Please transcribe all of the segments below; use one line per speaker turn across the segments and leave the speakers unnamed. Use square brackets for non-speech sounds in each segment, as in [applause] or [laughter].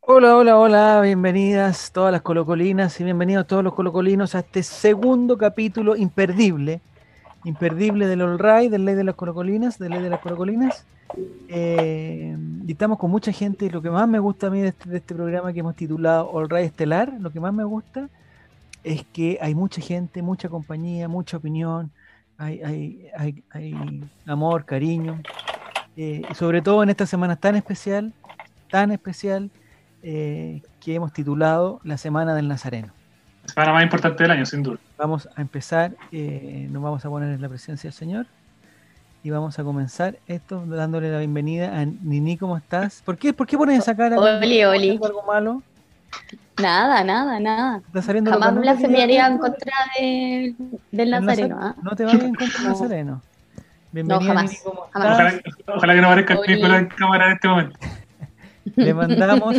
Hola, hola, hola, bienvenidas todas las colocolinas y bienvenidos todos los colocolinos a este segundo capítulo imperdible, imperdible del All Right, del Ley de las Colocolinas, del Ley de las Colocolinas. Eh, y estamos con mucha gente y lo que más me gusta a mí de este, de este programa que hemos titulado All Right Estelar, lo que más me gusta es que hay mucha gente, mucha compañía, mucha opinión, hay, hay, hay, hay amor, cariño, eh, y sobre todo en esta semana tan especial, tan especial, eh, que hemos titulado La Semana del Nazareno.
La semana más importante del año, sin duda.
Vamos a empezar, eh, nos vamos a poner en la presencia del Señor y vamos a comenzar esto dándole la bienvenida a Nini, ¿cómo estás? ¿Por qué, por qué pones esa cara?
Oli, oli.
¿Algo malo?
Nada, nada, nada.
¿Está saliendo lo
Jamás
que no te
blasfemiaría
quería?
en contra de- del
¿El
Nazareno. ¿ah?
No te va bien contra el
No.
Nazareno. Bienvenida,
jamás,
Nini, ¿cómo
jamás.
estás?
Ojalá, ojalá que no aparezca el
Ah, Oye.
pico en cámara en este momento.
Le mandamos,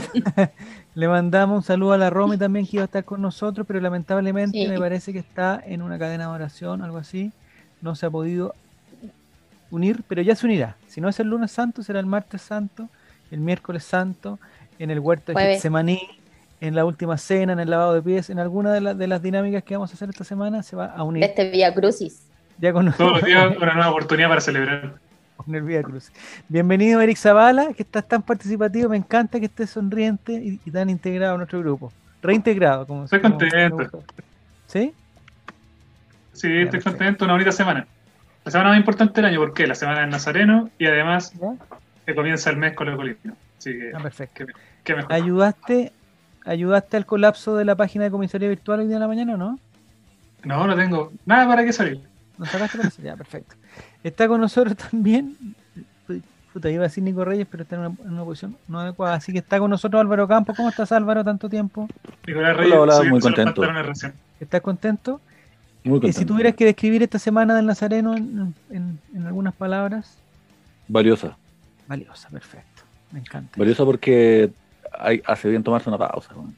[laughs] le mandamos un saludo a la Romy también que iba a estar con nosotros, pero lamentablemente
Sí.
me parece que está en una cadena de oración, algo así. No se ha podido unir, pero ya se unirá. Si no es el lunes santo, será el martes santo, el miércoles santo, en el huerto de
Jueves.
Getsemaní, en la última cena, en el lavado de pies, en alguna de, las de las dinámicas que vamos a hacer esta semana, se va a unir.
De este Vía Crucis.
Ya con
Todos los días una nueva oportunidad para celebrar.
con el Vía Cruz. Bienvenido Eric Zavala, que estás tan participativo, me encanta que estés sonriente y, y tan integrado a nuestro grupo. Reintegrado, como
Estoy
como-
contento.
como- ¿Sí?
Sí,
Ya,
estoy
perfecto.
contento, una bonita semana. La semana más importante del año, ¿por qué? La semana del Nazareno y además
¿Ya?
que comienza el mes con los colinos. Así que,
Ah, perfecto.
qué mejor.
¿Ayudaste, ¿Ayudaste al colapso de la página de comisaría virtual hoy día en la mañana o no?
No, no tengo nada para qué salir.
¿Nos sacaste la Ya, perfecto. Está con nosotros también, puta, iba a decir Nico Reyes, pero está en una, en una posición no adecuada. Así que está con nosotros Álvaro Campos. ¿Cómo estás Álvaro tanto tiempo?
Nicolás Reyes,
hola,
subiéndose
muy
los
contento.
pantalones recién.
¿Estás contento?
Muy
Eh,
contento.
si tuvieras que describir esta semana del Nazareno en- en- en algunas palabras.
Valiosa.
Valiosa, perfecto. Me encanta.
Valiosa porque hay- hace bien tomarse una pausa. weón.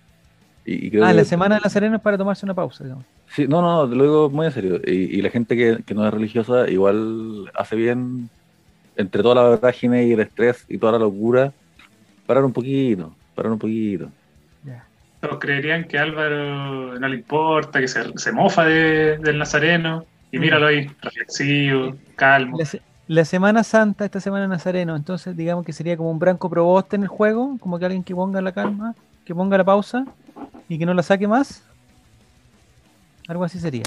Y, y creo
Ah,
que-
la semana de la Serena es para tomarse una pausa, digamos.
Sí, no, no, no, te lo digo muy en serio. Y, y la gente que, que no es religiosa igual hace bien, entre toda la vorágine y el estrés y toda la locura, parar un poquito, parar un poquito.
Ya.
Todos creerían que a Álvaro no le importa, que se, se mofa de- del Nazareno. Y
Mm.
míralo ahí, reflexivo, calmo.
La, se- la Semana Santa, esta semana de Nazareno, entonces digamos que sería como un branco proboste en el juego, como que alguien que ponga la calma, que ponga la pausa y que no la saque más. Algo así sería.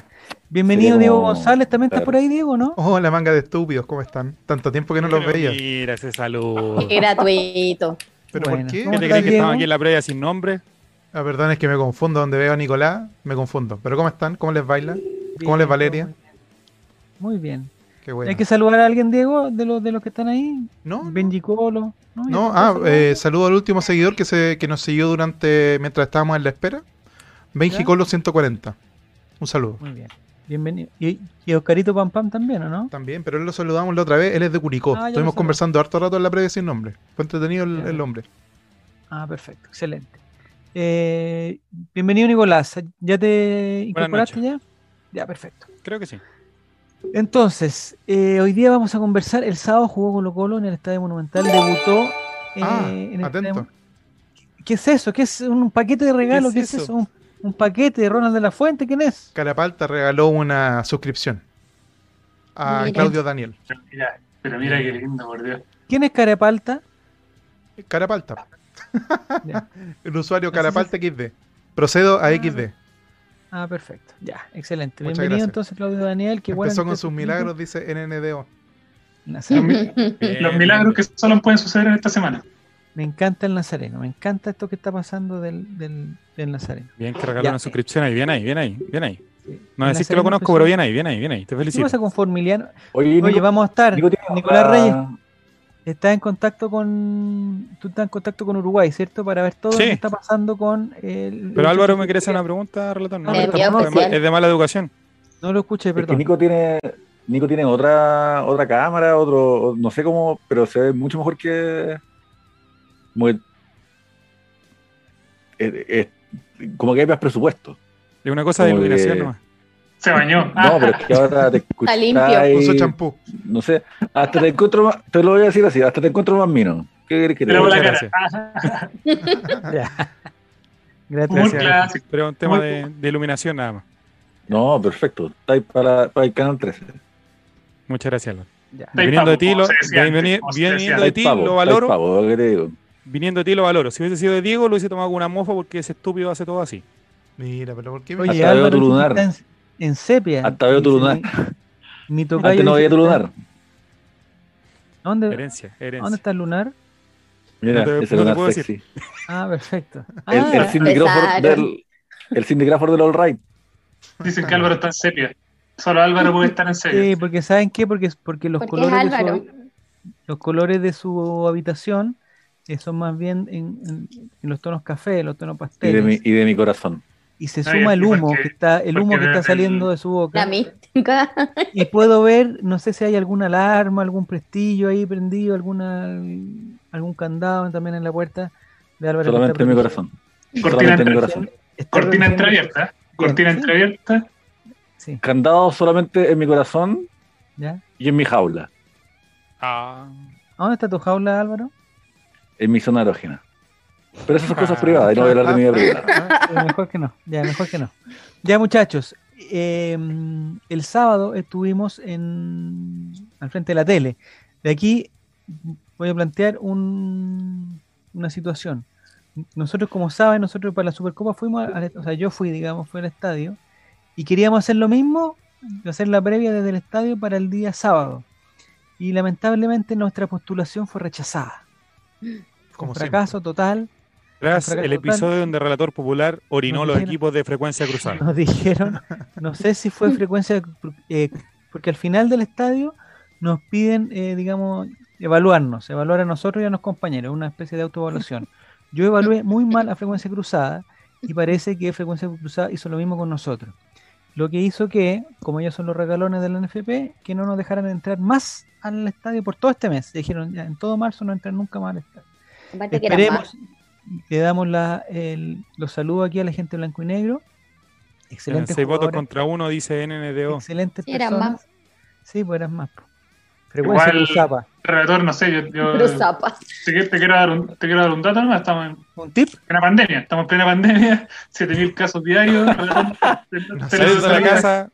Bienvenido
Sería como-
Diego González, también estás
claro.
por ahí, Diego, ¿no?
Hola, manga de estúpidos, ¿cómo están? Tanto tiempo que no los
Pero
veía.
Mira ese saludo.
Qué gratuito.
¿Pero
Bueno.
por qué?
¿Cómo
¿Qué te
estás,
crees que estamos
Diego?
aquí en la playa sin nombre?
Ah, perdón, es que me confundo. Donde veo a Nicolás, me confundo. ¿Pero cómo están? ¿Cómo les baila? ¿Cómo les, Valeria?
Muy bien.
Qué bueno.
Hay que saludar a alguien, Diego, de los de los que están ahí.
¿No?
Benji Colo. No, Ya
¿No?
está
Ah,
saludando.
eh, saludo al último seguidor que, se, que nos siguió durante mientras estábamos en la espera. Benji
¿Ya?
Colo 140. Un saludo.
Muy bien. Bienvenido. Y, y Oscarito Pam Pam también, ¿o no?
También, pero él lo saludamos la otra vez. Él es de Curicó.
Ah, ya lo
Estuvimos
saludé.
conversando harto rato en la previa sin nombre. Fue entretenido el,
Ya.
el hombre.
Ah, perfecto, excelente. Eh, bienvenido, Nicolás. ¿Ya te
Buenas
incorporaste ya? Ya, perfecto.
Creo que sí.
Entonces, eh, hoy día vamos a conversar. El sábado jugó Colo Colo en el Estadio Monumental, debutó eh,
Ah,
en el
atento.
Estadio- ¿Qué es eso? ¿Qué es un paquete de regalo? ¿Qué
¿Qué
es,
es
eso?
eso?
¿Un, un paquete de Ronald de la Fuente? ¿Quién es?
Carapalta regaló una suscripción a
Mira.
Claudio Daniel.
Pero mira, pero mira qué lindo, por Dios.
¿Quién es Carapalta?
Carapalta.
Ya.
[laughs] el usuario
Así se-
Carapalta XD. Procedo a
Ah,
XD.
Ah, perfecto. Ya, excelente.
Muchas
bienvenido
gracias.
entonces, Claudio Daniel. Qué bueno
Empezó
que
con
estés
sus
aquí.
milagros, dice NNDO.
Nazareno.
[laughs]
Bien,
Los
bien,
milagros que
bien.
solo pueden suceder en esta semana.
Me encanta el Nazareno. Me encanta esto que está pasando del, del, del Nazareno.
Bien que regaló
Ya.
una suscripción ahí, bien ahí, bien ahí, bien ahí.
Sí.
No
El
decís que
Nazareno
lo conozco,
empezó-
pero bien ahí, bien ahí, bien ahí. Te
¿Qué
felicito.
pasa con Formiliano?
Oye,
Oye,
Nico-
vamos a estar.
Nico tiene
Nicolás
otra-
Reyes está en contacto con. Tú estás en contacto con Uruguay, ¿cierto? Para ver todo lo
Sí.
que está pasando con el.
Pero Álvaro me quiere hacer una pregunta, relator. No,
Eh,
esta
bien
pregunta es, de
oficial.
ma- es de mala educación.
No lo escuché,
Es que
perdón.
Nico tiene, Nico tiene otra, otra cámara, otro, no sé cómo, pero se ve mucho mejor que. muy- es- es- eh, como que hay más presupuesto.
Es una cosa de
Como que-
iluminación nomás.
Se
[laughs]
bañó. Ah,
No,
pues,
pero es
[laughs]
que ahora te escuchas.
limpio.
Usó champú.
No sé, hasta te encuentro más, te lo voy a decir así, hasta te encuentro más mino. ¿Qué querés que te
Le hago
diga?
la cara.
gracias.
Ah,
Ya.
Muy
Gracias.
Gracias.
clásico.
Pero un tema
Muy
de, de iluminación nada más.
No, perfecto. Está ahí para, para el canal 13.
Muchas gracias, Álvaro.
Ya.
Estáis
Viniendo de
pavo,
ti, lo-
como se decía antes,
bienveni-
como se
bienvenido
decía
de
antes.
ti,
Estáis pavo,
lo
estáis
valoro.
pavo, ¿qué te digo?
Viniendo de ti lo valoro. Si hubiese sido de Diego, lo hubiese tomado con una mofa porque ese estúpido hace todo así.
Mira, pero ¿por qué me-
Oye,
Hasta veo
Álvaro
tu
dice que
lunar.
está en, en sepia.
Hasta veo tu
Dice,
lunar.
Mi, mi tocayo
Antes no
dice
veía tu
que está-
lunar.
¿Dónde,
Herencia,
¿Dónde
herencia.
está el lunar?
Mira,
No te-
ese
no te
lunar
puedo decir.
sexy.
Ah, perfecto.
El,
Ah,
el Cindy Crawford
empezaron.
del, el Cindy Crawford del All Right.
Dicen que Álvaro está en sepia. Solo Álvaro puede estar en
sí, [laughs]
sepia.
porque ¿saben qué? Porque, porque los
Porque es
colores de su-
Álvaro.
los colores de su habitación eh, son más bien en, en- en los tonos café, los tonos
Y de, mi,
pasteles.
y de mi corazón.
Y se
No, y
suma el
porque-
humo que está, el humo
porque
que está
el-
saliendo de su
La
boca.
mística.
Y puedo ver, no sé si hay alguna alarma, algún prestillo ahí prendido, alguna algún candado también en la puerta de Álvaro. que está
Solamente mi
protegiendo-
corazón.
Cortina,
Solamente mi
entre-
corazón.
está
cortina
protegiendo-
entreabierta. Cortina
sí.
entreabierta.
Sí,
Candado solamente en mi corazón
ya.
y en mi jaula.
Ah.
¿A dónde está tu jaula, Álvaro?
En mi zona erógena. Pero esas son cosas
Ah.
privadas y no voy a hablar de mi vida privada.
Ah,
Eh, mejor que no, ya, mejor que no. Ya, muchachos, eh, el sábado estuvimos en, al frente de la tele. De aquí voy a plantear un- una situación. Nosotros, como saben, nosotros para la Supercopa fuimos, al- o sea, yo fui, digamos, fui al estadio y queríamos hacer lo mismo, hacer la previa desde el estadio para el día sábado. Y lamentablemente nuestra postulación fue rechazada.
Como
Fracaso total.
Tras
Fracaso
el
total.
episodio donde el relator popular orinó
Nos
los
dijeron-
equipos de frecuencia cruzada.
nos dijeron, no sé si fue frecuencia, eh, porque al final del estadio nos piden, eh, digamos, evaluarnos, evaluar a nosotros y a los compañeros, una especie de autoevaluación. Yo evalué muy mal a frecuencia cruzada y parece que frecuencia cruzada hizo lo mismo con nosotros. Lo que hizo que, como ellos son los regalones de la NFP, que no nos dejaran entrar más al estadio por todo este mes. Dijeron, ya, en todo marzo no entran nunca más al estadio.
Aparte que era
Esperemos.
más.
Le damos la, el- los saludos aquí a la gente de blanco y negro.
En
Excelentes
seis votos
jugadores,
contra uno, dice NNDO.
excelentes
Sí, eran
personas.
más.
Sí, pues eran más. po. Frecuencia
Igual-
Cruzapa.
Relator, no sé, yo, yo-
Cruzapas.
te, quiero- te quiero dar un, te quiero dar un dato nomás. Estamos en
¿Un tip?
plena pandemia. Estamos en plena pandemia. [laughs] 7.000
[laughs]
casos diarios. Relator, te- te- te-
Saliendo de la casa,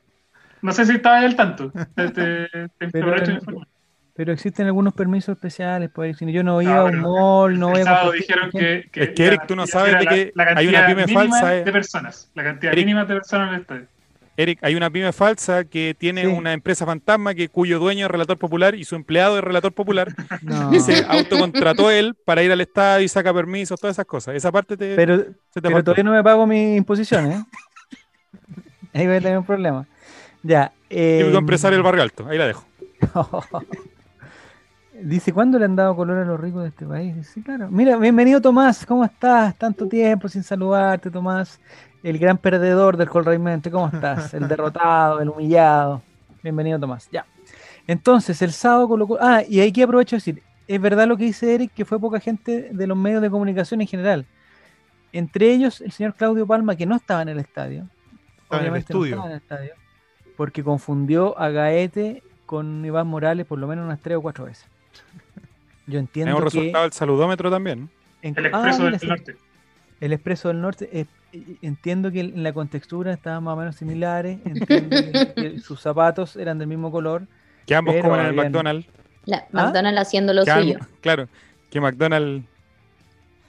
No sé si estaba ahí al tanto. Te,
[laughs]
te- te- te
Pero-
aprovecho de informar.
Pero existen algunos permisos especiales. para ir. Si no, yo no iba a un
pero
mall, no voy
el
a
sábado
compartir
dijeron
con gente.
que, que
Es que, Eric, tú no
la-
sabes
era
de que
la, la
hay una
cantidad
pyme
mínima
falsa, eh.
de personas, la cantidad
Eric.
mínima de personas en este el estadio.
Eric, hay una pyme falsa que tiene
Sí.
una empresa fantasma que cuyo dueño es relator popular y su empleado es relator
[laughs]
popular
No.
[laughs] y se autocontrató él para ir al estado y saca permisos, todas esas cosas. Esa parte te,
Pero,
se te
pero
faltó.
todavía no me pago mis imposiciones. ¿eh? Ahí voy a tener un problema. Ya. Eh,
Típico empresario del barrio alto, ahí la dejo.
[laughs] Dice, ¿cuándo le han dado color a los ricos de este país? Dice, claro. Mira, bienvenido Tomás, ¿cómo estás?
Uh.
Tanto tiempo sin saludarte, Tomás. El gran perdedor del Colraimente, ¿cómo estás?
[laughs]
El derrotado, el humillado. Bienvenido Tomás, ya. Entonces, el sábado colocó... Ah, y aquí aprovecho a decir, es verdad lo que dice Eric, que fue poca gente de los medios de comunicación en general. Entre ellos, el señor Claudio Palma, que no estaba en el estadio.
Estaba en el
Obviamente no
estudio.
estaba en el estadio, porque confundió a Gaete con Iván Morales por lo menos unas tres o cuatro veces. Yo entiendo
Tenemos
que
resultado el saludómetro también.
en-
El
Ah,
expreso
mira,
del
sí,
norte.
el Expreso del Norte, eh, eh, entiendo que en la contextura estaban más o menos similares, entiendo que-
[laughs]
que sus zapatos eran del mismo color,
Que ambos
Pero
comen en el
habían-
McDonald's.
La- McDonald's haciendo lo
que
suyo.
ambos- claro, que McDonald's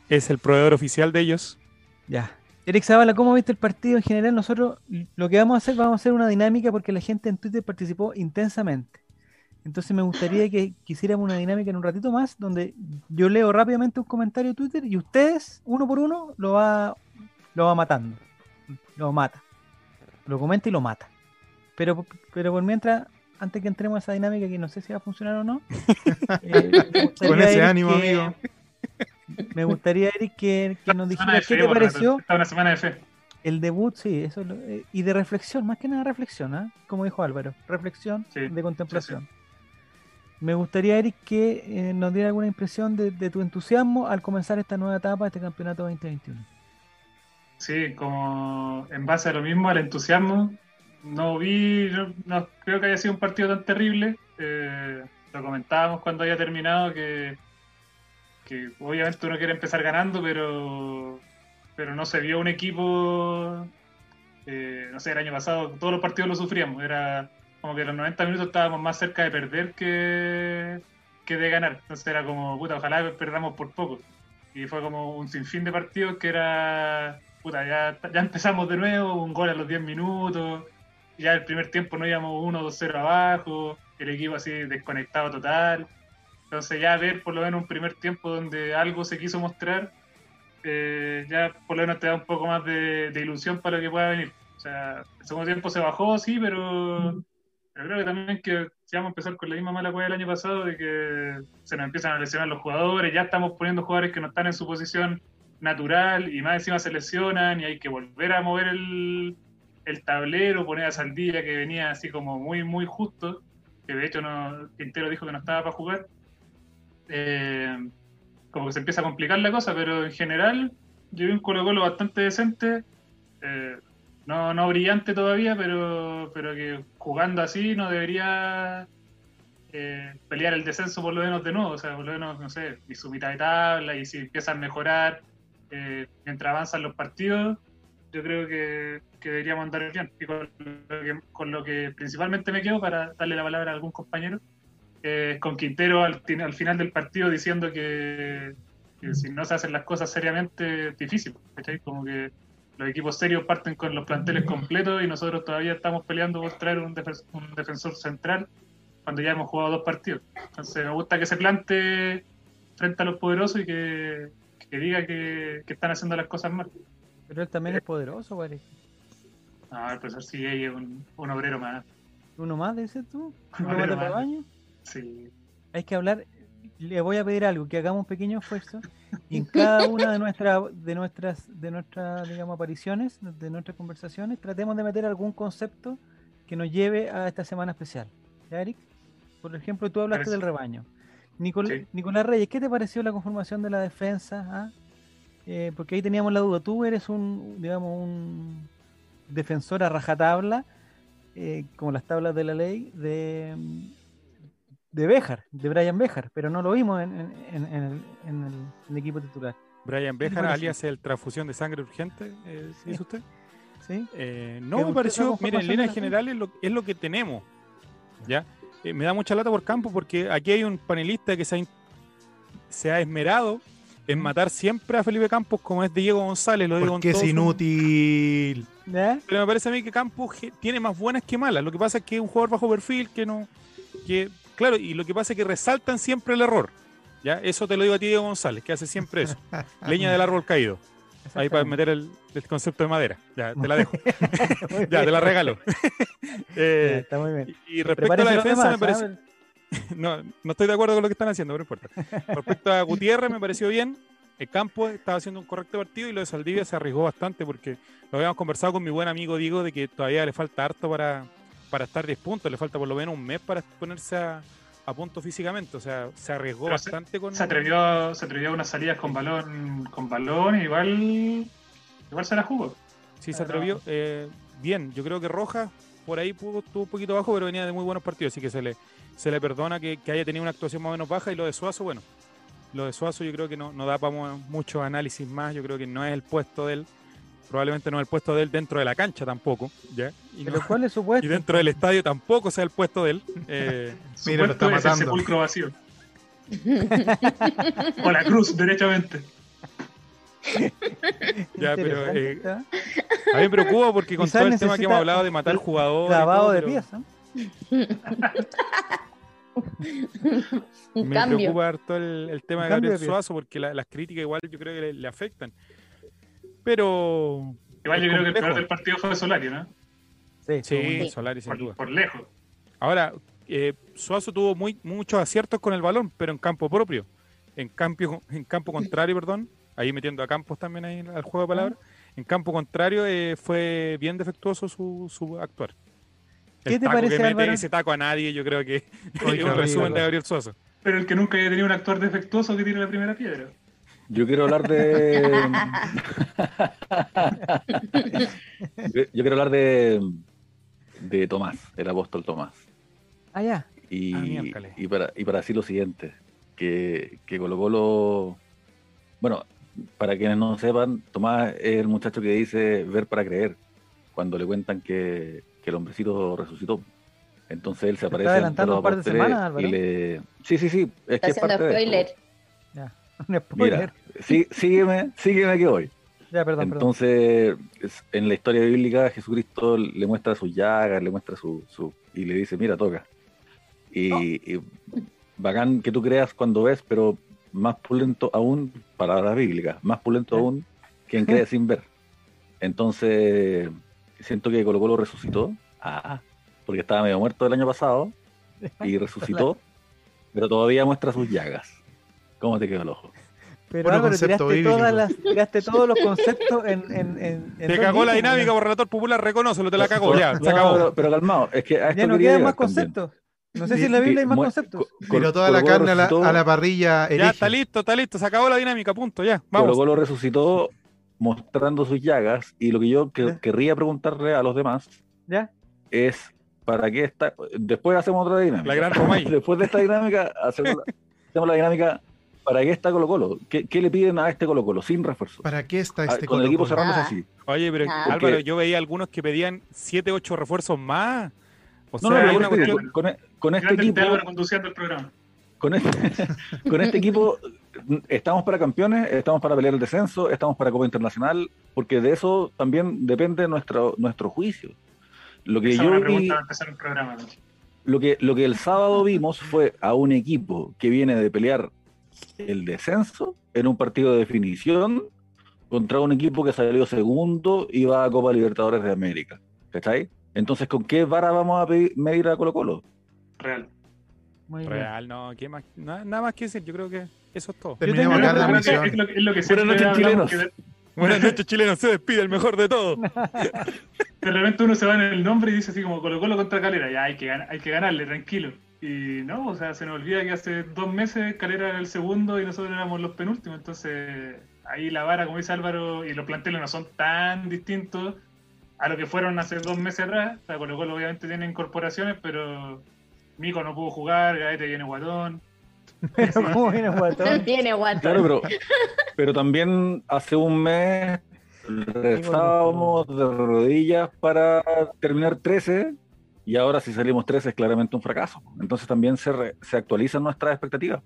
es el proveedor oficial de ellos.
Ya. Eric Zavala, ¿cómo viste el partido en general? Nosotros lo que vamos a hacer, vamos a hacer una dinámica porque la gente en Twitter participó intensamente. Entonces me gustaría que quisiéramos una dinámica en un ratito más donde yo leo rápidamente un comentario de Twitter y ustedes, uno por uno, lo va, lo va matando. Lo mata. Lo comenta y lo mata. Pero, pero por mientras, antes que entremos a esa dinámica que no sé si va a funcionar o
[laughs]
no. eh, me gustaría,
Con ese
Eric,
ánimo,
que-
amigo.
Me gustaría, Eric, que, que nos
Semana de
dijera
fe,
qué te
por relator.
pareció
Está una semana de fe.
el debut, sí, eso es lo- eh, y de reflexión, más que nada reflexión, ¿ah? como dijo Álvaro, reflexión
Sí,
de contemplación. Me gustaría, Eric, que eh, nos diera alguna impresión de, de tu entusiasmo al comenzar esta nueva etapa de este campeonato 2021.
Sí, como en base a lo mismo, al entusiasmo, no vi, yo no creo que haya sido un partido tan terrible. Eh, lo comentábamos cuando haya terminado que, que obviamente uno quiere empezar ganando, pero, pero no se vio un equipo, eh, no sé, el año pasado todos los partidos lo sufríamos, era como que los 90 minutos estábamos más cerca de perder que, que de ganar, entonces era como, puta, ojalá perdamos por poco, y fue como un sinfín de partidos que era, puta, ya, ya empezamos de nuevo, un gol a los 10 minutos, ya el primer tiempo no íbamos 1-2-0 abajo, el equipo así desconectado total. Entonces ya ver por lo menos un primer tiempo donde algo se quiso mostrar, eh, ya por lo menos te da un poco más de, de ilusión para lo que pueda venir. O sea, el segundo tiempo se bajó, sí, pero, pero creo que también que si vamos a empezar con la misma mala cueva del año pasado, de que se nos empiezan a lesionar los jugadores, ya estamos poniendo jugadores que no están en su posición natural y más encima se lesionan y hay que volver a mover el, el tablero, poner a Saldilla que venía así como muy, muy justo, que de hecho no, Quintero dijo que no estaba para jugar. Eh, como que se empieza a complicar la cosa, pero en general yo vi un Colo Colo bastante decente, eh, no, no brillante todavía, pero, pero que jugando así no debería eh, pelear el descenso por lo menos de nuevo, o sea, por lo menos, no sé, y su mitad de tabla, y si empiezan a mejorar eh, mientras avanzan los partidos, yo creo que, que deberíamos andar bien. Y con lo, que, con lo que principalmente me quedo, para darle la palabra a algún compañero, eh, con Quintero al, tin- al final del partido diciendo que, que si no se hacen las cosas seriamente, es difícil. ¿cachai? Como que los equipos serios parten con los planteles completos y nosotros todavía estamos peleando por traer un, defen- un defensor central cuando ya hemos jugado dos partidos. Entonces me gusta que se plante frente a los poderosos y que, que diga que, que están haciendo las cosas mal.
Pero él
Eh.
también es poderoso, güey.
No, el profesor sí es un, un obrero más.
Uno más, dices tú.
Un
Uno más
obrero
de
más.
rebaño.
Sí.
Hay que hablar. Le voy a pedir algo, que hagamos un pequeño esfuerzo y en cada una de nuestras, de nuestras, de nuestras, digamos, apariciones, de nuestras conversaciones, tratemos de meter algún concepto que nos lleve a esta semana especial. ¿Ya, Eric? Por ejemplo, tú hablaste
Parece.
del rebaño. Nicol-
Sí.
Nicolás Reyes, ¿qué te pareció la conformación de la defensa? ah? Eh, porque ahí teníamos la duda. Tú eres un, digamos, un defensor a rajatabla, eh, como las tablas de la ley, de, de Béjar, de Brian Béjar, pero no lo vimos en, en- en- en el, en el- en el equipo titular.
Brian
¿Qué te
Bejar,
pareció?
alias el transfusión de sangre urgente, eh,
Sí.
¿dice usted?
¿sí?
Eh,
¿Te
no,
gustó
me
la
pareció,
conformación
mira, en
de
líneas
la gente?
generales lo- es lo que tenemos. ¿ya? Eh, me da mucha lata por campo porque aquí hay un panelista que se ha, in- se ha esmerado en matar siempre a Felipe Campos como es Diego González, lo digo en
Mm. Porque es
todo su-
inútil.
¿Ya?
Pero me parece a mí que Campos ge- tiene más buenas que malas. Lo que pasa es que es un jugador bajo perfil que no. que Claro, y lo que pasa es que resaltan siempre el error. ¿ya? Eso te lo digo a ti, Diego González, que hace siempre
[laughs]
eso. Leña del árbol caído. Ahí para meter el, el concepto de madera. Ya, te
[laughs]
la dejo.
Muy bien.
[laughs] ya, te la regalo.
Ya,
Eh,
está muy bien.
y respecto a la
Prepárese los
defensa, me
demás,
parece.
¿ah?
No, no estoy de acuerdo con lo que están haciendo, pero no importa. Respecto a Gutiérrez, me pareció bien. El campo estaba haciendo un correcto partido y lo de Saldivia se arriesgó bastante porque lo habíamos conversado con mi buen amigo Diego de que todavía le falta harto para, para estar 10 puntos. Le falta por lo menos un mes para ponerse a, a punto físicamente. O sea, se arriesgó
Pero se-
bastante con.
Se atrevió, se atrevió a unas salidas con balón, con balón, y igual, igual se la jugó.
Sí, se atrevió. eh, bien, yo creo que Rojas por ahí pudo- estuvo un poquito bajo, pero venía de muy buenos partidos, así que se le, se le perdona que, que haya tenido una actuación más o menos baja. Y lo de Suazo, bueno, lo de Suazo yo creo que no, no da para mu- mucho análisis más. Yo creo que no es el puesto de él, probablemente no es el puesto de él dentro de la cancha tampoco, ¿ya? Y, no-
Pero ¿cuál es su puesto?
[laughs] y dentro del estadio tampoco sea el puesto de él. eh,
Su
Mira, lo
puesto
está
es el
matando.
sepulcro vacío. [laughs] o la cruz, derechamente.
ya, pero,
Interesante,
eh,
está.
a mí me preocupa porque con
Quizás
todo el tema que
necesita
hemos hablado de matar
un
jugadores. y
Lavado
todo,
de
pero
pieza.
Un
me
cambio.
preocupa harto el, el tema
Un cambio
de Gabriel
de pieza.
Suazo porque la- las críticas igual yo creo que le, le afectan. Pero
Igual yo creo que el
Es complejo.
peor del partido fue Solari, ¿no?
Sí,
sí,
Sí.
Solari sin
Por,
duda.
por lejos.
Ahora, eh, Suazo tuvo muy, muchos aciertos con el balón, pero en campo propio. En cambio, en campo contrario, perdón, ahí metiendo a Campos también ahí al juego de palabras.
Ah.
En campo contrario eh, fue bien defectuoso su, su actuar. El
¿Qué te
taco
parece,
que mete
Álvaro?
ese taco a nadie, yo creo que [laughs] es
horrible.
un resumen de Gabriel Suazo.
Pero el que nunca haya tenido un actor defectuoso que tire la primera piedra.
Yo quiero hablar de. yo, yo quiero hablar de. De Tomás, el apóstol Tomás.
Ah, ya. [laughs]
Y,
Ah, miércoles.
y para, y para decir lo siguiente. que, que Colo Colo, bueno, para quienes no sepan, Tomás es el muchacho que dice ver para creer, cuando le cuentan que, que el hombrecito resucitó. Entonces él se
está
aparece entre
adelantando
los
un par de
apóstoles
semanas, Álvaro.
y le... Sí, sí, sí, es
Está
que es
haciendo
parte de esto.
spoiler.
Un spoiler.
Mira, sí, sígueme, sígueme que voy.
ya, perdón, perdón.
Entonces, es- en la historia bíblica, Jesucristo le muestra sus llagas, le muestra su, su- y le dice, mira, toca. Y, y bacán que tú creas cuando ves, pero más pulento aún, palabras bíblicas, más pulento
Sí.
aún
[laughs]
quien cree sin ver. Entonces, siento que Colo Colo resucitó, ah, porque estaba medio muerto el año pasado,
[laughs]
y resucitó, pero todavía muestra sus llagas. ¿Cómo te quedó el ojo?
Pero
Puro
Álvaro,
concepto
tiraste,
bíblico.
todas las, tiraste todos los conceptos en. en, en- en
Te
dos
cagó la
líneas,
dinámica,
weón.
por relator popular, reconócelo, te la cagó, ya, se
No,
acabó.
Pero, pero calmado, es que a esto
Ya no
quería
quedan más
llegar también.
conceptos. No sé si en la Biblia hay más conceptos.
Tiró toda la carne a la, a la parrilla
Ya,
hereje.
está listo, está listo, se acabó la dinámica, punto, ya,
Colo
vamos.
Colo resucitó mostrando sus llagas y lo que yo que-
Ya.
querría preguntarle a los demás
¿Ya?
es para qué está después hacemos otra dinámica.
[laughs] La gran
[laughs]
Romay.
Después de esta dinámica hacemos la, hacemos la dinámica para qué está Colo Colo. ¿Qué, qué le piden a este Colo Colo sin refuerzo?
¿Para qué está
Ah,
este
con el equipo
Colo-Colo?
cerramos
Nada.
así.
Oye, pero
Ah.
Álvaro,
Porque-
yo veía algunos que pedían 7, 8 refuerzos más. O
No,
sea,
no,
hay
pero
una
con, este-
cuestión-
con- con- con este
Grande
equipo
Tito Álvaro conduciendo el programa.
con este, [laughs] con este equipo estamos para campeones, estamos para pelear el descenso, estamos para Copa Internacional, porque de eso también depende nuestro, nuestro juicio. Lo que
Esa es
yo
una
vi-
pregunta para empezar el programa. ¿no?
lo que, lo que el sábado vimos fue a un equipo que viene de pelear el descenso en un partido de definición contra un equipo que salió segundo y va a Copa Libertadores de América. ¿Cachai? Entonces, ¿con qué vara vamos a pedir- medir a Colo Colo?
Real.
Muy bien.
Real, no, ¿qué más? na- nada más que decir, yo creo que eso es todo. [laughs]
Terminemos
Yo tengo
acá
una
Pero
la
Es
transmisión.
es lo que- es lo que
Buenas noches,
siempre hablamos,
chilenos.
que de-
Buenas noches, chilenos, se despide el mejor de todos.
de repente uno se va en el nombre y dice así como Colo Colo contra Calera, ya hay que, gan- hay que ganarle, tranquilo. Y no, o sea, se nos olvida que hace dos meses Calera era el segundo y nosotros éramos los penúltimos, entonces ahí la vara, como dice Álvaro, y los planteles no son tan distintos a lo que fueron hace dos meses atrás. O sea, Colo Colo obviamente tiene incorporaciones, pero Mico no pudo jugar, Gaete viene guatón.
[laughs]
[laughs]
Pero ¿cómo viene
No
guatón?
[laughs] tiene guatón.
Claro, pero, pero también hace un mes rezábamos de rodillas para terminar 13 y ahora si salimos 13 es claramente un fracaso. Entonces también se, re- se actualizan nuestras expectativas.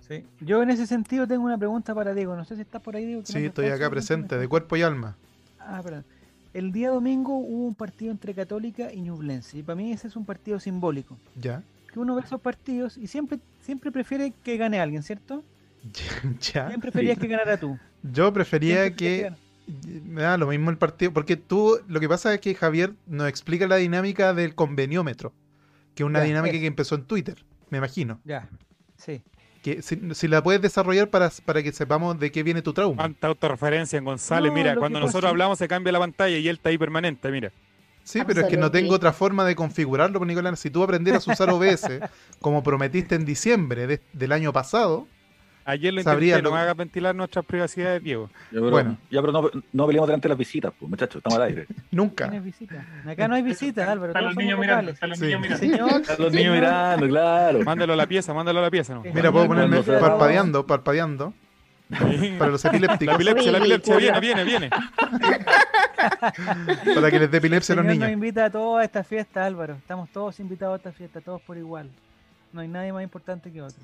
Sí. Yo en ese sentido tengo una pregunta para Diego. No sé si estás por ahí, Diego. que no
Sí,
me
estoy
estás
acá
escuchando.
presente, de cuerpo y alma.
Ah, perdón. El día domingo hubo un partido entre Católica y Ñublense. Y para mí ese es un partido simbólico.
Ya. [laughs]
Que uno ve esos partidos y siempre, siempre prefiere que gane alguien, ¿cierto?
Ya.
¿Quién preferías que ganara tú?
Yo
¿Quién
prefería
preferías
Ah, que
ganara?
me da lo mismo el partido, porque tú, lo que pasa es que Javier nos explica la dinámica del conveniómetro, que es una
Ya,
dinámica
es.
que empezó en Twitter, me imagino.
Ya. Sí.
Que si, si la puedes desarrollar para, para que sepamos de qué viene tu trauma.
Cuánta autorreferencia en González.
No,
mira,
lo
cuando
que pasa-
nosotros hablamos se cambia la pantalla y él está ahí permanente, mira.
Sí, pero es que no tengo
Absolutamente.
otra forma de configurarlo, pues, Nicolás. Si tú aprendieras
[laughs]
a usar OBS, como prometiste en diciembre de- del año pasado,
Ayer lo intenté,
Sabría
no
lo-
me hagas ventilar nuestras privacidades, Diego.
Ya, pero-
Bueno.
ya, pero no, no peleamos delante de las visitas, pues, muchachos, estamos al aire.
nunca.
¿Quién es visita? Acá no hay visitas, Álvaro.
Están
Todos
los
somos
niños mirando,
locales.
están los
Sí.
niños mirando.
Señor.
Están Los niños mirando, claro.
Mándalo a la pieza, mándalo a la pieza. ¿no?
Sí.
Mira, puedo ponerme
Cuando sea-
parpadeando, parpadeando, para los
La
epilépticos,
epilepsia, la epilepsia, viene,
Ridícula.
viene, viene.
para que les dé epilepsia a los
Señor nos
niños.
invita a todos a esta fiesta, Álvaro. Estamos todos invitados a esta fiesta, todos por igual. No hay nadie más importante que otro.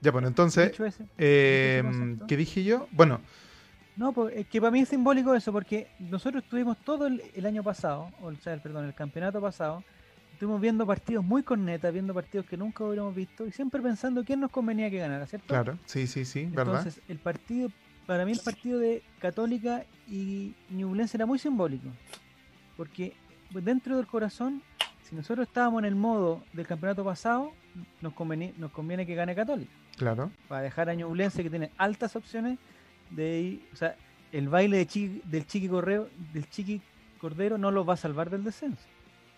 Ya, bueno, entonces,
Dicho eso-
eh,
dicho ese concepto-
¿qué dije yo? Bueno,
No, pues, es que para mí es simbólico eso, porque nosotros estuvimos todo el, el año pasado, o sea, el- perdón, el campeonato pasado, estuvimos viendo partidos muy cornetas, viendo partidos que nunca hubiéramos visto, y siempre pensando quién nos convenía que ganara, ¿cierto?
claro, sí, sí, sí, ¿verdad?
Entonces, el partido, para mí el partido de Católica y Ñublense era muy simbólico, porque dentro del corazón, si nosotros estábamos en el modo del campeonato pasado, nos conveni- nos conviene que gane Católica
Claro.
para dejar a Ñublense que tiene altas opciones de ir, o sea, el baile de Chiqui- del Chiqui Correo, del Chiqui Cordero no lo va a salvar del descenso.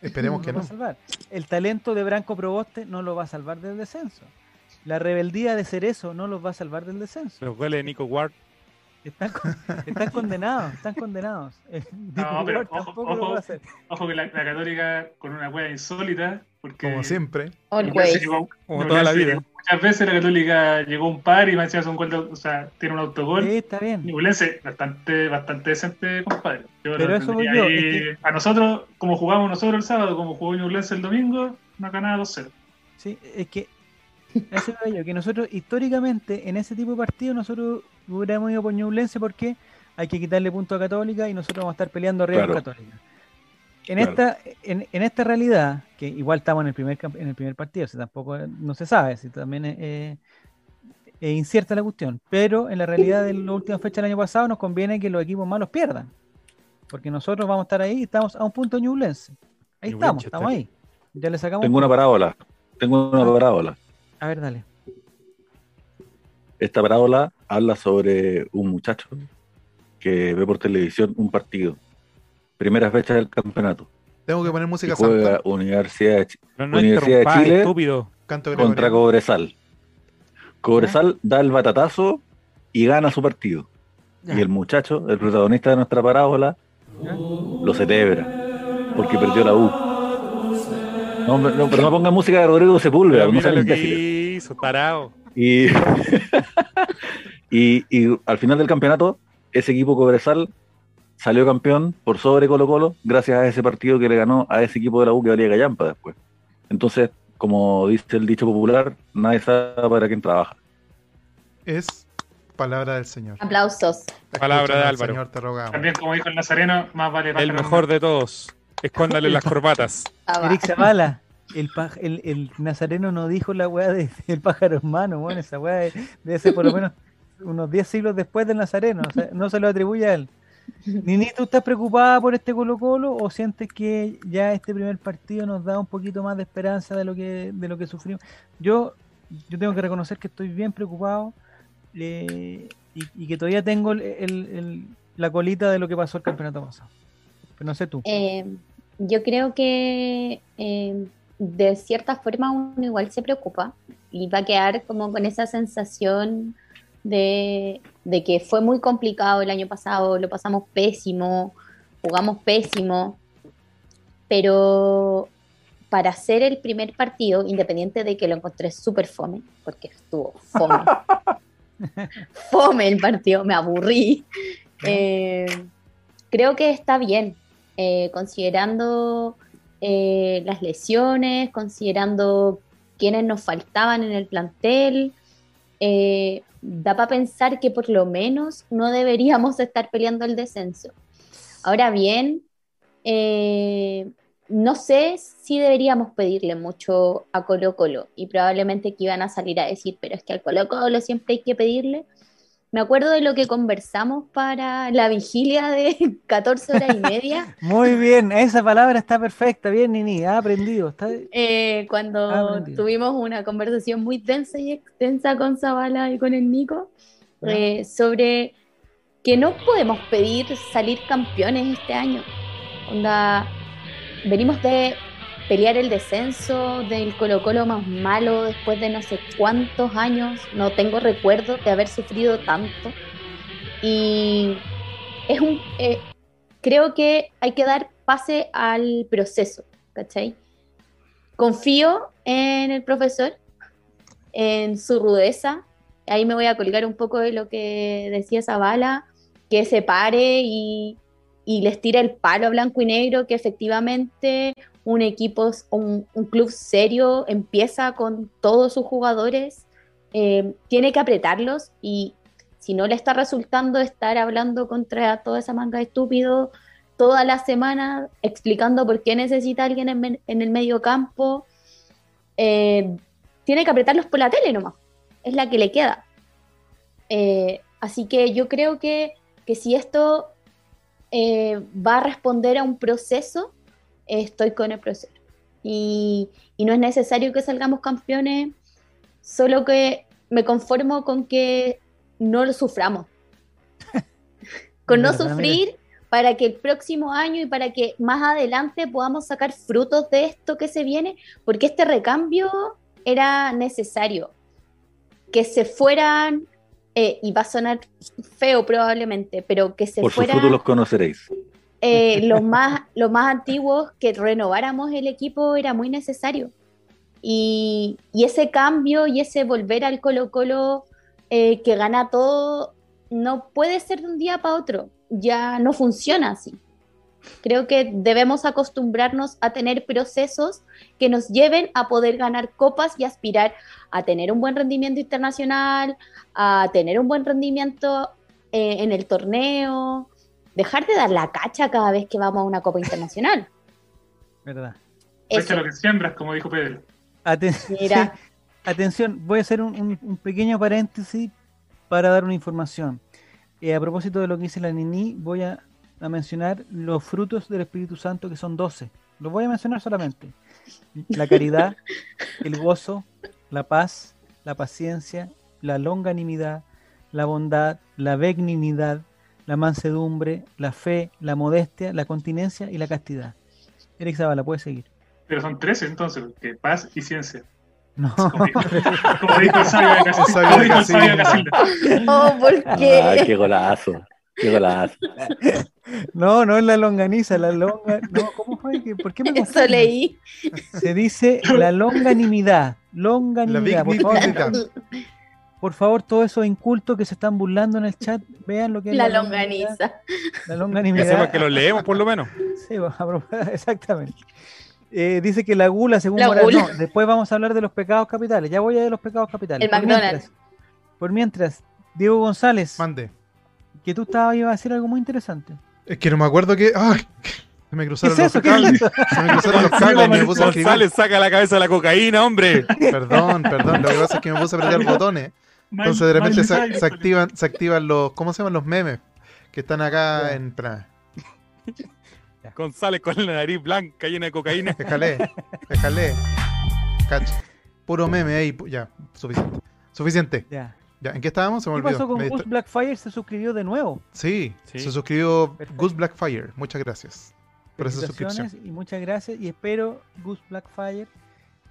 Esperemos
No
que
lo va [laughs]
no.
a salvar. El talento de Branco Proboste no lo va a salvar del descenso. La rebeldía de Cerezo no los va a salvar del descenso.
Los goles de Nico Ward.
Están, con- están condenados, están condenados. [laughs] El
No, pero
Nicolás
ojo,
tampoco lo
ojo.
va a hacer.
Ojo que la, la Católica con una hueá insólita Porque
como siempre.
me
Always.
parece que llegó-
Como
me
toda la
parece
vida.
que Muchas veces la Católica llegó a un par y me hacía un gol, de- o sea, tiene un autogol.
Sí, está bien.
Ñublense, bastante, bastante decente, compadre. Yo
Pero
lo
eso voy
tendría
yo,
ahí. A nosotros, como jugamos nosotros el sábado, como jugó Ñublense el domingo, una ganada 2-0.
Sí, es que a eso iba yo, que nosotros históricamente en ese tipo de partidos nosotros hubiéramos ido por Ñublense porque hay que quitarle punto a Católica y nosotros vamos a estar peleando arriba con
Claro.
Católica. En
Claro.
esta en, en esta realidad, que igual estamos en el primer camp- en el primer partido, o sea, tampoco eh, no se sabe, si también es, eh, es incierta la cuestión, pero en la realidad de la última fecha del año pasado nos conviene que los equipos malos pierdan, porque nosotros vamos a estar ahí y estamos a un punto de Ñublense. Ahí estamos,
Ñublense está
estamos ahí. Ya le sacamos
Tengo una parábola. Tengo una parábola.
A ver, dale.
Esta parábola habla sobre un muchacho que ve por televisión un partido. Primera fecha del campeonato.
Tengo que poner
Y
música
juega
santa.
Universidad de Chi-
No, no
Universidad de
interrumpáis,
Chile
estúpido.
Canto
contra
gregoriano.
Cobresal. Cobresal da el batatazo y gana su partido. Y el muchacho, el protagonista de nuestra parábola, lo celebra porque perdió la U. No, hombre, no, pero no ponga música de Rodrigo Sepúlveda,
Pero
no
mira
sean
lo que
imbéciles.
hizo, tarao.
Y, [laughs] y, y al final del campeonato, ese equipo Cobresal salió campeón por sobre Colo Colo gracias a ese partido que le ganó a ese equipo de la U que valía Gallampa después. Entonces, como dice el dicho popular, nadie sabe para quién trabaja.
Es palabra del Señor.
Aplausos.
Te
Palabra
escuchamos,
de Álvaro.
Señor, te rogamos.
También, como dijo el Nazareno, más vale
El mejor de todos. Escóndale las corbatas.
Ah, va.
Eric Zavala, el, paj- el, el nazareno no dijo la weá de- [laughs] del pájaro hermano, bueno, esa weá de- debe ser por lo menos unos 10 siglos después del nazareno, o sea, no se lo atribuye a él. Nini, ¿tú estás preocupada por este Colo Colo o sientes que ya este primer partido nos da un poquito más de esperanza de lo que, de lo que sufrimos? Yo, yo tengo que reconocer que estoy bien preocupado eh, y, y que todavía tengo el- el- el- la colita de lo que pasó el campeonato pasado. Pero no sé tú.
Eh, yo creo que eh, de cierta forma uno igual se preocupa y va a quedar como con esa sensación de, de que fue muy complicado el año pasado, lo pasamos pésimo, jugamos pésimo, pero para hacer el primer partido, independiente de que lo encontré súper fome, porque estuvo fome, fome el partido, me aburrí, eh, creo que está bien, eh, considerando eh, las lesiones, considerando quienes nos faltaban en el plantel, eh, da para pensar que por lo menos no deberíamos [laughs] estar peleando el descenso. Ahora bien, eh, no sé si deberíamos pedirle mucho a Colo Colo y probablemente que iban a salir a decir, pero es que al Colo Colo siempre hay que pedirle. Me acuerdo de lo que conversamos para la vigilia de [laughs] 14 horas y media.
Muy bien, esa palabra está perfecta, bien Nini, ha aprendido. Está...
Eh, cuando
Ah, aprendido.
tuvimos una conversación muy densa y extensa con Zavala y con el Nico eh, sobre que no podemos pedir salir campeones este año. Onda, venimos de pelear el descenso del Colo Colo más malo después de no sé cuántos años, no tengo recuerdo de haber sufrido tanto. Y es un, eh, creo que hay que dar pase al proceso, ¿cachai? confío en el profesor, en su rudeza. Ahí me voy a colgar un poco de lo que decía Zavala, que se pare y, y les tira el palo a blanco y negro, que efectivamente un equipo, un, un club serio empieza con todos sus jugadores, eh, tiene que apretarlos y si no le está resultando estar hablando contra toda esa manga de estúpidos, toda la semana explicando por qué necesita alguien en, men- en el medio campo. Eh, tiene que apretarlos por la tele nomás. Es la que le queda. Eh, así que yo creo que, que si esto eh, va a responder a un proceso, eh, estoy con el proceso. Y, y no es necesario que salgamos campeones, solo que me conformo con que no lo suframos. con no
Verdad, mira.
sufrir para que el próximo año y para que más adelante podamos sacar frutos de esto que se viene, porque este recambio era necesario. Que se fueran, eh, y va a sonar feo probablemente, pero que se
Por sus
fueran
frutos los conoceréis.
eh, los, más, los más antiguos, que renováramos el equipo era muy necesario. Y, y ese cambio y ese volver al Colo Colo eh, que gana todo, no puede ser de un día para otro. Ya no funciona así. Creo que debemos acostumbrarnos a tener procesos que nos lleven a poder ganar copas y aspirar a tener un buen rendimiento internacional, a tener un buen rendimiento eh, en el torneo, dejar de dar la cacha cada vez que vamos a una copa
[laughs]
internacional.
¿Verdad?
Echa
Pues
Eso,
lo que siembras, como dijo Pedro.
Aten- [laughs]
mira,
sí, atención, voy a hacer un, un- un pequeño paréntesis para dar una información. Eh, a propósito de lo que dice la Nini, voy a, a mencionar los frutos del Espíritu Santo, que son 12. Los voy a mencionar solamente. La caridad, el gozo, la paz, la paciencia, la longanimidad, la bondad, la benignidad, la mansedumbre, la fe, la modestia, la continencia y la castidad. Eric Zavala, puedes seguir.
Pero son 13 entonces, porque paz y ciencia.
No.
Como dijo, como dijo el sabio de Casilda.
Sabio de
Como dijo el sabio de
Casilda.
Casilda.
[laughs] oh, ¿por qué?
Ah, qué golazo. Qué golazo.
No, no es la longaniza, la longa. No, ¿cómo fue? que- ¿Por qué me
[laughs] [laughs] Eso
confunden?
leí.
Se dice la longanimidad.
La
Longanimidad.
Big
Por favor,
Nick
por favor, todos esos incultos que se están burlando en el chat, vean lo que es
La longaniza.
La
Que sepa
longanimidad.
que lo leemos, por lo menos.
Sí, va a propos- [laughs] exactamente. Eh, dice que la gula, según
La
Moral-
gula.
no, después vamos a hablar de los pecados capitales. Ya voy a de los pecados capitales.
El McDonald's.
Mientras, por mientras, Diego González,
Mande.
que tú estabas ibas a decir algo muy interesante.
Es que no me acuerdo que. ¡Ah! Se me
¿Qué
cruzaron
es eso?
los
¿Qué es
cables.
eso?
Se me cruzaron los cables y me puse a escribir.
González saca la cabeza de la cocaína, hombre.
Perdón, perdón. Lo que pasa es que me puse a
[laughs]
apretar botones. Entonces de repente
Miley
se,
Cyrus.
se activan, se activan los. ¿Cómo se llaman los memes? Que están acá en. pra-
González con la nariz blanca llena de cocaína.
Déjale, déjale. Cacha. Puro meme ahí. pu- Ya, suficiente. Suficiente.
Ya.
Ya, ¿en qué estábamos? Se me
¿Qué
olvidó.
pasó con
Me distra-
Gus Blackfire? Se suscribió de nuevo.
Sí,
Sí.
se suscribió
Perfecto.
Goose Blackfire. Muchas gracias por esa suscripción.
Felicitaciones y muchas gracias. Y espero, Gus Blackfire,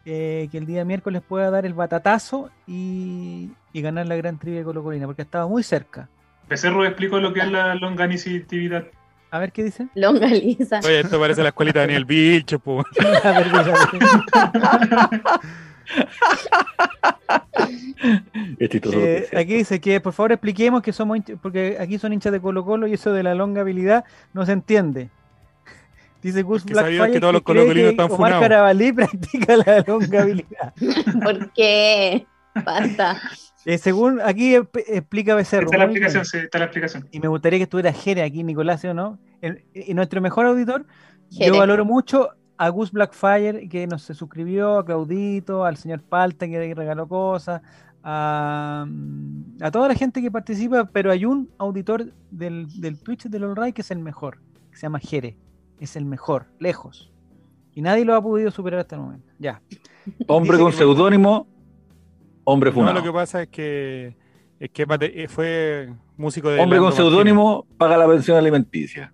eh, que el día miércoles pueda dar el batatazo y, y ganar la gran trivia de Colo Colina, porque estaba muy cerca.
Becerro explicó lo que es la longanicitividad.
A ver qué dice.
Longaniza.
Oye, esto parece la escuelita de Daniel
[laughs]
Bicho, po.
[laughs] A ver, a ver.
Es
[laughs]
chistoso.
Eh,
porque-
aquí dice que por favor expliquemos que somos hinch- porque aquí son hinchas de Colo Colo y eso de la longa habilidad no se entiende. [laughs] Dice Gus
que sabían
Blackfire
que todos los
cree
colocolinos están
Omar
funados.
Carabalí [laughs] practica la longa
[laughs]
habilidad.
[laughs] ¿Por qué? Basta.
Eh, según aquí eh, p- explica Becerro.
Está la
muy bien.
explicación, sí, está la explicación.
y me gustaría que estuviera Jere aquí, Nicolás, ¿no? El- y nuestro mejor auditor,
Jere.
yo valoro mucho a Gus Blackfire, que nos se suscribió, a Claudito, al señor Palta, que regaló cosas, a, mm, a toda la gente que participa, pero hay un auditor del, del Twitch del All Right que es el mejor, que se llama Jere, es el mejor, lejos. Y nadie lo ha podido superar hasta el momento. Ya.
Hombre
dice
con
que-
seudónimo, hombre
No,
funado.
lo que pasa es que, es que bate- eh, fue músico de.
Hombre con
Leandro
seudónimo paga la pensión alimenticia.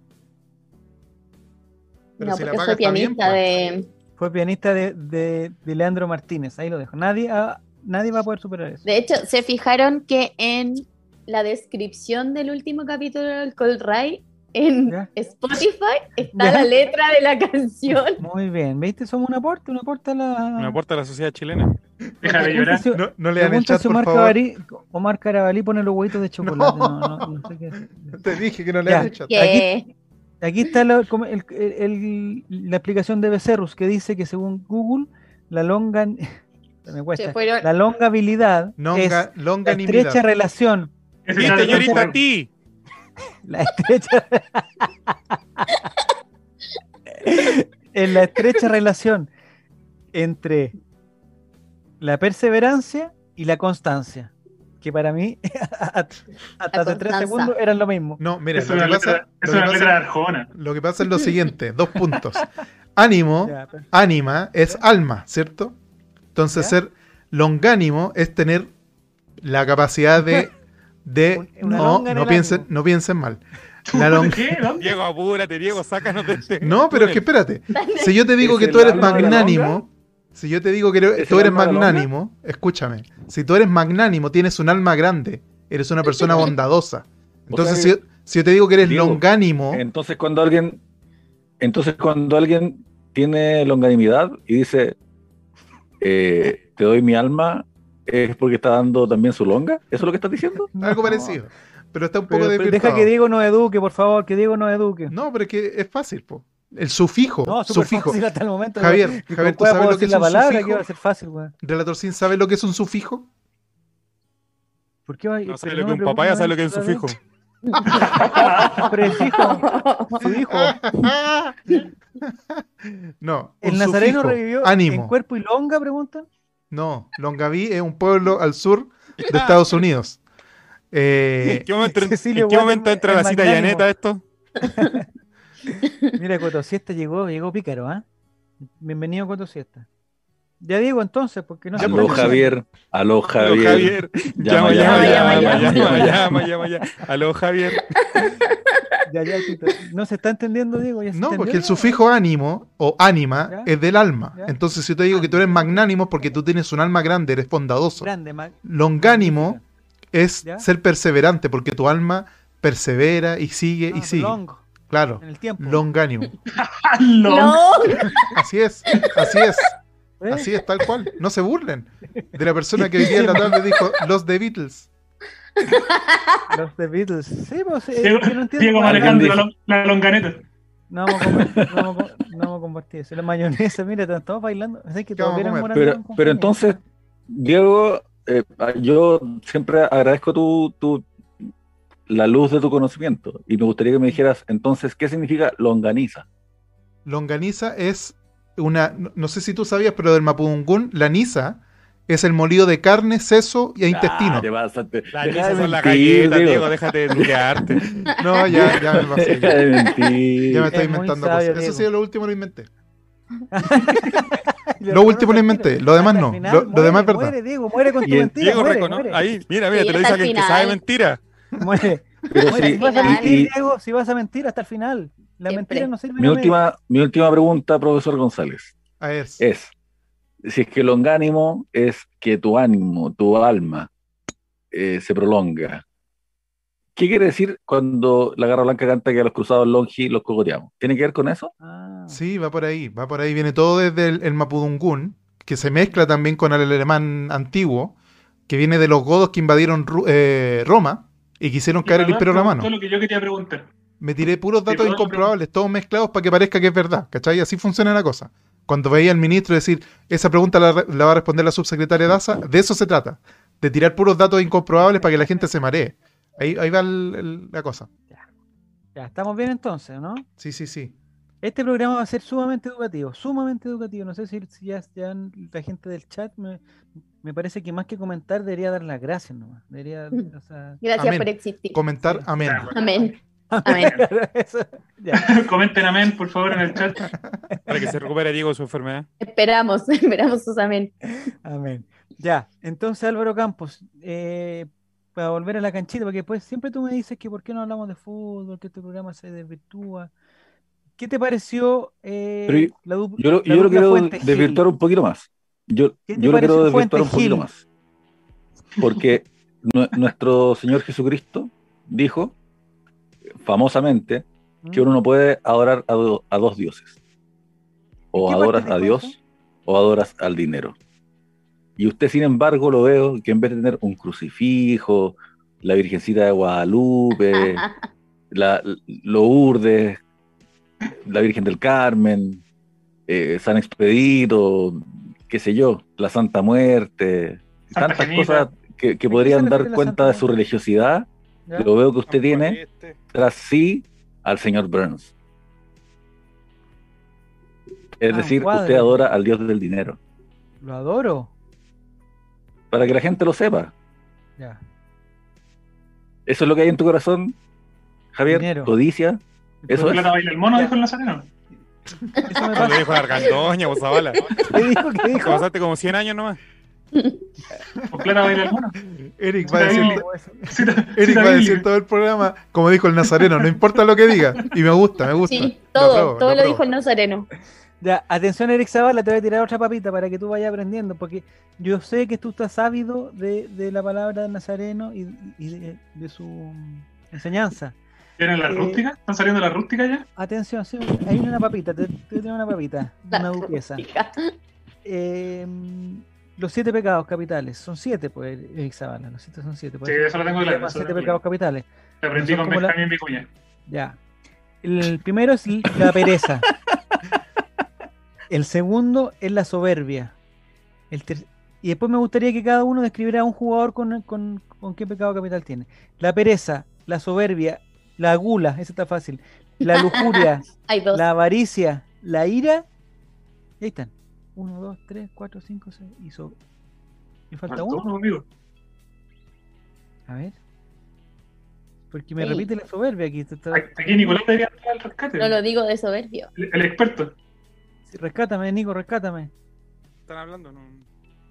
Pero
no,
si la
porque
paga
soy
está bien, pues.
pianista de.
Fue pianista de, de- de Leandro Martínez, ahí lo dejo. Nadie, ha- nadie va a poder superar eso.
De hecho, se fijaron que en la descripción del último capítulo del Cold Ray en
Ya.
Spotify está
Ya.
la letra
[laughs]
de la canción.
Muy bien, ¿viste? Somos un aporte, un aporte a la...
Martínez. Me aporta a la sociedad chilena.
Deja de
Pregunta
llorar.
si-
pues. No, no lean el
pregunta
chat,
si
por
Omar
favor.
Carabalí, Omar Carabalí pone los huevitos de chocolate. No, no, no sé qué es.
[laughs] Te dije que no lean
Ya.
el chat.
Que
Aquí está la, como el- el- el- la explicación de Becerrus que dice que según Google, la longa... [laughs] me cuesta.
se fueron.
La longabilidad
Longa,
es la
longanimidad.
estrecha relación.
Ese
este
Sí,
está-
señorita, a ti.
La estrecha... en la estrecha relación entre la perseverancia y la constancia. Que para mí, [laughs] hasta hace tres
constanza.
segundos eran lo mismo.
No, mira,
Es
lo
una
que, pasa,
letra
lo,
es
que
una letra de
pasa,
Arjona.
lo que pasa es lo siguiente,
[laughs]
dos puntos. Ánimo,
Ya, pero-
ánima es alma, ¿cierto? Entonces
¿Ya?
ser longánimo es tener la capacidad de... de
Un- una
no,
longa en
no
el
piensen,
ánimo.
no piensen mal. La long-
¿Qué? ¿Dónde?
Diego, apúrate, Diego, sácanos de este.
No, pero es que espérate. Si yo te digo
¿Es
que
el
tú eres
alma de la
magnánimo, si yo te digo que eres-
¿Es
tú
el
eres
alma de la longa?
magnánimo, escúchame, si tú eres magnánimo, tienes un alma grande, eres una persona bondadosa. Entonces,
sea
si, si yo te digo que eres
Diego,
longánimo,
Entonces, cuando alguien Entonces, cuando alguien tiene longanimidad y dice, eh, te doy mi alma, es porque está dando también su longa. ¿Eso es lo que estás diciendo?
Algo
No,
parecido. Pero está un
pero-
poco
pero deja
desvirtuado.
que Diego nos eduque, por favor, que Diego nos eduque.
No, pero es que es fácil, po. El sufijo.
No, súper
sufijo.
fácil hasta el momento. [laughs]
Javier,
Ni
Javier, ¿tú
con cueva
sabes
puedo
lo
decir
que es
la
un
palabra que
sufijo?
va a ser fácil, weón.
Relator Sin sabe lo que es un sufijo.
¿Por qué va
No sabe
pero
lo
no
que
me
es un
pregunten
papaya, sabe lo que es
eso
un
otra vez.
sufijo.
Prefijo, sufijo.
no.
¿El
un
nazareno
sufijo.
revivió
Ánimo.
en cuerpo y longa? Preguntan.
No, Longaví es un pueblo al sur de
[laughs]
Estados Unidos. Eh,
¿En qué momento, en
Cecilio
qué
Walter
momento
es
entra la cita
magnánimo.
llaneta esto?
Mira, Coto Siesta llegó, llegó pícaro, ¿ah? Bienvenido, Coto Siesta. Ya Digo entonces, porque no se
Aló,
puede-
Javier. Aló,
Aló,
Javier.
Javier. Llama, llama, llama, llama, llama, llama, llama, llama. Aló, Javier.
Ya, ya, Tito. No se está entendiendo, Diego. ¿Ya se
no,
entendió?
porque el sufijo ánimo o ánima
¿Ya?
es del alma.
¿Ya?
Entonces, si yo te digo que tú eres magnánimo porque tú tienes un alma grande, eres bondadoso.
Grande, Mac.
Longánimo es
¿Ya?
ser perseverante porque tu alma persevera y sigue
Ah,
y sigue.
long,
Claro,
en el tiempo.
longánimo. Ah,
¡Aló!
No,
Así es, así es,
¿Eh?
así es, tal cual. No se burlen de la persona que hoy día en la tarde dijo los The Beatles.
Los The Beatles. Sí, pues, eh,
Diego,
yo no entiendo.
Diego
Ah,
manejando la,
dijo.
lon- la longaneta.
No vamos a compartir, no vamos a, co- no vamos a compartir eso. La mayonesa, mira, están todos bailando. Así que
¿Qué vamos
todos vieron
a comer?
Morandé
Pero,
con compañía. [laughs]
pero entonces, Diego, eh, yo siempre agradezco tu, tu- la luz de tu conocimiento y me gustaría que me dijeras entonces qué significa longaniza.
Longaniza es una, no, no sé si tú sabías, pero del mapudungún, la nisa es el molido de carne, seso y e intestino.
Ah, te pasaste. Deja
La
de
Lisa son las
mentir,
galletas,
Diego.
Diego, déjate de truquearte.
No, ya,
[laughs]
ya me pasé.
Deja
Ya,
de
Ya me
mentir.
estoy
Es muy
inventando
sabio,
cosas. Eso
Diego.
sí, lo último lo inventé.
Y le
lo
reconoce
último lo
al
inventé,
tiro.
lo demás
Hasta el
no, lo- lo demás es verdad.
Muere, Diego, muere con tu
Y el-
mentira.
Diego,
muere,
recono-
muere,
ahí, mira, mira,
Sí,
te
hasta
lo dice
el
alguien que
final.
sabe mentira.
[laughs] muere.
Pero
Muere.
sí,
Si vas a
final.
mentir,
y-
Diego, si vas a mentir hasta el final. La
Siempre.
mentira no sirve.
mi
no me-
última, mi última pregunta, profesor González.
A ver,
es, si es que longánimo es que tu ánimo, tu alma, eh, se prolonga. ¿Qué quiere decir cuando la garra blanca canta que a los cruzados longi los cogoteamos? ¿Tiene que ver con eso?
Ah,
sí, va por ahí, va por ahí. Viene todo desde el, el mapudungún, que se mezcla también con el alemán antiguo, que viene de los godos que invadieron Ru- eh, Roma y quisieron caer el
Además,
imperio romano.
Todo lo que yo quería preguntar.
Me tiré puros datos
pero-
incomprobables, todos mezclados para que parezca que es verdad, ¿cachai? Así funciona la cosa. Cuando veía al ministro decir, esa pregunta la, re- la va a responder la subsecretaria Daza, de eso se trata, de tirar puros datos incomprobables para que la gente se maree. Ahí, ahí va el- el- la cosa.
ya, estamos bien entonces, ¿no?
Sí, sí, sí.
Este programa va a ser sumamente educativo, sumamente educativo. No sé si, si ya, ya han- la gente del chat me, me parece que más que comentar debería dar las gracias nomás. Debería, o sea, [laughs]
gracias
Amén.
por existir.
Comentar, amén.
Ah, bueno.
Amén. Amén.
eso, ya.
[laughs] Comenten amén, por favor, en el chat.
Para que se recupere Diego de su enfermedad.
Esperamos, [laughs] esperamos sus amén.
Amén. Ya, entonces Álvaro Campos, eh, para volver a la canchita, porque después siempre tú me dices que por qué no hablamos de fútbol, que este programa se desvirtúa. ¿Qué te pareció eh,
Pero yo-
la du-
Yo lo,
la
yo lo
dupla
quiero
Fuentes
desvirtuar
Gil?
un poquito más. Yo,
¿Qué te
yo lo
parece
quiero
Fuentes
desvirtuar un poquito
Gil?
más. Porque [laughs] nu- nuestro Señor Jesucristo dijo famosamente
¿Mm?
que uno no puede adorar a, do- a dos dioses.
¿En
O
qué
adoras
parte
a
dijo
Dios o adoras al dinero. Y usted, sin embargo, lo veo que en vez de tener un crucifijo, la Virgencita
[laughs]
[laughs]
de Guadalupe, la Lourdes, la Virgen del Carmen, eh, San Expedito, qué sé yo, la Santa Muerte,
Santa
tantas
Gemita.
cosas que, que
se
podrían dar
refiere la
cuenta
Santa
de su
Muerte?
religiosidad,
¿Ya?
lo veo que usted tiene tras sí al señor Burns. Es
Ah,
decir,
cuadro.
usted adora al dios del dinero.
Lo adoro.
Para que la gente lo sepa.
Ya.
Eso es lo que hay en tu corazón, Javier,
Dinero.
codicia. Eso
¿Por
es.
plata baila el mono?
Ya.
Dijo el Nazareno.
Eso
[laughs]
me
Eso lo
pasa.
dijo Argandoña, vos
[laughs]
Zabala. Te
¿Qué dijo? ¿Qué dijo?
pasaste como 100 años nomás.
¿Por plata baila el mono? [laughs]
Eric va a
Bueno,
decir,
Bíblica.
eso-
Cita-
Eric
cita
va a decir
bíblica.
todo el programa, como dijo el nazareno, no importa lo que diga. Y me gusta, me gusta.
Sí,
Lo
todo,
apruebo,
todo lo,
apruebo.
dijo el Nazareno.
Ya, atención Eric Zavala, te voy a tirar otra papita para que tú vayas aprendiendo, porque yo sé que tú estás ávido de, de la palabra del Nazareno y, y de, de su enseñanza.
¿Tienen las
Eh,
rústicas? ¿Están saliendo las rústicas ya?
Atención, sí, ahí viene una papita, te, te tiene una papita,
La
una duquesa.
rústica.
Eh, los siete pecados capitales, son siete, pues, Eric Zavala, los siete son siete. por
Sí,
eso
eso lo tengo
se
claro.
llama
eso lo
siete
tengo
pecados
claro.
capitales,
Lo aprendí
son
con
como la-
Benjamín Vicuña.
ya. El primero es la pereza. El segundo es la soberbia. El ter- y después me gustaría que cada uno describiera a un jugador con, con- con qué pecado capital tiene. La pereza, la soberbia, la gula, esa está fácil. La lujuria,
Hay dos.
la avaricia, la ira. Y ahí están. 1, 2, 3, 4, 5, 6. Y, so- y falta
Faltó
uno.
uno, amigo.
A ver. Porque me
Sí.
repite la soberbia aquí. te- te-
Aquí Nicolás debería entrar al rescate.
No lo digo de soberbio.
El, el experto.
Rescátame, Nico, rescátame.
Están hablando, no.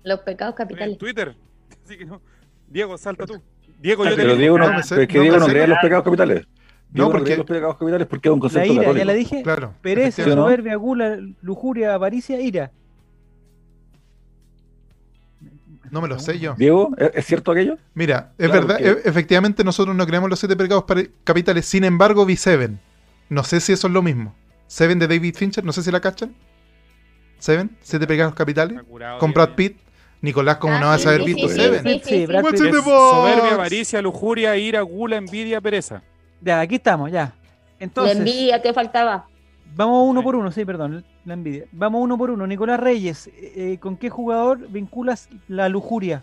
Los pecados
Estoy en
capitales.
Twitter. Así que no. Diego, salta tú. Diego, yo te
Pero Diego no,
Ah,
pero es que
no,
Diego no
sí.
cree en los pecados capitales. Diego no,
porque-
cree en los pecados capitales porque es un
La
concepto
ira, ya
católico.
la dije.
Claro.
Pereza,
¿Sí o no?
soberbia, gula, lujuria, avaricia, ira.
No me lo sé yo.
Diego, ¿es, es cierto aquello?
Mira, es
Claro,
verdad,
porque-
e- efectivamente nosotros no creamos los siete pecados pare- capitales, sin embargo vi Seven. No sé si eso es lo mismo. Seven de David Fincher, no sé si la cachan. Seven, siete pecados capitales,
Está curado,
con
Diego,
Brad
ya.
Pitt. Nicolás, como
Ah,
no vas a haber
sí, sí,
visto
sí,
Seven?
sí.
Brad
What's
Pitt.
in the
Es
box?
soberbia, avaricia, lujuria, ira, gula, envidia, pereza.
Ya, aquí estamos, ya.
La
Entonces,
envidia que faltaba.
vamos uno
Sí.
por uno, sí, perdón, la envidia. Vamos uno por uno. Nicolás Reyes, eh, eh, ¿con qué jugador vinculas la lujuria?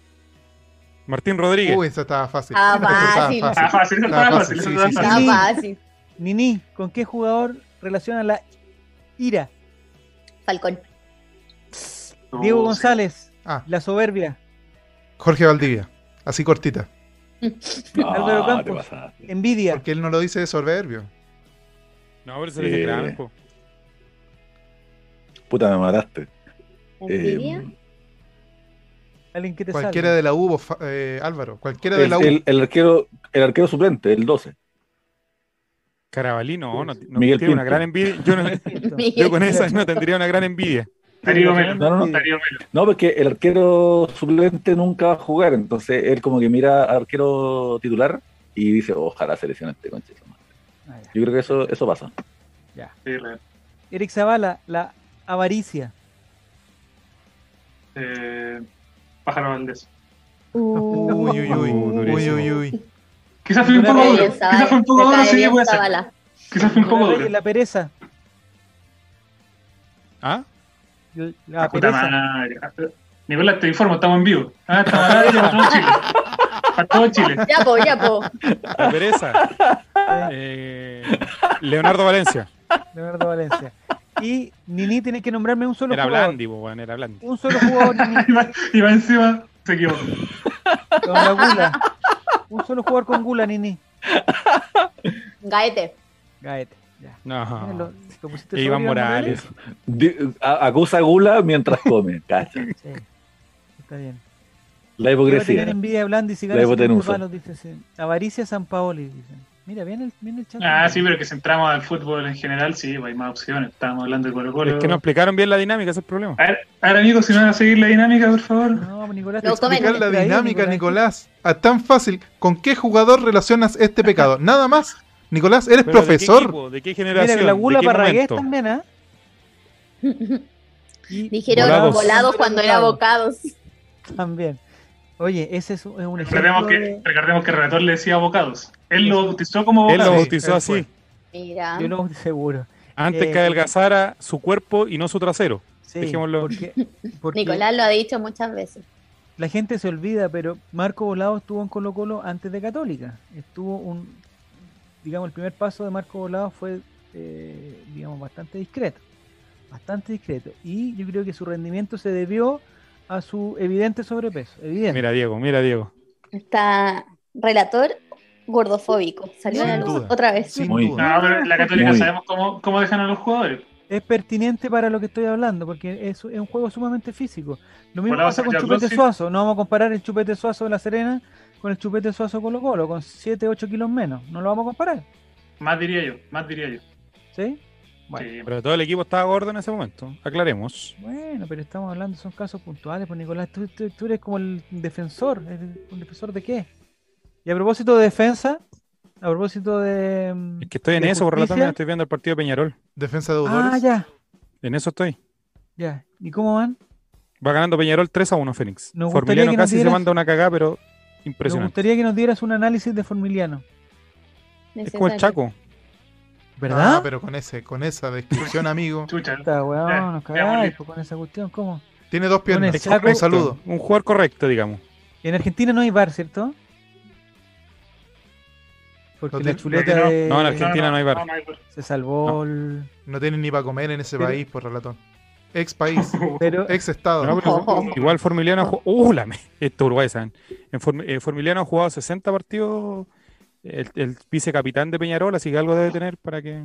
Martín Rodríguez.
Uy, esa estaba fácil.
Ah,
Esa estaba
fácil.
Ah, fácil, eso
Estaba
estaba
fácil,
fácil. eso estaba
sí, sí, sí.
fácil.
Está
Sí.
fácil.
Nini, ¿con qué jugador relaciona la ira?
Falcón.
Diego
No,
González,
Ah,
la soberbia.
Jorge Valdivia. Así cortita.
[laughs] Álvaro
No, te
Campos.
pasaste.
Envidia.
Porque él no lo dice de soberbio.
No, pero se le dice
Eh.
Crampo.
Puta, me mataste.
Envidia.
Eh,
Alguien que te
Cualquiera
salve.
de la U, bof- eh, Álvaro. Cualquiera de
el,
la U.
el- el arquero, el arquero suplente, el 12.
Carabalí, no, no, no
Miguel
tiene una
Pinto.
gran envidia. Yo, no-
[laughs]
Listo.
yo con esa no tendría una gran envidia.
Darío Melo.
No, no, no.
Darío Melo.
No, porque el arquero suplente nunca va a jugar, entonces él como que mira al arquero titular y dice, ojalá se lesione este conche. su madre".
Ah, ya.
Yo creo que eso, eso pasa.
Sí, real.
Eric Zavala, la avaricia.
Eh, Pájaro Valdés.
Uy, uy, uy.
Uh,
Uy,
durísimo.
uy, uy.
Quizás fue un poco
Nicolás
duro.
Reyes,
Quizás fue un poco duro, sí, voy a hacer. Quizás fue un poco
Nicolás
duro.
Reyes, la pereza.
¿Ah?
La
La puta
pereza.
madre. Nicolás, te informo, estamos en vivo. Ah, estamos al aire para todo [laughs] Chile. Para todo Chile. [laughs]
Ya, po, ya, po.
La pereza. Eh, Leonardo Valencia.
Leonardo Valencia. Y Nini, tienes que nombrarme un solo
Era
jugador.
Blandi, po, weón, era Blandi.
Un solo jugador, Nini,
Y va, y va encima, se equivocó.
con la gula. Un solo jugador con gula, Nini.
Gaete. [laughs]
Gaete. Ya. Mira, eh, Lo,
No.
lo pusiste
E Iván
sobre Iván
Morales.
Di- a- acusa a Gula mientras come, [laughs] cacha.
Sí, está bien.
La
Debe tener
hipocresía.
envidia Blandi
La
cigarros y
hipotenusa.
palos, dice. sí. Avaricia San Paoli, dicen. Mira, viene el, viene el chat.
Ah, sí, pero que si entramos al fútbol en general, sí, pues hay más opciones. Estábamos hablando de Colo Colo.
Es que no explicaron bien la dinámica, ese es el problema.
A ver, a ver, amigos, si no van a seguir la dinámica, por favor.
Ah,
No, pues, Nicolás.
No,
te-
comen.
Explicar la
Distraído,
dinámica, Nicolás. Ah, tan fácil. ¿Con qué jugador relacionas este pecado? Nada más. Nicolás, eres
Pero, ¿de qué
profesor.
equipo? ¿De qué
Mira,
generación?
que la gula
¿De qué
Parragués
momento?
también, ¿ah? Y-
Dijeron
Volados.
volados, cuando era bocados.
También. Oye, ese es un, es un ejemplo.
Recordemos que,
de-
recordemos que el relator le decía abocados. Él lo bautizó como
Él lo
abocados.
bautizó
él fue.
así.
Mira.
Yo no seguro.
Antes
Eh,
que adelgazara su cuerpo y no su trasero.
Sí,
Dejémoslo.
Porque, porque
Nicolás lo ha dicho muchas veces.
la gente se olvida, pero Marco Volado estuvo en Colo Colo antes de Católica. Estuvo un, digamos, el primer paso de Marco Volado fue, eh, digamos, bastante discreto. Bastante discreto. Y yo creo que su rendimiento se debió a su evidente sobrepeso. Evidente.
Mira, Diego, mira, Diego.
Está relator gordofóbico. Salió a la
Sin
luz
duda.
otra vez.
Sin
Muy
duda.
No, pero en la Católica
Muy.
sabemos cómo, cómo dejan a los jugadores.
es pertinente para lo que estoy hablando, porque es, es un juego sumamente físico. Lo mismo
Volado
pasa con
Santiago
Chupete
Rossi.
Suazo. No vamos a comparar el Chupete Suazo de La Serena con el Chupete Suazo Colo Colo, con 7, 8 kilos menos. No lo vamos a comparar.
Más diría yo, más diría yo.
¿Sí? Bueno,
Sí.
Pero todo el equipo estaba gordo en ese momento. Aclaremos.
bueno pero estamos hablando, son casos puntuales. Pues Nicolás, tú, tú- tú eres como el defensor. ¿el- ¿Un defensor de qué? Y a propósito de defensa, a propósito de. mm,
Es que estoy en
¿De
eso, por relator,
justicia?
mira, estoy viendo el partido de Peñarol.
Defensa de deudores.
Ah, ya,
En eso estoy.
ya. ¿Y cómo van?
Va ganando Peñarol 3 a 1, Fénix.
Nos gustaría
Formiliano
que nos
casi se
dieras-
manda una cagada, pero
Me
impresionante.
gustaría que nos dieras un análisis de Formiliano.
Es como el
[laughs]
Chaco.
¿Verdad?
Ah, pero con ese, con esa
[laughs]
descripción, amigo.
Chucha.
Puta, weón,
Ya,
nos
ya,
cagáis
volví.
po, con esa cuestión. ¿Cómo?
Tiene dos piernas.
el saco.
Un saludo.
Un jugador correcto, digamos.
En Argentina no hay bar, ¿cierto? Porque
No
la
te-
chuleta
no,
de-
no, en Argentina no hay bar.
se salvó. el-
No tienen ni para comer en ese
Pero-
país, por relatón. Ex país,
Pero
ex estado.
No, pero
Oh.
Igual Formiliano ha jugado. ¡Uh, la me- Esto Uruguay, ¿saben? En Form- eh, Formiliano ha jugado 60 partidos. El, el vicecapitán de Peñarol, así que algo debe tener para que.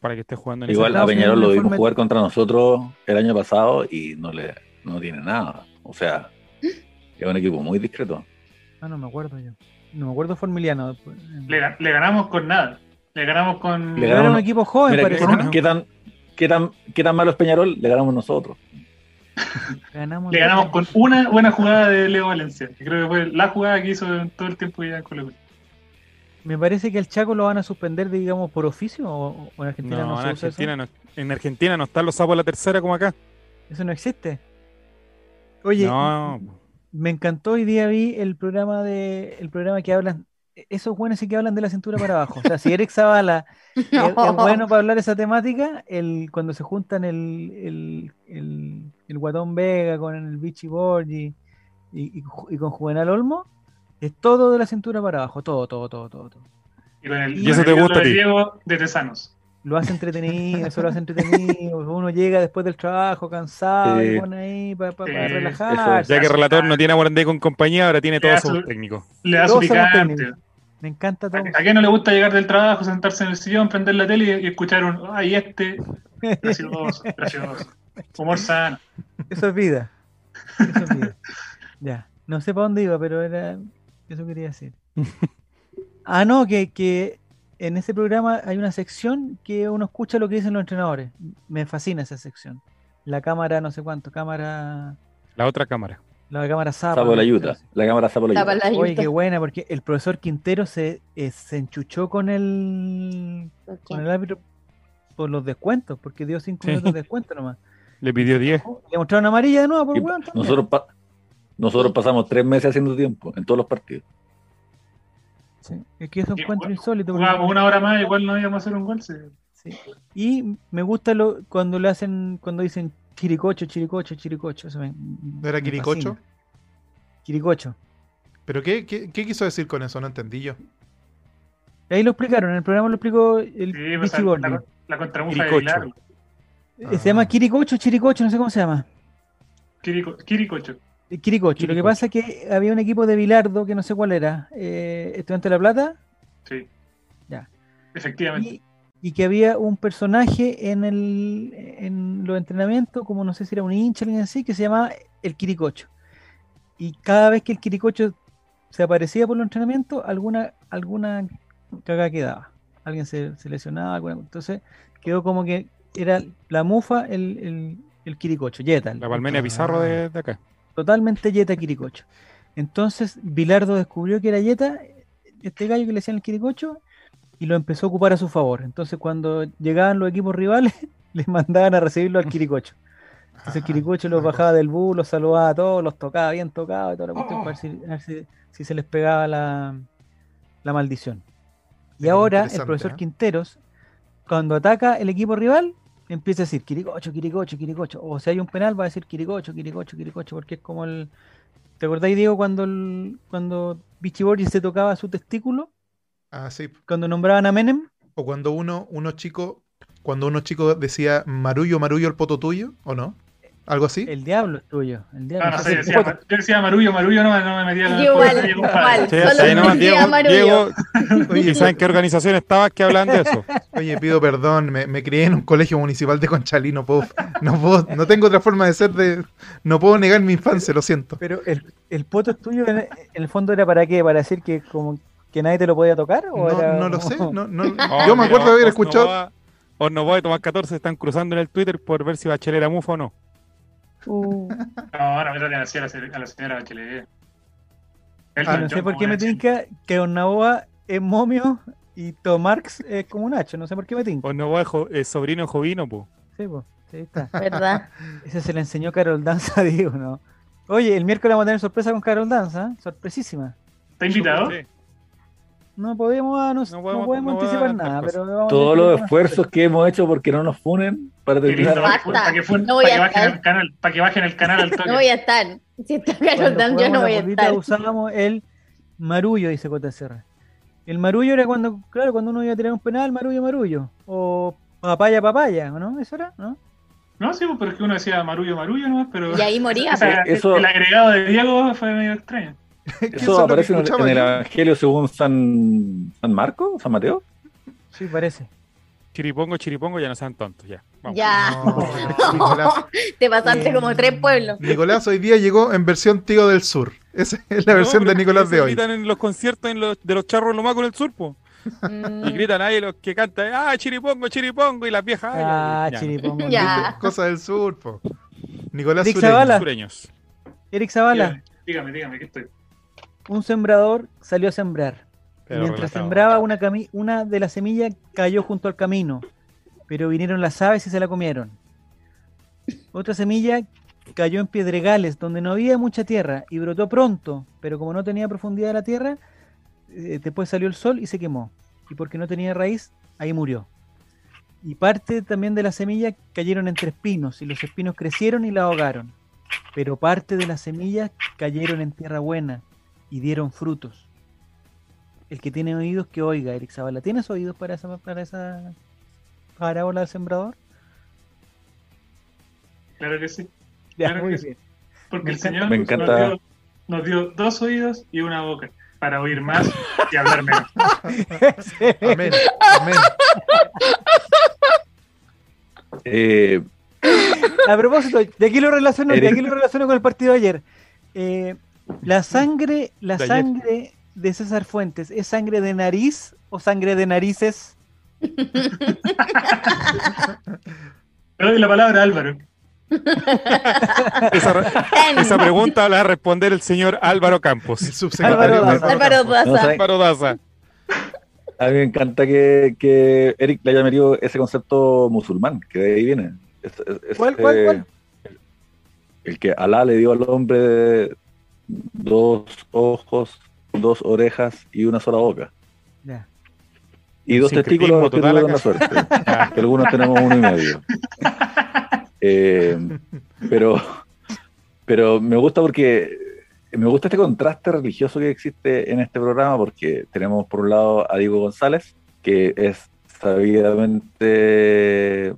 Para que esté jugando en ese-
Igual a
Estados
Peñarol
Unidos
lo
de
vimos
forma-
jugar contra nosotros el año pasado y no le no tiene nada. O sea, es un equipo muy discreto.
Ah, no me acuerdo yo. No me acuerdo Formiliano.
Le, ga- le ganamos con nada. Le ganamos con.
Le
Pero era un
ganamos-
equipo joven,
Mira,
parece.
¿qué,
¿no?
qué tan, qué, tan, ¿qué tan malo es Peñarol? Le ganamos nosotros.
Ganamos,
Le ganamos con una buena jugada de Leo Valencia. que Creo que fue la jugada que hizo en todo el tiempo que lleva en Colo Colo.
Me parece que el Chaco lo van a suspender, digamos, por oficio. ¿O, o en Argentina no,
No, en
se usa
Argentina no, en Argentina no están los sapos de la tercera como acá.
eso? Eso no existe. Oye,
no,
me encantó hoy día vi el programa de el programa que hablan esos buenos sí que hablan de la cintura para abajo. O sea, si Eric Zavala es, es bueno para hablar esa temática, el, cuando se juntan el, el, el, el Guatón Vega con el Vichy Borgi y, y ju- y con Juvenal Olmo, es todo de la cintura para abajo, todo, todo, todo, todo. todo.
Y, con el,
Y
con
eso
el
te
ídolo
gusta a
de
ti.
Diego de Tesanos.
Lo hace entretenido, eso lo hace entretenido. Uno llega después del trabajo cansado y
Sí.
pone ahí para
Sí, eso,
relajarse.
ya que el relator no tiene a Morandé con compañía, ahora tiene todos sus técnicos.
Le da su
Todos somos
picante.
técnicos. Me encanta
[laughs]
todo.
¿A, a quién no le gusta llegar del trabajo, sentarse en el sillón, prender la tele y, y escuchar un. ¡Ay, este!
[laughs]
Gracioso, gracioso. Humor sano.
Eso es vida. Eso es vida. Ya. No sé para dónde iba, pero era. Eso quería
[laughs]
decir. Ah, no, que, que en ese programa hay una sección que uno escucha lo que dicen los entrenadores. Me fascina esa sección. La cámara, no sé cuánto, cámara.
La otra cámara.
La cámara Zapa.
Sapo de la
no sé,
Yuta.
no sé.
La cámara Sapo de la
Tapa
Yuta.
la
Oye,
yuta.
qué buena, porque el profesor Quintero se, eh, se enchuchó con el,
Ok.
con el árbitro por los descuentos, porque dio cinco
Sí.
minutos de descuento nomás.
Le pidió 10.
Le mostraron amarilla de nuevo por
Y
weón también.
Nosotros, pa- nosotros pasamos tres meses haciendo tiempo en todos los partidos.
Sí, Es que eso
Y
encuentro
jugá-
insólito. porque-
Jugábamos una hora más, igual no íbamos a hacer un gol. sí.
Sí. Y me gusta lo, cuando le hacen, cuando dicen chiricocho, chiricocho, chiricocho. Eso me-
¿No era
me
Quiricocho?
fascina. Quiricocho.
¿Pero qué, qué, qué quiso decir con eso? No entendí yo.
Ahí lo explicaron, en el programa lo explicó el
Sí, pues,
Vichy Borghi.
la, la contramuja de
Quiricocho.
Aguilar.
Eh, Se
Ah.
llama Quiricocho, chiricocho, no sé cómo se llama.
Quirico- Quiricocho.
Eh, Quiricocho. Lo que
Quiricocho.
pasa es que había un equipo de Bilardo que no sé cuál era, eh, Estudiante de la Plata,
Sí.
Ya.
Efectivamente.
y, y que había un personaje en, el, en los entrenamientos, como no sé si era un hincha o alguien así, que se llamaba el Quiricocho. Y cada vez que el Quiricocho se aparecía por los entrenamientos, alguna, alguna cagada quedaba. Alguien se, se lesionaba, alguna- entonces quedó como que era la mufa el, el, el Quiricocho, Yeta,
La palmena
Ah.
Pizarro de, de acá.
totalmente Yeta Quiricocho. Entonces Bilardo descubrió que era Yeta, este gallo que le hacían el Quiricocho, y lo empezó a ocupar a su favor. Entonces cuando llegaban los equipos rivales, [laughs] les mandaban a recibirlo al Quiricocho. Entonces el Quiricocho los bajaba del bus, los saludaba a todos, los tocaba bien tocados y toda la cuestión para ver si, a ver si- si se les pegaba la, la maldición. Y
Es
ahora el
interesante,
profesor
¿eh?
Quinteros, cuando ataca el equipo rival, empieza a decir Quiricocho, Quiricocho, Quiricocho. O si hay un penal, va a decir Quiricocho, Quiricocho, Quiricocho, porque es como el. ¿Te acordáis, Diego, cuando, el, cuando Vichy Borges se tocaba su testículo?
Ah, sí.
Cuando nombraban a Menem.
O cuando uno, unos chicos, cuando unos chicos decía Marullo, Marullo el poto tuyo, ¿o no? ¿Algo así.
El diablo es tuyo. El diablo
Ah, no
es
sé, yo
tuyo.
decía, yo decía Marullo, Marullo no, no me metía
Yo igual,
no me metía con padre.
igual.
Sí,
Solo
hasta ahí nomás,
entendía
Diego,
amarillo.
[laughs]
Diego,
[laughs]
Oye,
¿y saben qué organización estabas que hablan de eso?
oye, pido perdón, me, me crié en un colegio municipal de Conchalí, no puedo, no puedo, no tengo otra forma de ser de, no puedo negar mi infancia, lo siento.
Pero el, el poto es tuyo, en en el fondo era para qué? ¿Para decir que como que nadie te lo podía tocar? ¿O
No,
era
no lo
como-
sé,
[laughs]
no, no-
Oh,
yo me
mira,
acuerdo de haber
Osnoboa-
escuchado,
Osnoboa y Tomás 14 están cruzando en el Twitter por ver si Bachelet era mufa o no.
Uh,
No, no, me traten así a la, se- a la señora Bachelet. Elton
Ah,
no
John
sé por
como
qué me
Nacho.
tinca que Onaboa es momio y Tomarx es como un hacho. No sé por qué me tinca.
O no va jo- eh, sobrino Jovino, po.
Sí, po, sí, ahí está.
¿verdad?
Ese se le enseñó Carol Danza, digo, ¿no? Oye, el miércoles vamos a tener sorpresa con Carol Danza, ¿eh? sorpresísima.
¿Está invitado?
Sí.
No podemos, ah, no, no podemos,
podemos- no podemos
anticipar
adelantar
nada,
cosas.
pero vamos a
Todos
tener que
los
hacer
esfuerzos que hemos hecho porque no nos funen para
Y listo,
terminar.
para que- para que fu-
No voy
para que
a
bajen
estar.
el canal- Para que bajen el canal al toque.
[laughs] No voy a estar. Si está Carol
Cuando
Dance, yo no
jugamos
voy a
la bolita
estar.
usábamos el marullo, dice JCR. El marullo era cuando, claro, cuando uno iba a tirar un penal, marullo, marullo. O papaya, papaya, ¿o ¿no? ¿Eso era? ¿No?
No, sí, pues, pero es que uno decía Marullo, Marullo nomás, pero
Y ahí moría.
[laughs] o sea,
Eso-
el agregado de Diego fue medio extraño.
¿Qué es
Eso
lo que
aparece en el- en
escuchaba
el
yo?
Evangelio según San, San Marco, San Mateo.
Sí, parece.
Chiripongo, chiripongo, ya no sean tontos, ya.
po.
Vamos.
Ya,
No, Nicolás,
te pasaste como tres pueblos.
Nicolás hoy día llegó en versión Tío del Sur. Esa es la
No,
versión
pero
de Nicolás
eso
de hoy.
Gritan en los conciertos en los- de los charros Lomacos en el sur, po.
Mm,
Y gritan ahí los que cantan, ah, chiripongo, chiripongo, y las viejas, "Ay,
Ah,
ay,
[laughs]
ya".
chiripongo.
Mm, Ya.
Cosa del Sur, po. Nicolás
Dick
Sureño.
Zavala.
Sureños.
Eric Zavala,
Dígame, dígame, que estoy.
un sembrador salió a sembrar. Y
Pero
mientras
relajado.
sembraba, una, cami- una de las semillas cayó junto al camino, pero vinieron las aves y se la comieron. Otra semilla cayó en piedregales, donde no había mucha tierra, y brotó pronto, pero como no tenía profundidad la tierra, eh, después salió el sol y se quemó. Y porque no tenía raíz, ahí murió. Y parte también de las semillas cayeron entre espinos, y los espinos crecieron y la ahogaron. Pero parte de las semillas cayeron en tierra buena y dieron frutos. El que tiene oídos que oiga, Eric Zavala. ¿Tienes oídos para esa, para esa parábola del sembrador?
Claro que sí.
Ya,
Claro
muy
que
bien.
Porque
Me
el
encanta.
Señor
Me
nos
encanta.
dio- nos dio dos oídos y una boca para oír más y hablar menos.
[laughs]
Amén. Amén.
Eh,
A propósito, de aquí lo relaciono, de
Eric.
aquí lo relaciono con el partido de ayer. Eh, la sangre, la
De ayer.
sangre de César Fuentes, ¿es sangre de nariz o sangre de narices?
Te doy la palabra, Álvaro.
Esa, re-
ten.
esa pregunta la va a responder el señor Álvaro
El
Campos.
subsecretario
Álvaro
de
Daza.
Álvaro
Campo.
no
Daza.
saben-
Álvaro Daza.
a mí me encanta que, que Eric le haya metido ese concepto musulmán, que de ahí viene. Es- es- es-
¿Cuál, cuál,
eh,
cuál?
El que Alá le dio al hombre dos ojos, dos orejas y una sola boca.
Ya.
Y dos
Sincretismo
testículos a los que
total
tuvieron la suerte.
Ah,
que algunos tenemos uno y medio. Eh, pero, pero me gusta porque me gusta este contraste religioso que existe en este programa porque tenemos por un lado a Diego González, que es sabidamente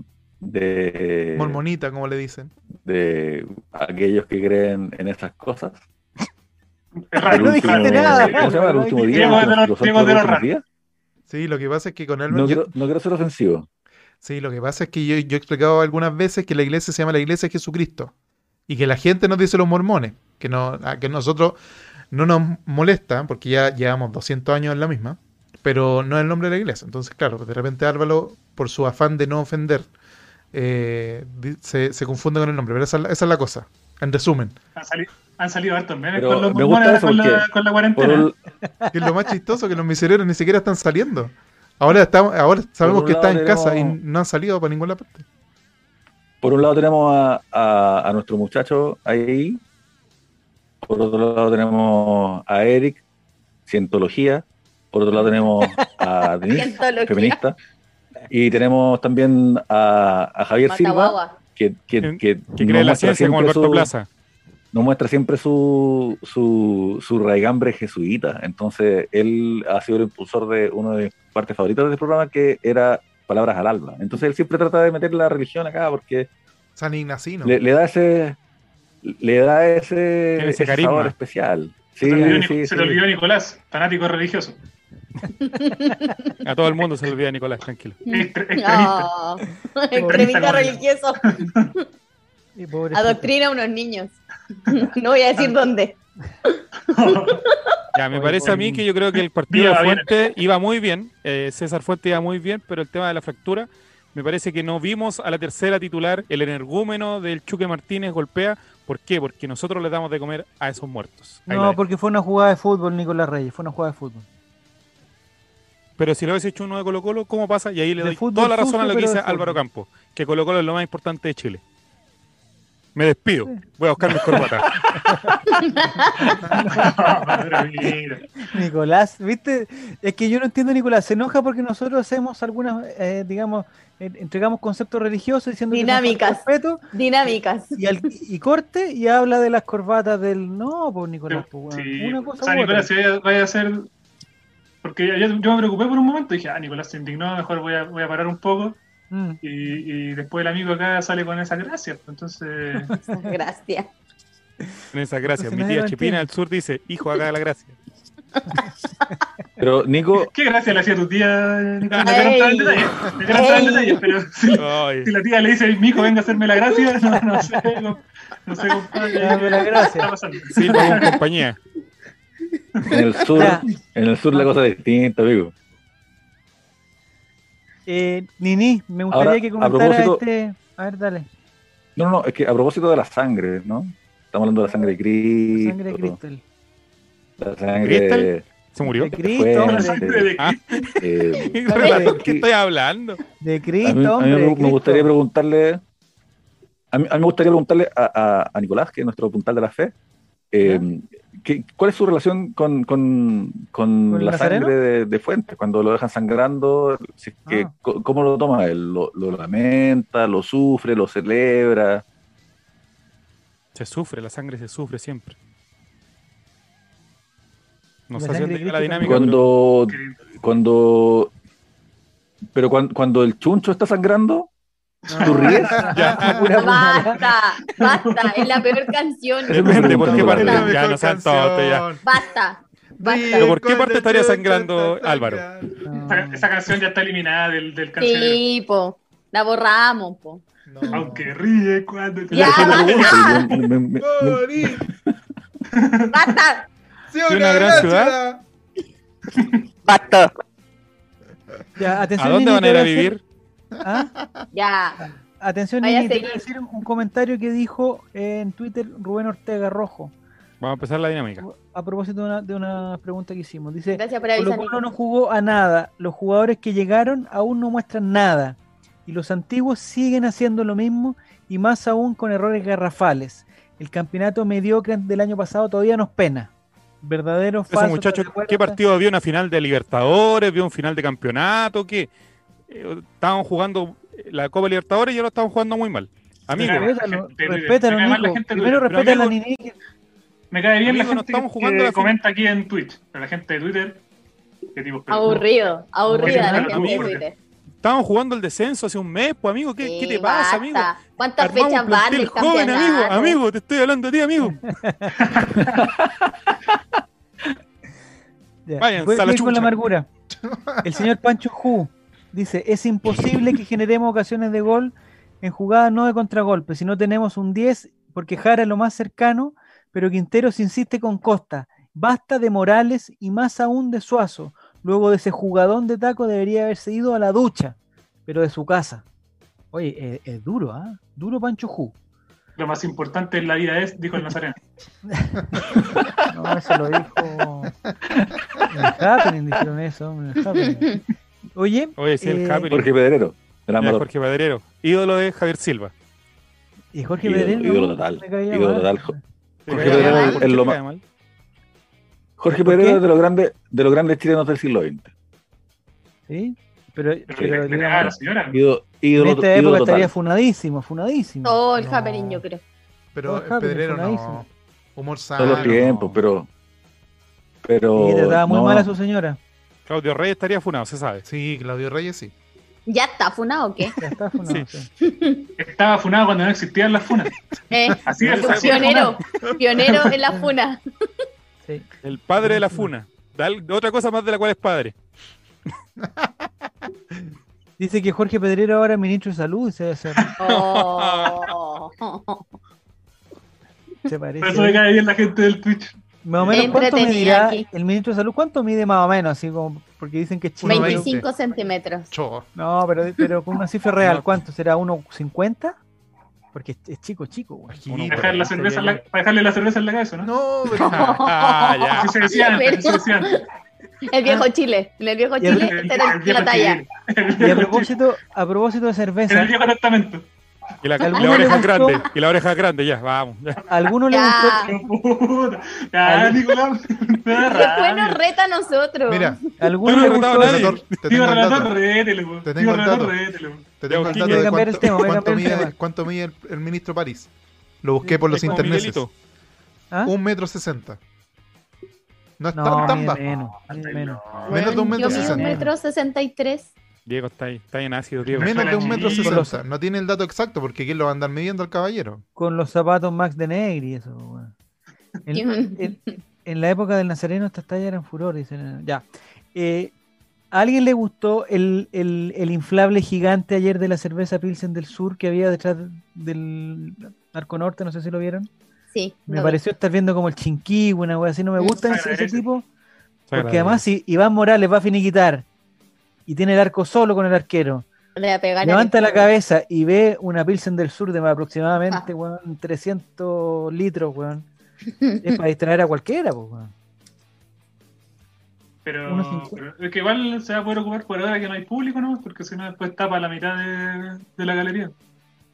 de,
Mormonita, como le dicen.
de aquellos que creen en estas cosas.
Es
Ay,
raro.
no dijiste
raro.
nada.
¿Cómo se llama? El último día.
Diego de los-
los
Diego de los
últimos
raros.
días.
Sí, lo que pasa es que con Álvaro.
No
yo-
quiero, no quiero ser ofensivo.
Sí, lo que pasa es que yo, yo he explicado algunas veces que la iglesia se llama la iglesia de Jesucristo y que la gente nos dice los mormones, que, no, a que nosotros no nos molesta porque ya llevamos 200 años en la misma, pero no es el nombre de la iglesia. Entonces, claro, de repente Álvaro, por su afán de no ofender, eh, di- se, se confunde con el nombre, pero esa, es la- esa es la cosa. En resumen,
Han salido, han salido hartos memes
Pero
con los
me gusta
mormones
eso
con la,
porque-
con la
Por
cuarentena.
un-
que es lo más chistoso que los misioneros ni siquiera están saliendo. Ahora, estamos, ahora sabemos
un
que
lado
están en casa y
tenemos-
no han salido para ninguna parte.
Por un lado tenemos a, a- a nuestro muchacho ahí, por otro lado tenemos a Eric, cientología, por otro lado tenemos a Denise,
Cientología.
feminista, y tenemos también a, a Javier Silva,
Matahuagua.
que, que, que
Que
nos
cree en la
muestra
ciencia como
siempre
Alberto
su-
Plaza.
nos muestra siempre su, su, su raigambre jesuita. Entonces, él ha sido el impulsor de una de mis partes favoritas del programa, que era Palabras al Alba. Entonces, él siempre trata de meter la religión acá porque
San Ignacino.
le, le da ese le da ese,
Tiene ese
ese
carisma.
sabor especial sí,
se te olvidó,
sí,
se
sí.
te olvidó Nicolás, fanático religioso.
A todo el mundo se le olvida Nicolás, tranquilo.
Mm.
Extre- extremista.
No, [laughs] extremista Ah, religioso.
Sí, pobrecito.
Adoctrina a unos niños. [laughs] No voy a decir dónde.
Ya, me
Oye,
parece a mí
oye.
que yo creo que el partido
Viva,
de
viene.
Fuente iba muy bien, eh, César Fuente iba muy bien, pero el tema de la fractura Me parece que no vimos a la tercera titular, el energúmeno del Chuque Martínez golpea. ¿Por qué? Porque nosotros le damos de comer a esos muertos. Ahí la
No,
dejo.
porque fue una jugada de fútbol, Nicolás Reyes. Fue una jugada de fútbol.
Pero si lo hubiese hecho uno de Colo Colo, ¿cómo pasa? Y ahí le
De
doy
fútbol
toda la razón a
sucio,
lo que
pero de
dice
fútbol.
Álvaro Campos, que Colo Colo es lo más importante de Chile. Me despido, voy a buscar mis corbatas.
[laughs]
Pero
Ah.
[laughs] mira,
Nicolás, ¿viste? Es que yo no entiendo, Nicolás. Se enoja porque nosotros hacemos algunas, eh, digamos, eh, entregamos conceptos religiosos diciendo que son falta de
Dinámicas.
respeto
Dinámicas.
y, al- y corte y habla de las corbatas del. No, pues Nicolás, pues, weón,
sí.
una
o
cosa
sea,
u otra.
Nicolás, si vaya, vaya a ser. Porque yo, yo me preocupé por un momento y dije, ah, Nicolás se indignó, mejor voy a, voy a parar un poco.
Mm.
Y, y después el amigo acá sale con esas gracias. Entonces,
Gracias.
En esas gracias.
Entonces
Mi
nadie
tía
lo
Chepina
entiende.
del sur dice, hijo, haga la gracia.
[laughs]
Pero Nico,
¿qué gracia le hacía a tu tía? Nicolás? No
Ey.
quiero entrar en detalle, no quiero entrar en
Ey.
detalle, pero si,
Ay,
si la tía le dice, mi hijo, venga a hacerme la gracia, [laughs] no, no sé, no, no sé, compadre.
[laughs] Dame la
¿qué está
gracia.
pasando?
sí,
[laughs]
con compañía.
en el sur,
Ya.
en el sur la cosa es distinta, amigo.
Eh, Nini, me gustaría
Ahora,
que
a
comentara
propósito-
este. A ver, dale.
No, no, no, es que a propósito de la sangre, ¿no? Estamos hablando de la sangre de
La
Cristo.
sangre de Cristal.
La sangre
¿Cristal? ¿Se murió?
De Cristo,
fue-
La
hombre,
sangre de
Ah.
eh,
[laughs] ¿Qué relato? ¿Qué estoy hablando?
De
a mí,
Cristo,
a mí
hombre. de
me- me
Cristo.
gustaría preguntarle, a mí, a mí me gustaría preguntarle a, a- a Nicolás, que es nuestro puntal de la fe, eh, que- ¿cuál es su relación con, con- con
¿Con
la
Nazareno?
sangre de, de Fuentes? Cuando lo dejan sangrando, si es que,
Ah.
co- ¿cómo lo toma él? ¿Lo, lo lamenta, lo sufre, lo celebra?
Se sufre, la sangre se sufre siempre. No
La
sé
sangre
si
de
llega la
Cristo
dinámica. pero-
Cuando,
Cristo.
cuando, pero cuan- cuando, el chuncho está sangrando,
[laughs]
¿tú ríes?
[laughs]
Ya.
Pura puñalada.
Ah, Basta, basta. Es la peor canción.
Ese me-
Depende por qué parte.
Ya,
Ya, no sean tontos, ya.
Basta.
Pero
Basta.
por- qué parte estaría sangrando Álvaro?
Esa, esa canción ya está eliminada del, del cancionero.
Sí, po. La borramos, po.
No.
Aunque ríe cuando te
Ya,
Yo lo pregunto,
basta.
yo me- me- me-
Morir,
Basta.
sea
De
una gran ciudad.
¡Basta!
Ya,
¿A
atención,
dónde
Nini,
van a
te
ir a
voy hacer-
vivir?
¿Ah?
Ya.
Atención,
Vaya
Nini, te
a
quiero
seguir.
decir un comentario que dijo eh, en Twitter Rubén Ortega Rojo
Vamos a empezar la dinámica.
a propósito de una, de una pregunta que hicimos. Dice,
Gracias por
Colo
avisar.
Colo no jugó a nada, los jugadores que llegaron aún no muestran nada y los antiguos siguen haciendo lo mismo y más aún con errores garrafales. El campeonato mediocre del año pasado todavía nos pena. Verdadero,
Ese
falso.
muchacho,
¿te acuerdas?
¿qué partido vio? ¿Una final de Libertadores? ¿Vio un final de campeonato? ¿Qué? Eh, estaban jugando eh, la Copa Libertadores y ahora estaban jugando muy mal. Amigo,
Mira,
Respétalo,
Te- te-
respétalo,
te- te-
Nico.
la gente-
Primero
pero
respeta a la
amigo-
Nini. que-
[laughs] Me cae bien la
Amigo, no
gente
estamos
que-
jugando
que
la final.
comenta aquí en Twitch. Pero la gente de Twitter. ¿Qué tipo pero-
Aburrido. Aburrida la
Bueno,
gente de
amigo,
Twitter.
estaban jugando el descenso hace un mes, pues amigo, ¿qué, qué te
Sí,
pasa,
basta.
amigo?
¿Cuántas
Armamos
fechas
un
van
plantel
del
joven, amigo,
campeonato? [laughs]
amigo, te estoy hablando a ti, amigo.
Ya.
Vayan,
Voy a
a la
seguir con la
chucha. [laughs]
amargura. El señor Pancho Ju dice, es imposible que generemos ocasiones de gol en jugadas no de contragolpe, si no tenemos un 10, porque Jara es lo más cercano, pero Quinteros insiste con Costa. Basta de Morales y más aún de Suazo. Luego de ese jugadón de taco debería haberse ido a la ducha, pero de su casa. Oye, es, es duro, ¿ah? Duro Pancho Ju.
Lo más importante en la vida es, dijo el Nazareno.
No, eso lo dijo. En el happening dijeron eso, hombre, en el happening. Oye,
[laughs] Oye, sí, el
Eh,
Javier.
Jorge Pedrero, gran
Ya,
valor.
Jorge Padrero, ídolo de Javier Silva.
Y Jorge
Ídolo-
Pedrero.
ídolo
no,
total,
me caía
ídolo
mal.
total, jo- Jorge
¿Te cae
Padrero
mal?
es
¿Por qué
lo
te
ma-
cae mal?
Jorge
¿Por
Pedrero
qué?
es de los grandes, de los grandes chilenos del siglo XX.
Sí, pero,
Pero
pero
le- le
digamos,
pegaba a la señora.
Ídolo,
en
ídolo,
esta
ídolo
época
total.
estaría funadísimo, funadísimo.
Todo el
No.
happening, yo creo.
Pero
Todo
el
Javier,
Pedrero no.
sonadísimo.
Humor sano.
Todos los tiempos, pero.
Oh.
Pero.
y trataba muy
Oh, no,
mal a su señora.
Claudio Reyes estaría funado, se sabe.
Sí, Claudio Reyes sí.
¿Ya está funado o
[laughs]
qué?
Ya está funado, sí.
Estaba funado cuando no existían las funas.
Eh,
Así de fácil.
pionero, pionero en la funa.
Sí.
El padre de la funa. Dal- otra cosa más de la cual
[laughs]
es padre.
Dice que Jorge Pedrero ahora es ministro de salud y se, va a hacer-
Oh.
se
Por eso me
parece.
cae bien la gente del Twitch.
Más o menos,
Me
¿cuánto
entretenía
medirá
aquí.
el ministro de Salud? ¿Cuánto mide más o menos? Así como, porque dicen que es chino. pero-
25 centímetros.
Chor.
No, pero, pero con una cifra real,
No.
¿cuánto? ¿Será 1,50? Porque es, es chico, chico, [laughs] güey.
Bajito.
Dejar la
Sí,
cerveza en
ya,
la- para dejarle la cerveza en la cabeza, ¿no?
No, pero-
Ah, ya.
Así se decían,
Pero-
así se decían.
El viejo Chile. En el viejo
Ah. Y el-
Chile
El-
esta era
el
la
viejo
talla.
Chile. El
Y a
viejo Chile.
propósito, a propósito de
En
cerveza,
el viejo testamento.
Y la,
¿Alguno
y la oreja
le gustó?
grande. Y la oreja grande, ya, vamos. ya.
¿a alguno le
Ya.
gustó,
Pero puta. Ya, Nicolás. me da
Después nos
rabia.
reta a nosotros.
Mira,
a alguno
Tú
le
no
gustó
retabas
el-
la
relator, te
Tío
tengo el
relator,
dato.
rétele, po.
Te tengo
Tío
el
relator,
dato.
rétele, po.
Te tengo el
Quique,
dato de
voy
a cambiar el
cuánto,
tema, voy a
cuánto
cambiar el
mide,
tema.
cuánto mide el, el ministro París. Lo busqué por los
Es como
internetes.
Este Miguelito.
¿Ah?
Un metro sesenta. No es [laughs] tan,
No,
tan
mide
bajo.
menos, mide menos.
Menos de un
Yo mido
metro
un
sesenta.
metro sesenta y tres.
Diego está ahí, está ahí en ácido, Diego.
Menos de un metro
Sí, por
los-
sesenta. No tiene el dato exacto porque quién lo va a andar midiendo al caballero.
Con los zapatos Max de Negri, eso, güey. En, en- en la época del Nazareno estas tallas eran furor, dicen. Ya. Eh, ¿A alguien le gustó el, el- el inflable gigante ayer de la cerveza Pilsen del Sur que había detrás del Arco Norte? No sé si lo vieron.
Sí.
Me
lo vi.
pareció estar viendo como el chinquí, una wea así. No me
Mm.
gustan
Se
ese, ese
agradece.
tipo. Porque además, si Iván Morales va a finiquitar y tiene el arco solo con el arquero,
Le voy a pegar al
levanta la
escudo.
cabeza y ve una Pilsen del Sur de
Ah.
aproximadamente weón, 300 litros, weón.
[laughs]
Es para distraer a cualquiera, pues, weón.
Pero,
1.50.
pero es que igual se va a poder ocupar por ahora que no hay público, ¿no? Porque si no, después tapa la mitad de, de la galería.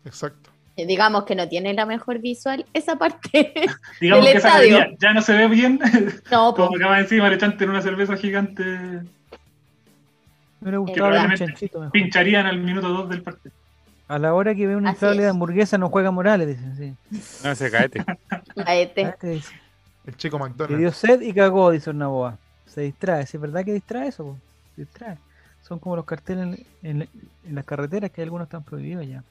Exacto.
Digamos que no tiene la mejor visual esa parte. [laughs]
Digamos
Del
que esa
estadio.
galería ya no se ve bien. [laughs]
no, pues,
Como que va encima le echan en una cerveza gigante.
Me hubiera gustado ver
Que
un
probablemente
chanchito mejor.
Pincharían al minuto 2 del partido.
A la hora que ve un
Así
inflable de
es.
hamburguesa no juega Morales, dicen, sí.
No, se caete.
la E ET.
Ah, te dice.
El chico
Le
McDonald's.
dio sed y cagó, dice una boa. Se distrae, sí, es verdad que distrae eso, po? distrae. Son como los carteles en, en- en las carreteras que algunos están prohibidos ya.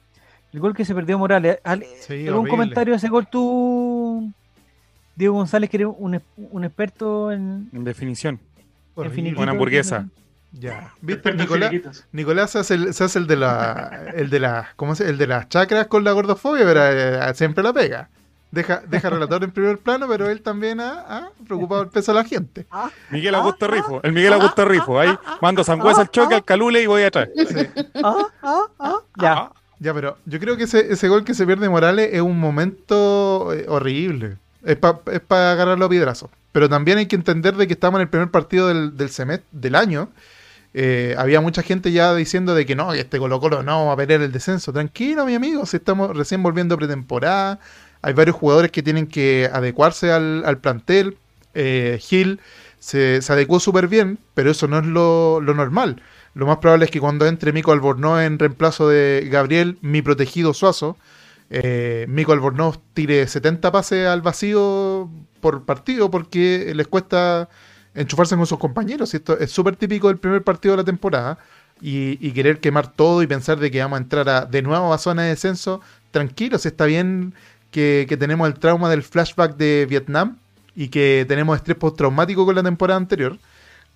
El gol que se perdió Morales. Al-
Sí,
¿Algún
horrible.
comentario de ese gol tú, Diego González, que eres un, ex- un experto en,
En definición.
en
Horrible.
finiquitos?
Una hamburguesa.
Ya. ¿Viste?
Expertos en [laughs]
Nicolás,
finiquitos.
Nicolás se hace el, se hace el de la el de las ¿cómo se- el de las chacras con la gordofobia, pero eh, siempre la pega. Deja, deja relator en primer plano, pero él también ha, ha preocupado el peso a la gente.
Miguel Augusto Rifo. El Miguel Augusto Rifo. Ahí mando sangüesa al choque, al calule y voy atrás.
Sí.
[laughs] Ah, ah, ah. Ya,
Ya, pero yo creo que ese, ese gol que se pierde Morales es un momento eh, horrible. Es para agarrarlo a piedrazo. Pero también hay que entender de que estamos en el primer partido del, del, semes- del año. Eh, había mucha gente ya diciendo de que no, este Colo Colo no va a pelear el descenso. Tranquilo, mi amigo, si estamos recién volviendo a pretemporada. Hay varios jugadores que tienen que adecuarse al, al plantel. Eh, Gil se, se adecuó súper bien, pero eso no es lo, lo normal. Lo más probable es que cuando entre Mico Albornoz en reemplazo de Gabriel, mi protegido Suazo, eh, Mico Albornoz tire 70 pases al vacío por partido porque les cuesta enchufarse con sus compañeros. Y esto es súper típico del primer partido de la temporada. Y, y querer quemar todo y pensar de que vamos a entrar a- de nuevo a zona de descenso tranquilos. Está bien que, que tenemos el trauma del flashback de Vietnam y que tenemos estrés postraumático con la temporada anterior.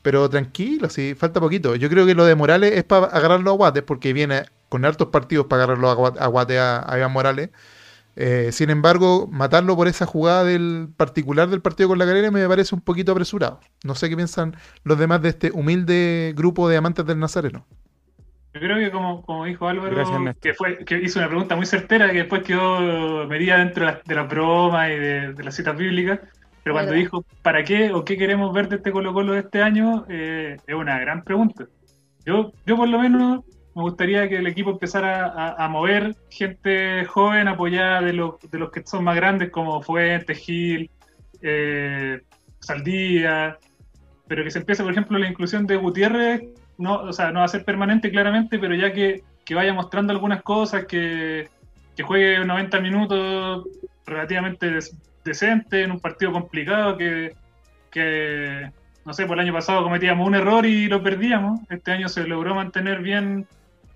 Pero tranquilo, sí, falta poquito. Yo creo que lo de Morales es para agarrarlo a Guates, porque viene con hartos partidos para agarrarlo a Guate a, Guate a- a Iván Morales. Eh, sin embargo, matarlo por esa jugada del particular del partido con la carrera me parece un poquito apresurado. No sé qué piensan los demás de este humilde grupo de amantes del Nazareno.
Yo creo que como, como dijo Álvaro,
Gracias, Ernesto.
que, fue, que hizo una pregunta muy certera que después quedó medida dentro de las- de las bromas y de, de las citas bíblicas, pero cuando
Verdad.
dijo ¿para qué o qué queremos ver de este Colo Colo de este año? Eh, es una gran pregunta. Yo, yo por lo menos me gustaría que el equipo empezara a, a mover gente joven apoyada de los, de los que son más grandes como Fuentes, Gil, eh, Saldía, pero que se empiece, por ejemplo, la inclusión de Gutiérrez, no, o sea, no va a ser permanente claramente, pero ya que, que vaya mostrando algunas cosas, que, que juegue 90 minutos relativamente des- decente en un partido complicado, que, que, no sé, por el año pasado cometíamos un error y lo perdíamos, este año se logró mantener bien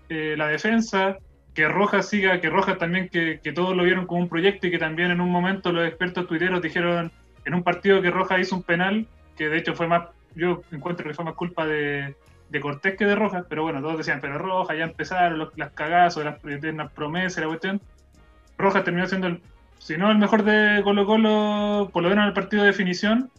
eh, la defensa, que Rojas siga, que Rojas también, que, que todos lo vieron como un proyecto y que también en un momento los expertos tuiteros dijeron en un partido que Rojas hizo un penal, que de hecho fue más, yo encuentro que fue más culpa de, de Cortés que de Rojas, pero bueno, todos decían, pero Rojas ya empezaron los- las cagadas o las eternas promesas, la cuestión. Rojas terminó siendo el, si no el mejor de Colo Colo, por lo menos en el partido de definición,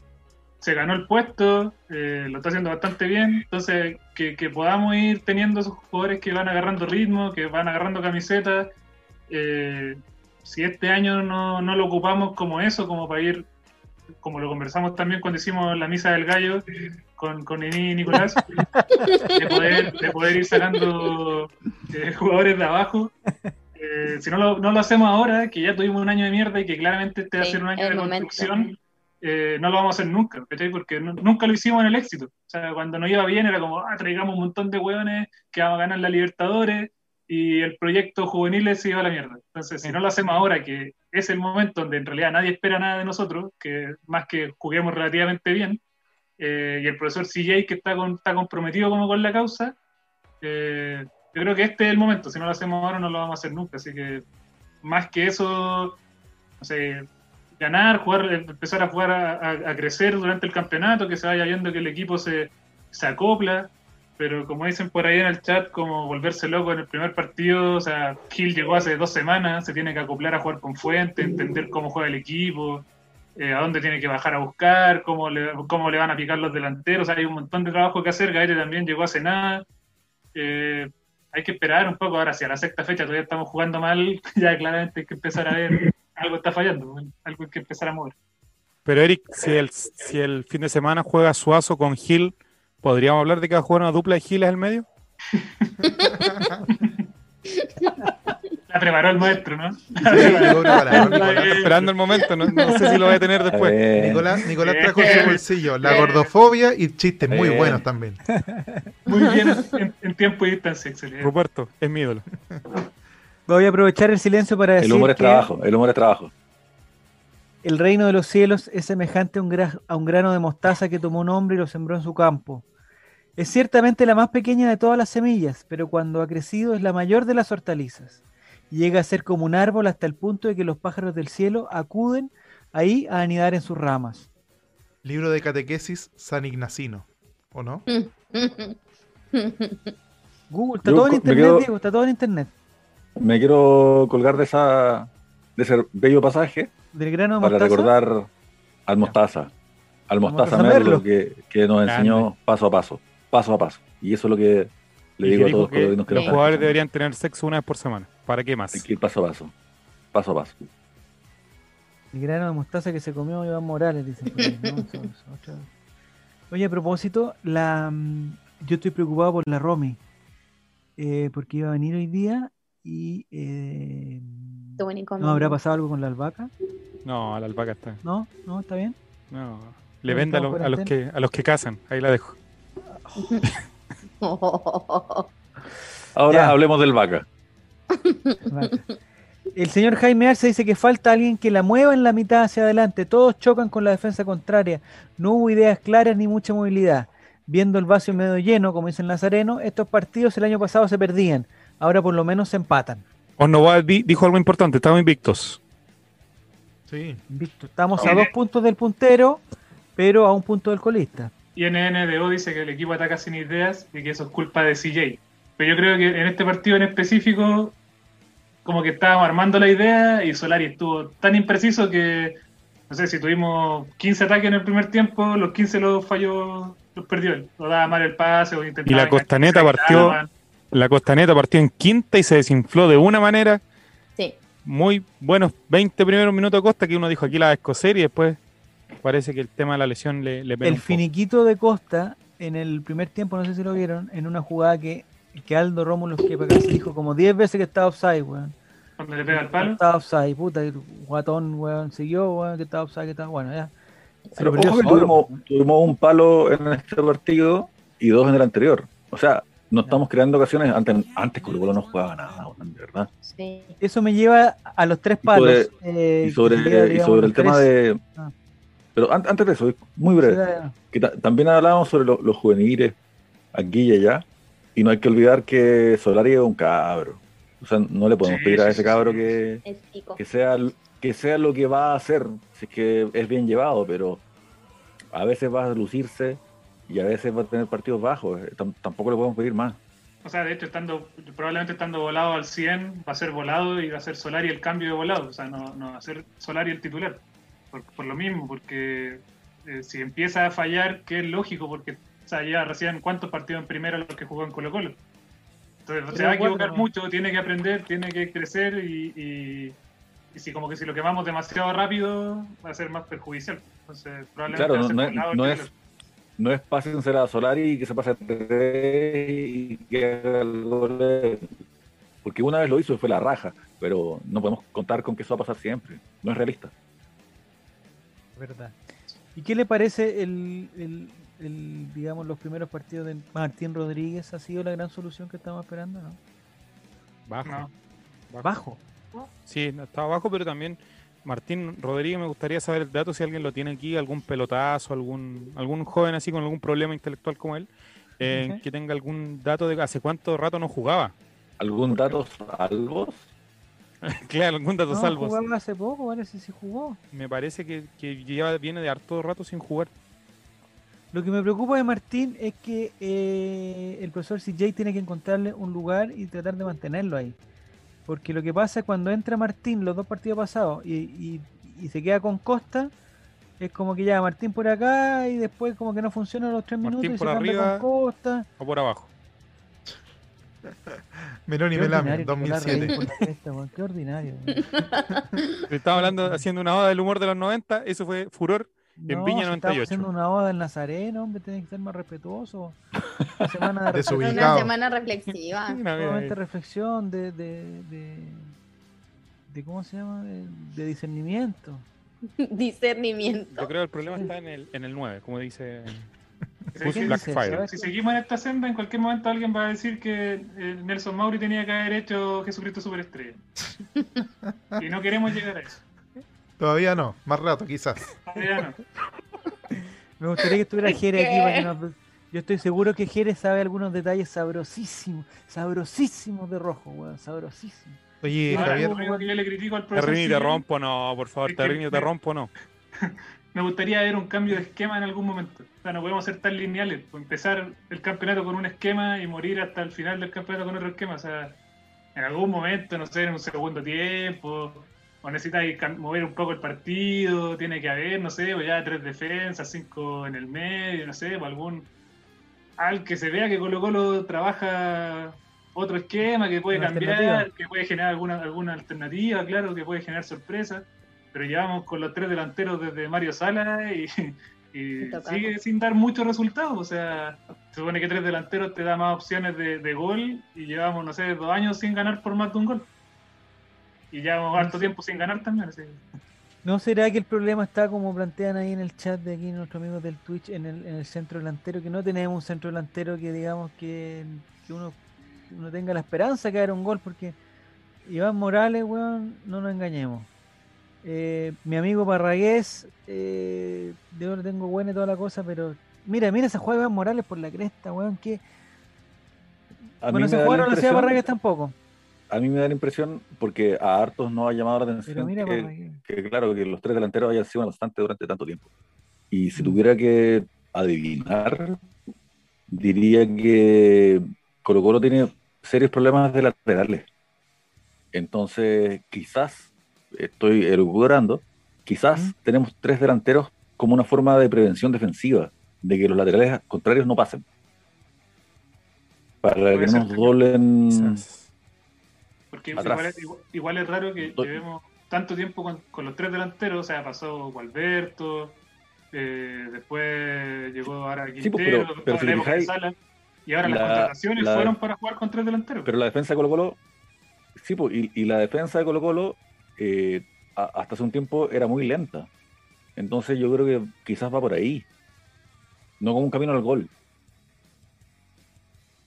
se ganó el puesto, eh, lo está haciendo bastante bien, entonces que, que podamos ir teniendo esos jugadores que van agarrando ritmo, que van agarrando camisetas, eh, si este año no, no lo ocupamos como eso, como para ir, como lo conversamos también cuando hicimos la misa del gallo con, con Nini y Nicolás, de poder, de poder ir sacando eh, jugadores de abajo. Eh, si no lo, no lo hacemos ahora, que ya tuvimos un año de mierda y que claramente este va a
Sí,
ser un año
es
de
el momento.
construcción, eh, no lo vamos a hacer nunca, ¿cachai? Porque nu- nunca lo hicimos en el éxito. O sea, cuando no iba bien era como, ah, traigamos un montón de hueones que vamos a ganar la Libertadores y el proyecto juvenil se iba a la mierda. Entonces, si no lo hacemos ahora, que es el momento donde en realidad nadie espera nada de nosotros, que más que juguemos relativamente bien, eh, y el profesor CJ que está, con- está comprometido como con la causa, eh, yo creo que este es el momento, si no lo hacemos ahora no lo vamos a hacer nunca, así que más que eso, no sé, ganar, jugar, eh, empezar a jugar a, a- a crecer durante el campeonato, que se vaya viendo que el equipo se, se acopla, pero como dicen por ahí en el chat, como volverse loco en el primer partido, o sea, Gil llegó hace dos semanas, se tiene que acoplar a jugar con Fuente, entender cómo juega el equipo, eh, a dónde tiene que bajar a buscar, cómo le, cómo le van a picar los delanteros, hay un montón de trabajo que hacer, Gaete también llegó hace nada. Eh, hay que esperar un poco ahora, si a la sexta fecha todavía estamos jugando mal, [laughs] ya claramente hay que empezar a ver, algo está fallando, bueno, algo hay que empezar a mover.
Pero Eric, si el, si el fin de semana juega Suazo con Gil, ¿podríamos hablar de que va a jugar una dupla de Giles al medio?
La preparó el maestro, ¿no? [laughs]
Llegó preparado,
Está
Nicolás.
esperando el momento, no, no sé si lo voy a
[laughs]
tener
A
después.
ver.
Nicolás, Nicolás trajo en su bolsillo la gordofobia y chistes muy
Bien.
buenos también.
Muy bien, en, en tiempo y distancia, excelente.
Ruperto, es mi ídolo.
Voy a aprovechar el silencio para decir
El humor es
que
trabajo, el humor es trabajo.
el reino de los cielos es semejante a un, gra- a un grano de mostaza que tomó un hombre y lo sembró en su campo. Es ciertamente la más pequeña de todas las semillas, pero cuando ha crecido es la mayor de las hortalizas. Y Llega a ser como un árbol hasta el punto de que los pájaros del cielo acuden ahí a anidar en sus ramas.
Libro de catequesis San Ignacino, ¿o no?
[laughs]
Google, está
Yo
todo en
co- me
internet,
quedo-
Diego, está todo en internet.
Me quiero colgar de, esa, de ese bello pasaje
Del grano de
para
mostaza.
recordar al Mostaza, al Mostaza
Mostaza
Merlo
Merlo.
que, que nos enseñó paso a paso, paso a paso. Y eso es lo que le
Y
digo
que
a todos los
dijo
colombianos
que
que
los
nos
jugadores
escuchan.
deberían tener sexo una vez por semana. ¿Para qué más?
Hay que ir paso a paso, paso a paso.
El grano de mostaza que se comió Iván Morales, dicen. por ahí, ¿no? Eso- eso, otra- Oye, a propósito, la, mm, yo estoy preocupado por la Romy, eh, porque iba a venir hoy día y eh, no habrá pasado algo con la albahaca,
No, la alpaca está.
¿no? ¿No? ¿Está bien?
No. Le
Ahí
venda a,
estamos
los- a los que, a los que cazan. Ahí la dejo.
Ahora
Ya.
hablemos del vaca.
Vaca. El señor Jaime Arce dice que falta alguien que la mueva en la mitad hacia adelante. Todos chocan con la defensa contraria. No hubo ideas claras ni mucha movilidad. Viendo el vaso medio lleno, como dice el Nazareno, estos partidos el año pasado se perdían. Ahora por lo menos se empatan.
Osnoval Oh, di- dijo algo importante. Estamos invictos.
Sí.
Invicto. Estamos a dos puntos del puntero, pero a un punto del colista.
Y NNDO dice que el equipo ataca sin ideas y que eso es culpa de CJ. Pero yo creo que en este partido en específico, como que estábamos armando la idea y Solari estuvo tan impreciso que, no sé, si tuvimos 15 ataques en el primer tiempo, los 15 los falló, los perdió él. O daba mal el pase o intentaba.
Y la Costaneta
enganchar,
partió-
daban.
La Costaneta partió en quinta y se desinfló de una manera.
[laughs] Sí.
Muy buenos 20 primeros minutos a Costa que uno dijo aquí la va a escocer y después parece que el tema de la lesión le, le pega
el
un poco.
finiquito de Costa en el primer tiempo, no sé si lo vieron, en una jugada que, que Aldo Rómulo que para acá se dijo como 10 veces que estaba offside, weón.
Cuando le pega el palo.
Estaba offside, puta, el guatón, weón, siguió, weón, que estaba offside, que estaba, bueno, ya. Se
Pero
lo perdió
ojo que
solo.
tuvimos, tuvimos un palo en este partido y dos en el anterior. O sea, no estamos creando ocasiones. Antes, antes Colo Colo no jugaba nada, de verdad.
Sí.
Eso me lleva a los tres palos. eh, que sería,
Y sobre, y
digamos,
sobre
los
el tema
tres-
de...
Ah.
Pero an- antes de eso, muy breve. que ta- también hablábamos sobre lo- los juveniles aquí y allá, y no hay que olvidar que Solari es un cabro. O sea, no le podemos
Sí,
pedir
sí,
a ese
sí,
cabro
sí.
que,
Es pico.
que sea que sea lo que va a hacer, si es que es bien llevado, pero a veces va a lucirse y a veces va a tener partidos bajos. eh, tam- tampoco le podemos pedir más.
O sea, de hecho, estando probablemente estando volado al 100, va a ser volado y va a ser Solari el cambio de volado. O sea, no, no va a ser Solari el titular. Por, por lo mismo, porque eh, si empieza a fallar, que es lógico, porque o sea, ya recién cuántos partidos en primera los que jugó en Colo Colo. Entonces, se va a equivocar mucho, tiene que aprender, tiene que crecer y, y, y si como que si lo quemamos demasiado rápido, va a ser más perjudicial. Entonces, probablemente
Claro,
va a
no,
ser
no
volado
es,
el
no,
titular.
es, no es pase sincera a Solari y que se pase a tres y que haga el gol él. Porque una vez lo hizo y fue la raja, pero no podemos contar con que eso va a pasar siempre. No es realista.
Verdad. ¿Y qué le parece el, el- el, digamos, los primeros partidos de Martín Rodríguez? ¿Ha sido la gran solución que estamos esperando? ¿no?
Bajo.
No.
Bajo.
Sí, no, estaba abajo, pero también Martín Rodríguez, me gustaría saber el dato si alguien lo tiene aquí, algún pelotazo, algún, algún joven así con algún problema intelectual como él, eh,
Ujú.
que tenga algún dato de hace cuánto rato no jugaba. [laughs]
¿Algún dato salvo?
claro, algún dato
No,
salvo.
jugaba hace poco, parece si jugó.
Me parece que, que ya viene de harto rato sin jugar.
Lo que me preocupa de Martín es que eh, el profesor CJ tiene que encontrarle un lugar y tratar de mantenerlo ahí. Porque lo que pasa es cuando entra Martín los dos partidos pasados y, y- y se queda con Costa, es como que ya Martín por acá y después como que no funciona los tres
Martín
minutos y
por
se cambia
arriba.
con Costa.
O por abajo.
Meloni Melame,
ordinario, Nicolás
2007.
Reyes por la cresta, weón, Qué ordinario.
[laughs]
weón.
Te estaba hablando, haciendo una oda del humor de los 90, eso fue furor. En Viña
si estamos
98.
haciendo una oda en Nazareno, hombre, tenés que ser más
[laughs]
respetuoso. Una Semana de
Desubicado.
reflexión,
Una semana
Ah,
reflexiva.
[laughs]
Mira, mira,
solamente
mira.
reflexión, de, de, de, de- ¿cómo se llama? De, de discernimiento.
Discernimiento.
Yo creo que el problema está en el, en el 9, como dice.
Sí, sí,
Black
sí.
Fire.
Si seguimos en esta senda, en cualquier momento alguien va a decir que eh, Nelson Mauri tenía que haber hecho Jesucristo Superestrella. y no queremos llegar a eso.
Todavía no, más rato quizás.
Todavía no.
Me gustaría que estuviera Jere aquí
¿Qué?
para que nos... Yo estoy seguro que Jere sabe algunos detalles sabrosísimos, sabrosísimos de rojo, weón, sabrosísimos.
Oye,
Ahora,
Javier,
lo único que yo le critico al profesor
Terrini,
Silva,
te rompo, no, por favor,
Es que-
Terrini, te rompo, no.
me gustaría ver un cambio de esquema en algún momento. O sea, no podemos ser tan lineales. Pues Empezar el campeonato con un esquema y morir hasta el final del campeonato con otro esquema. O sea, en algún momento, no sé, en un segundo tiempo, o necesitas ir cam- mover un poco el partido, tiene que haber, no sé, o ya tres defensas, cinco en el medio, no sé, o algún. Al que se vea que Colo Colo trabaja otro esquema, que puede
Una
cambiar,
alternativa.
que puede generar alguna, alguna alternativa, claro, que puede generar sorpresas. Pero llevamos con los tres delanteros desde Mario Sala y, y
Está claro.
sigue sin dar muchos resultados. O sea, se supone que tres delanteros te da más opciones de, de gol y llevamos, no sé, dos años sin ganar por más de un gol. Y llevamos harto tiempo sin ganar también. así.
¿No será que el problema está como plantean ahí en el chat de aquí nuestros amigos del Twitch en el, en el centro delantero? Que no tenemos un centro delantero que digamos que, que uno, uno tenga la esperanza de caer un gol porque Iván Morales, weón, no nos engañemos. Eh, mi amigo Parragués, eh, yo le tengo buena y toda la cosa, pero mira, mira esa jugada de Iván Morales por la cresta, weón, que...
A mí
Bueno, esa
me da
jugada
la
no la hacía
impresión-
Parragués
[laughs]
tampoco,
A mí me da la impresión, porque a hartos no ha llamado la atención
pero mira
que-
Parragués.
que claro, que los tres delanteros hayan sido una constante durante tanto tiempo. Y si
Mm.
tuviera que adivinar, diría que Colo Colo tiene serios problemas de laterales. Entonces, quizás, estoy elucubrando, quizás
Mm.
tenemos tres delanteros como una forma de prevención defensiva, de que los laterales contrarios no pasen. Para
Puede
que no
ser
nos
que-
doblen...
Quizás.
Porque
Atrás.
igual es, igual- igual es raro que
Do-
llevemos tanto tiempo con, con los tres delanteros. O sea, pasó Gualberto, eh, después llegó ahora
Sí, pues,
Quintero,
pero- pero si te
hablemos de
fijáis,
Sala. y ahora las
la-
contrataciones
la-
fueron para jugar con tres delanteros.
Pero la defensa de Colo Colo, sí, po, y, y la defensa de Colo Colo hasta hace un tiempo era muy lenta. Entonces yo creo que quizás va por ahí. No como un camino al gol.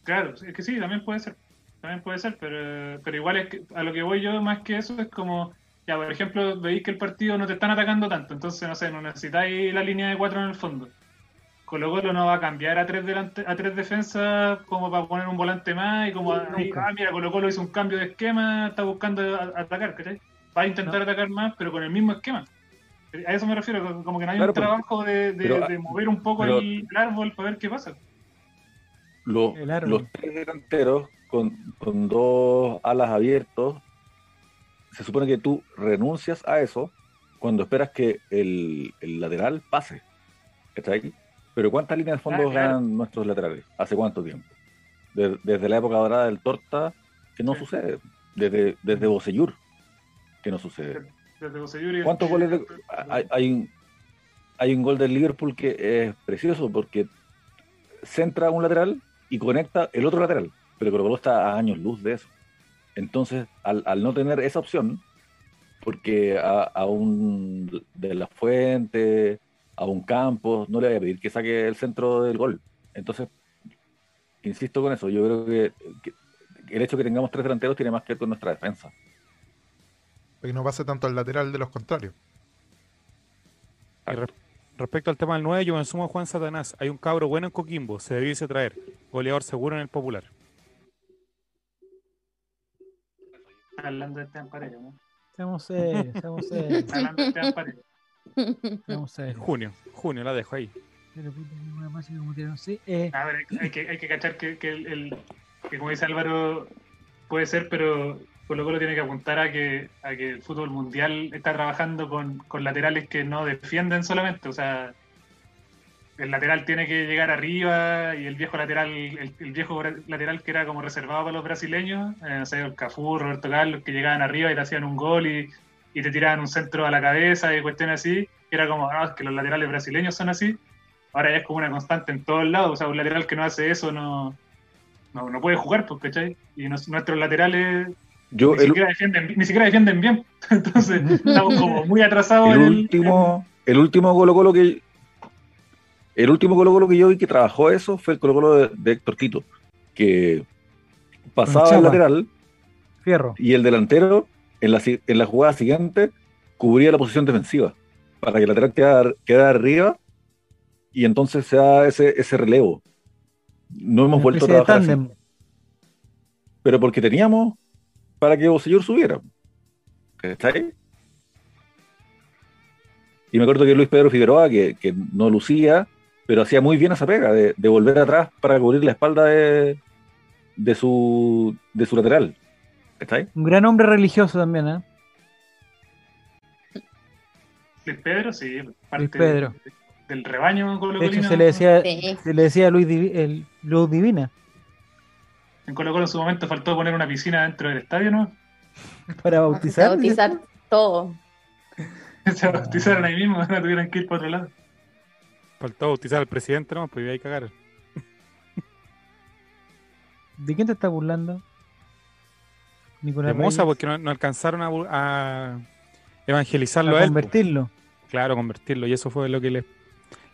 Claro, es que sí, también puede ser. También puede ser, pero, pero igual es que, a lo que voy yo más que eso es como, ya por ejemplo, veis que el partido no te están atacando tanto, entonces no sé, no necesitáis la línea de cuatro en el fondo. Colo Colo no va a cambiar a tres delante, a tres defensas como para poner un volante más y como ahí,
Nunca.
ah, mira, Colo Colo hizo un cambio de esquema, está buscando a- atacar, ¿cachai? Va a intentar
No.
atacar más, pero con el mismo esquema. A eso me refiero, como que no hay
Claro,
un
pero-
trabajo de, de-
pero-
de mover un poco
pero-
el, el árbol para ver qué pasa.
Los,
El árbol.
los tres delanteros con, con dos alas abiertos, se supone que tú renuncias a eso cuando esperas que el, el lateral pase. ¿Está aquí? Pero ¿cuántas líneas de fondo
Ah, claro.
ganan nuestros laterales? ¿Hace cuánto tiempo? De- desde la época dorada del Torta, que no
Sí.
sucede. Desde, desde Bocellur, que no sucede.
Desde Bocelluri-
¿Cuántos goles de- Ah, hay, hay un, hay un gol del Liverpool que es precioso porque centra un lateral y conecta el otro lateral, pero Colo Colo está a años luz de eso. Entonces, al, al no tener esa opción, porque a, a un de la fuente, a un campo, no le voy a pedir que saque el centro del gol. Entonces, insisto con eso, yo creo que, que el hecho de que tengamos tres delanteros tiene más que ver con nuestra defensa.
Para que no pase tanto al lateral de los contrarios.
Y re- respecto al tema del 9, yo me sumo a Juan Satanás. Hay un cabro bueno en Coquimbo, se debiese traer. Goleador seguro en el popular.
ah.
Hablando de Esteban Paredes, ¿no?
Seamos serios, seamos serios.
Hablando de Esteban Paredes.
Seamos
[laughs]
serios.
Junio, junio, la dejo ahí.
Pero puta, tengo una masa como tiraron, sí, eh,
A ver, hay- hay que, hay que cachar que, que el, el- que como dice Álvaro, puede ser, pero Colo Colo tiene que apuntar a que, a que el fútbol mundial está trabajando con, con laterales que no defienden solamente. O sea, el lateral tiene que llegar arriba y el viejo lateral, el, el viejo bra- lateral que era como reservado para los brasileños, eh, no sé, el Cafú, Roberto Carlos, que llegaban arriba y te hacían un gol y, y te tiraban un centro a la cabeza y cuestiones así. Era como, ah, es que los laterales brasileños son así ahora ya es como una constante en todos lados. O sea, un lateral que no hace eso no, no, no puede jugar, pues, ¿cachai? Y nos- nuestros laterales
Yo,
ni,
el,
siquiera defienden, ni siquiera defienden bien. [laughs]
[laughs]
Entonces, estamos como muy atrasados
el
en el-
último el último Colo Colo que el último Colo Colo que yo vi que trabajó eso fue el Colo Colo de, de Héctor Tito que pasaba
Chapa.
el lateral
fierro.
y el delantero en la, si- en la jugada siguiente cubría la posición defensiva para que el lateral quedara, quedara arriba y entonces se da ese, ese relevo no hemos
Una
vuelto a
especie de
trabajar así.
tándem.
pero porque teníamos para que Bocellur subiera. ¿Cachai? Y me acuerdo que Luis Pedro Figueroa, que, que no lucía, pero hacía muy bien esa pega de, de volver atrás para cubrir la espalda de, de, su, de su lateral. ¿Cachai?
Un gran hombre religioso también, ¿eh?
Luis Pedro, sí, pues, parte
Luis Pedro.
de- del rebaño
De hecho,
colocolino.
se le decía,
Sí.
se le decía a Luis, Divi- el, Luz Divina [laughs]
En Colo Colo en su momento faltó poner una piscina dentro del estadio, ¿no? [laughs]
para
Bautizar,
bautizar.
bautizar todo.
Ah.
Se bautizaron ahí mismo, [laughs] no tuvieron que ir para otro lado.
Faltó bautizar al presidente, ¿no? Pues iba a cagar.
¿De quién te estás burlando? Nicolás
Hermosa,
Reyes,
porque no, no alcanzaron a, bu- a evangelizarlo a,
a
él. pues.
convertirlo.
Claro, convertirlo. Y eso fue lo que les,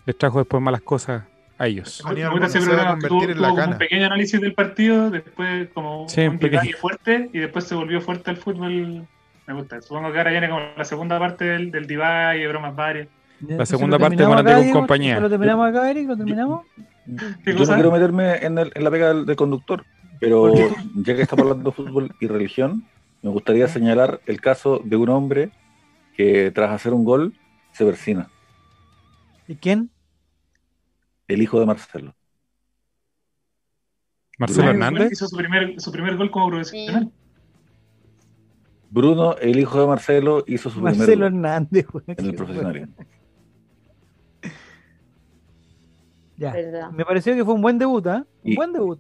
les trajo después malas cosas a ellos.
Me
Manía alguna
gusta ese
se va a
programa,
convertir
tuvo-
en
tuvo
la
como
cana.
un pequeño análisis del partido, después como
Sí,
un
un pequeño.
detalle fuerte y después se volvió fuerte el fútbol. Me gusta. Supongo que ahora viene como la segunda parte del, del divide y bromas varias.
Entonces,
segunda
¿lo
parte,
terminamos
bueno,
acá,
tengo
Diego?
compañía.
¿Lo terminamos acá, Eric? ¿Lo terminamos?
¿Qué
Yo
cosa?
no quiero meterme en, el- en la pega del, del conductor, pero
¿Por qué?
ya que estamos hablando de fútbol y religión, me gustaría señalar el caso de un hombre que tras hacer un gol se persina,
¿Y quién?
el hijo de Marcelo.
Marcelo
Ay,
Hernández.
Hizo su primer, su primer gol como profesional.
Bruno, el hijo de Marcelo, hizo su primer
Marcelo
gol
Hernández. güey.
en el profesionalismo.
Ya.
¿Verdad?
Me pareció que fue un buen debut, ¿ah? Un
Y-
buen debut.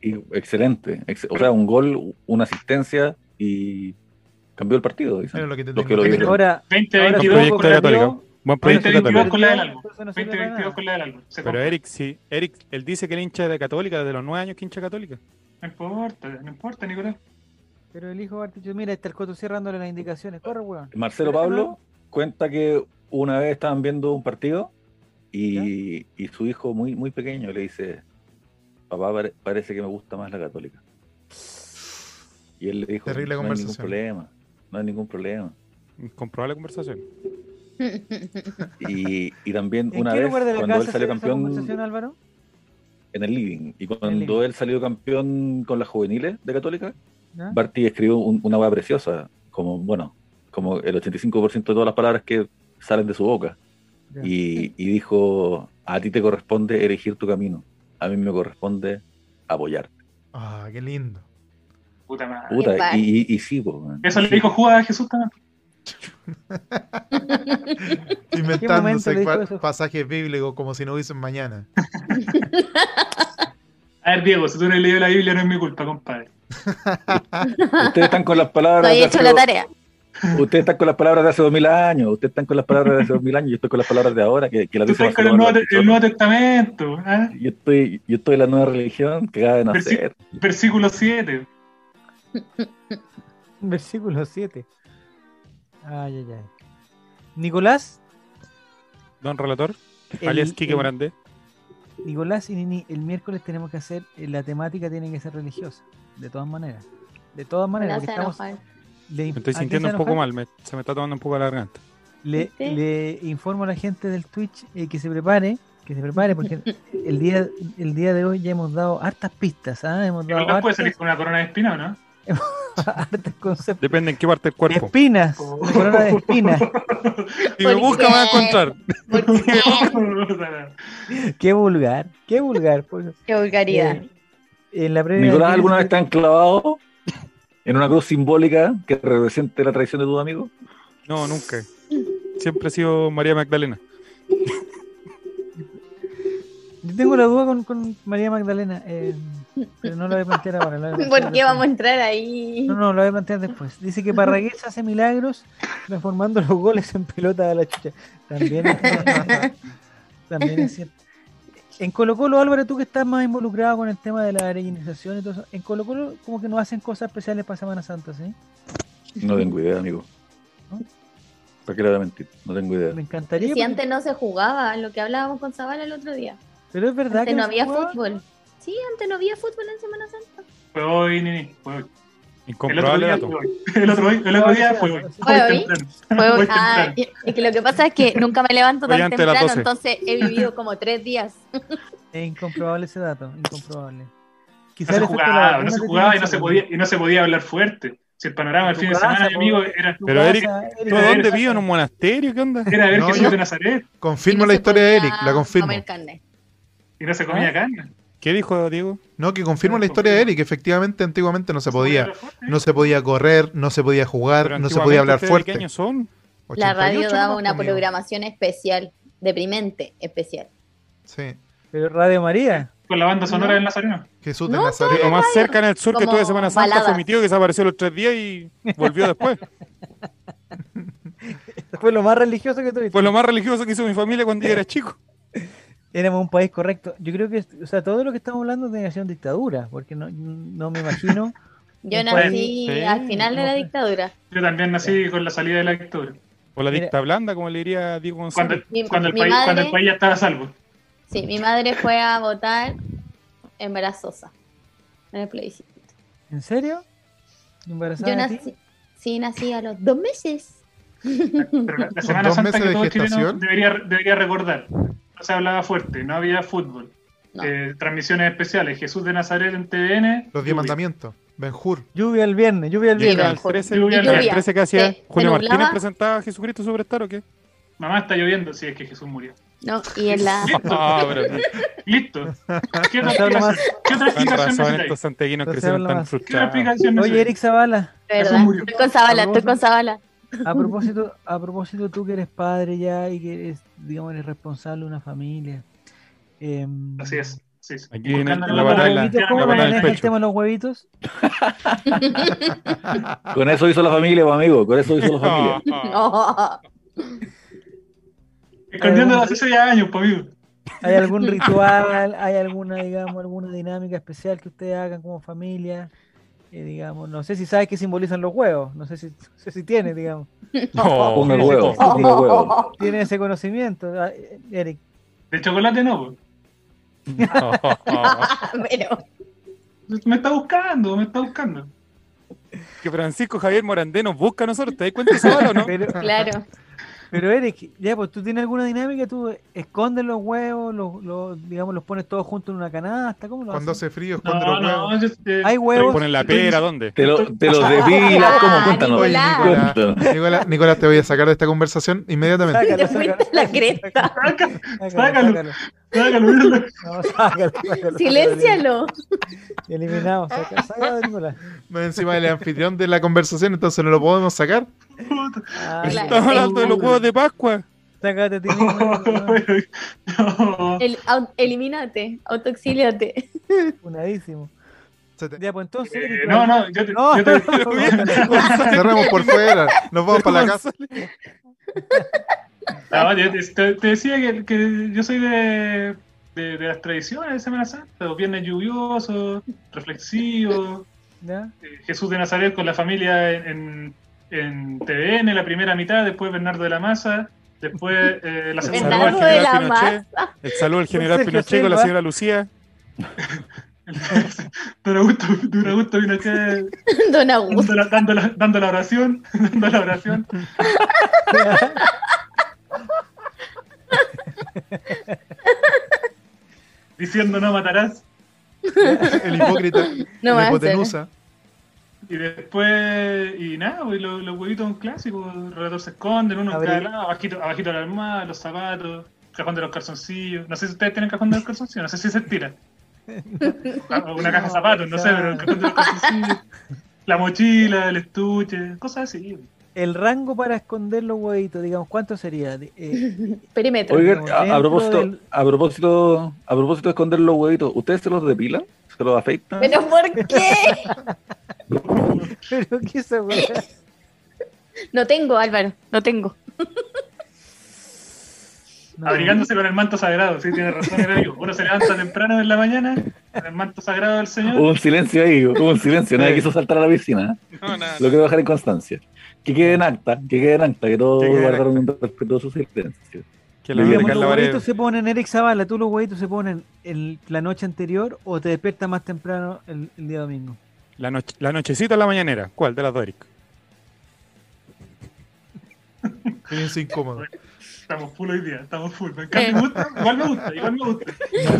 Y excelente. ex- o sea, un gol, una asistencia y cambió el partido,
Era
dicen.
lo que te
Los que
tenía.
lo vieron.
Ahora,
20-22
proyecto
con
de
la
Católica.
Católica.
Buen
Veinte,
proyecto
veintidós
católico.
con la del álbum.
Entonces no sirve para
20-22
nada.
con la del álbum. Se
Pero
compra.
Eric, sí. Eric, él dice que el hincha de Católica desde los nueve años que hincha Católica.
No importa, no importa, Nicolás.
Pero el hijo de Bartichotto, mira, está el coto cerrándole las indicaciones. Corre, weón.
Marcelo Pablo cuenta que una vez estaban viendo un partido y, y su hijo muy, muy pequeño le dice, papá, pare- parece que me gusta más la católica. Y él le dijo,
Terrible
no hay ningún
conversación.
problema, no hay ningún problema.
Comprobá la conversación.
Y, y también
¿En
una
qué
vez
lugar de la
cuando
casa
él salió
se dio esa
campeón
conversación, Álvaro? [laughs]
en el living. Y
el
cuando
living.
él salió campeón con las juveniles de Católica,
¿Ya?
Barty escribió un- una hueá preciosa, como, bueno, como el 85% de todas las palabras que salen de su boca.
Ya.
Y, y dijo, a ti te corresponde elegir tu camino, a mí me corresponde apoyar.
Ah, qué lindo.
Puta
Ah,
madre.
Puta,
vale.
y, y, y sí, po, weón.
Eso le dijo Judas a Jesús también.
momento le
Inventándose
dijo
cua-
eso?
pasajes bíblicos como si no hubiesen mañana.
A ver, Diego, si tú no has leído la Biblia, no es mi culpa, compadre.
Ustedes están con las
No
palabras.
he
de
hecho
hace
la
do-
tarea.
Ustedes están con las palabras de hace dos mil años. Ustedes están con las palabras de hace dos mil años. Yo estoy con las palabras de ahora. Que, que las
Tú
dice
estás con el
Barcelona,
Nuevo, Te- el Nuevo Testamento. ¿ah?
Yo estoy, yo estoy en la nueva religión que acaba de nacer.
Versículo 7.
Versículo 7. Ay, ay, ay. Nicolás.
Don relator,
el-
alias Quique
el-
Morandé.
Nicolás y Nini, el miércoles tenemos que hacer, eh, la temática tiene que ser religiosa, de todas maneras. De todas maneras,
No
porque
se
estamos-
enojan.
le-
Me estoy
¿Ah,
sintiendo
te
un
vas a
poco
enojar?
mal, me- se me está tomando un poco la garganta.
Le,
¿Viste?
le informo a la gente del Twitch eh, que se prepare, que se prepare, porque el día, el día de hoy ya hemos dado hartas pistas, ¿ah? hemos dado
Nicolás puede
hartas,
salir con una corona de espina, ¿o ¿no?
[laughs] hartos conceptos.
Depende en qué parte del cuerpo.
Espinas,
Oh.
una corona de
[laughs]
espinas.
Si me
¿Por
busca,
qué?
me va a encontrar.
¿Por qué?
Qué vulgar, qué vulgar. por-
[laughs] Qué
[laughs]
vulgaridad.
Eh, en la previa
Nicolás,
del-
¿alguna vez está enclavado en una cruz simbólica que represente la traición de tu amigo?
No, nunca. Siempre he sido María Magdalena.
Yo tengo la duda con, con María Magdalena, eh, pero no la voy a plantear ahora.
[laughs]
la voy a plantear
¿Por qué
después.
vamos a entrar ahí?
No, no, lo voy a plantear después. Dice que Parragués hace milagros transformando los goles en pelota a la chucha. También es,
[laughs]
también es cierto. En Colo Colo, Álvaro, tú que estás más involucrado con el tema de la arellinización y todo eso, en Colo Colo como que no hacen cosas especiales para Semana Santa, ¿sí?
No tengo idea, amigo.
¿No?
¿Para qué le voy a mentir? No tengo idea.
Me encantaría.
Si
porque-
antes no se jugaba, lo que hablábamos con Zavala el otro día.
Pero es verdad
Antes
que
no
se
había
jugaba.
fútbol. Sí, antes no había fútbol en Semana Santa.
[laughs] Fue hoy, Nini. Fue hoy. El otro
Incomprobable
día
dato.
fue hoy. El otro, hoy- el otro día fue hoy.
¿Fue hoy?
temprano.
Fue-
Voy
ah,
temprano.
es que lo que pasa es que nunca me levanto
Hoy
tan
antes de las
temprano,
12.
entonces he vivido como tres días.
Es incomprobable ese dato, incomprobable.
No
Quizás
se
le falta la
jugaba,
vacuna
no se
que
jugaba y
tiene
no se
Chile.
podía, y no se podía hablar fuerte. Si el panorama el
Tu
fin de
casa,
semana,
po.
amigo, era,
Tu
Pero,
casa,
Eric,
Eric,
¿Tú a
Eric,
[laughs]
dónde
Eric,
vivo? ¿En un monasterio? ¿Qué onda?
era ver
No,
Jesús
yo-
de Nazaret
Confirmo
Y no
la
se
historia de Eric, la
podía
confirmo.
comer carne.
y no se
¿Ah?
comía carne.
¿Qué dijo Diego?
No, que confirmo la historia de Eric. Efectivamente, antiguamente no se podía. No se podía correr, no se podía
Pero
jugar, Ah, no se
antiguamente,
podía hablar
¿ustedes ¿De qué
fuerte.
años son?
La
88
radio daba
nomás,
una
pues, amigo.
programación especial, deprimente, especial.
Sí.
Pero Radio María.
Con la banda sonora
No.
del Nazareno.
Jesús de
No,
Nazaret.
Lo más cerca en el sur que
Como
estuve de Semana Santa fue
baladas.
mi tío que desapareció los tres días y volvió después.
Fue lo más religioso que tuviste.
Fue lo más religioso que hizo mi familia cuando yo era chico.
Éramos un país correcto. Yo creo que, o sea, todo lo que estamos hablando es de negación dictadura, porque no, no me
[laughs]
imagino.
Yo
Un
nací
país- sí,
al final de la
no sé.
dictadura.
Yo también nací con la salida de la dictadura.
O la
Mira.
dicta blanda, como le diría Diego
Cuando,
González.
Mi-
cuando el
mi
país,
madre-
cuando el país ya estaba a salvo.
Sí, mi madre fue a votar embarazosa en el plebiscito.
¿En serio? ¿Embarazada
Yo
de ti?
nací, sí, nací a los dos meses.
Pero la, la Semana
dos
Santa
meses
que
de
todo chileno
gestación?
debería, debería recordar. No se hablaba fuerte, no había fútbol.
No.
Eh, transmisiones especiales, Jesús de Nazaret en TVN.
Los
lluvia.
diez mandamientos. Benjur.
Lluvia el viernes, lluvia el
Yo era
viernes.
el 13,
Lluvia,
era el
lluvia.
13 que hacía
Se-
Julio
se
Martínez
nublaba.
presentaba a Jesucristo Superstar o qué?
Mamá está lloviendo, sí, es que Jesús murió.
No, y en la
Ah, pero [laughs]
Listo. ¿Qué
No
otra
se habla
explicación,
más.
¿qué otra
con
explicación
razón
necesitáis?
estos santeguinos
No se
crecieron
habla
tan
más.
¿Qué otra
[laughs] frustrados.
explicación
Oye,
necesitáis?
Eric Zavala,
verdad.
Jesús murió.
Estoy con Zavala, estoy con Zavala.
a propósito, a propósito tú que eres padre ya y que eres, digamos, eres responsable de una familia. em,
Así es. Así es.
Aquí en el-
Buscando
la
palabra
¿Los
batalla-
cristiana,
huevitos?
la
¿Cómo
me
batalla del
manejas el
pecho.
tema de los huevitos?
Con eso hizo la familia, pues, amigo. Con eso hizo la familia.
Ah,
Escondiéndolo hace seis años, pues, amigo.
¿Hay algún ritual? ¿Hay alguna, digamos, alguna dinámica especial que ustedes hagan como familia? Eh, digamos, no sé si sabes qué simbolizan los huevos, no sé si, no sé si tienes, digamos.
no.
Ponga el huevo,
[laughs]
Oh.
ponga el huevo.
tiene ese conocimiento, ah, eh, Eric.
De chocolate no, pues.
[laughs] Pero,
Me está buscando, me está buscando.
que Francisco Javier Morandé nos busca a nosotros, ¿te das cuenta de esa bala o no?
Pero,
claro.
pero Eric, ya pues tú tienes alguna dinámica, tú escondes los huevos, los, los, digamos, los pones todos juntos en una canasta, ¿cómo lo
Cuando
haces?
hace frío,
No,
cuando los
no,
huevos.
yo- eh, [laughs]
Hay huevos.
Ponen la pera, ¿dónde?
Te lo, te lo depilas, ¿cómo? Cuéntanos.
Oye,
Hola.
Nicolás,
Cuéntanos.
Nicolás, [laughs] Nicolás, te voy a sacar de esta conversación inmediatamente.
Sácalo,
Te fuiste a la
sácalo,
cresta.
sácalo,
Sácalo.
sácalo.
Sácalo,
[laughs]
míralo.
No, sácalo, sácalo, sácalo.
Siléncialo.
Eliminado,
Ah.
saca, saca a Nicolás.
Más encima el anfitrión de la conversación, entonces no lo podemos sacar.
[laughs]
Ah, este
Claro.
Estamos hablando de los huevos de Pascua.
sácate a ti
[laughs]
mismo, Nicolás.
No.
El, au- elimínate, autoexiliate. [laughs]
Funadísimo.
Se te-
Ya, pues entonces.
Eh,
Nicolás.
no, no, yo te,
No, [laughs]
yo te-
Cerramos por fuera, nos vamos para la casa.
no, yo te- te- te decía que, que yo soy de, de, de las tradiciones de Semana Santa, los viernes lluviosos, reflexivos,
¿Ya?
eh, Jesús de Nazaret con la familia en, en TVN, la primera mitad, después Bernardo de la Masa, después eh, la segunda mitad,
Bernardo de la
Pinochet.
Masa.
El saludo al
[laughs]
general
Sergio
Pinochet con la
Silva.
señora Lucía.
[laughs] Don Augusto, Don Augusto vino acá
Don Augusto.
dando la, dando la- dando la oración, [laughs] dando la oración. Diciendo no matarás.
El hipócrita,
No
la
va a ser.
hipotenusa.
Y después, y nada, pues, los, los huevitos son clásicos, el relator se esconden, uno en
Abrir.
cada lado, abajito, abajito de la almohada, los zapatos, cajón de los calzoncillos. No sé si ustedes tienen cajón de los calzoncillos, no sé si se estira. O Una caja de zapatos, no sé, pero el cajón de los calzoncillos. La mochila, el estuche, cosas así. pues.
El rango para esconder los huevitos, digamos, ¿cuánto sería? Eh, [laughs]
Perímetro.
Oigan, a, a
Dentro
propósito,
del-
a propósito, a propósito de esconder los huevitos, ¿ustedes se los depilan? ¿Se los afeitan?
¿Pero por qué?
pero qué esa weá.
No tengo, Álvaro, no tengo.
No.
Abrigándose con el manto sagrado, sí, tiene razón el amigo. Uno se levanta temprano en la mañana, con el manto sagrado del Señor.
Hubo un silencio ahí, hubo un silencio, nadie quiso saltar a la piscina. ¿eh?
No, nada.
Lo quiero dejar en constancia. Que quede en acta, que quede en acta, que todos
Que quede en
guardaron un respetuoso silencio.
Que la
Digamos,
vida de
Digamos, los
Carla
huevitos
Varela.
se ponen, Eric Zavala, ¿tú los huevitos se ponen el- la noche anterior o te despiertas más temprano el, el día domingo?
La, noche, la nochecita o la mañanera. ¿Cuál de las dos, Eric?
Silencio incómodo.
Estamos full hoy día, estamos full. Me encanta, me gusta, igual me gusta, igual me gusta.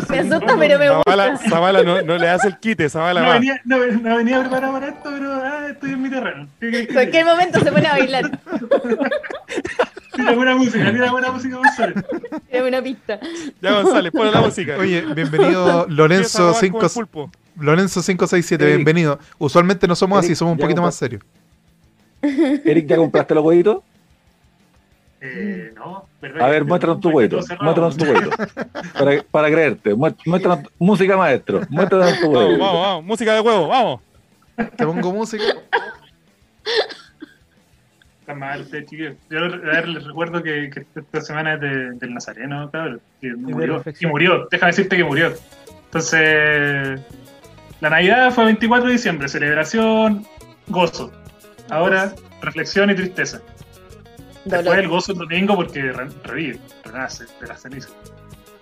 Me asusta, Ah, pero me
Zavala,
gusta.
Zavala no, no le hace el quite, Zavala
No
va.
venía, no, no venía preparado para esto, pero ah, estoy en mi terreno. ¿Qué crees que
En
te
cualquier
diga?
momento se pone a bailar.
Tira buena música, tira buena música, González.
Es una pista.
Ya González, pon la música.
Oye, bienvenido
Empieza a
Lorenzo
robar como
5
el pulpo.
Lorenzo 567,
Eric.
bienvenido. Usualmente no somos así,
Eric,
somos un
ya
poquito
compa-
más serios.
Eric, ¿ya compraste los huevitos?
Eh, no, ¿verdad?
A ver, muéstranos tu huevito, muéstranos tu
[laughs]
huevito. Para, para creerte, mué- muéstranos, música maestro, muéstranos tu
Vamos, vamos,
huevito.
vamos. Música de huevo, vamos.
Te pongo música.
Está mal, usted, chiquillos. Yo a ver, les recuerdo que, que esta semana es de- del Nazareno, cabrón. Que murió. Y
perfección.
murió, déjame decirte que murió. Entonces, la Navidad fue 24 de diciembre, celebración, gozo. Ahora, reflexión y tristeza. Después el
Dolor.
gozo el domingo porque re- revive, renace de las
[laughs]
cenizas.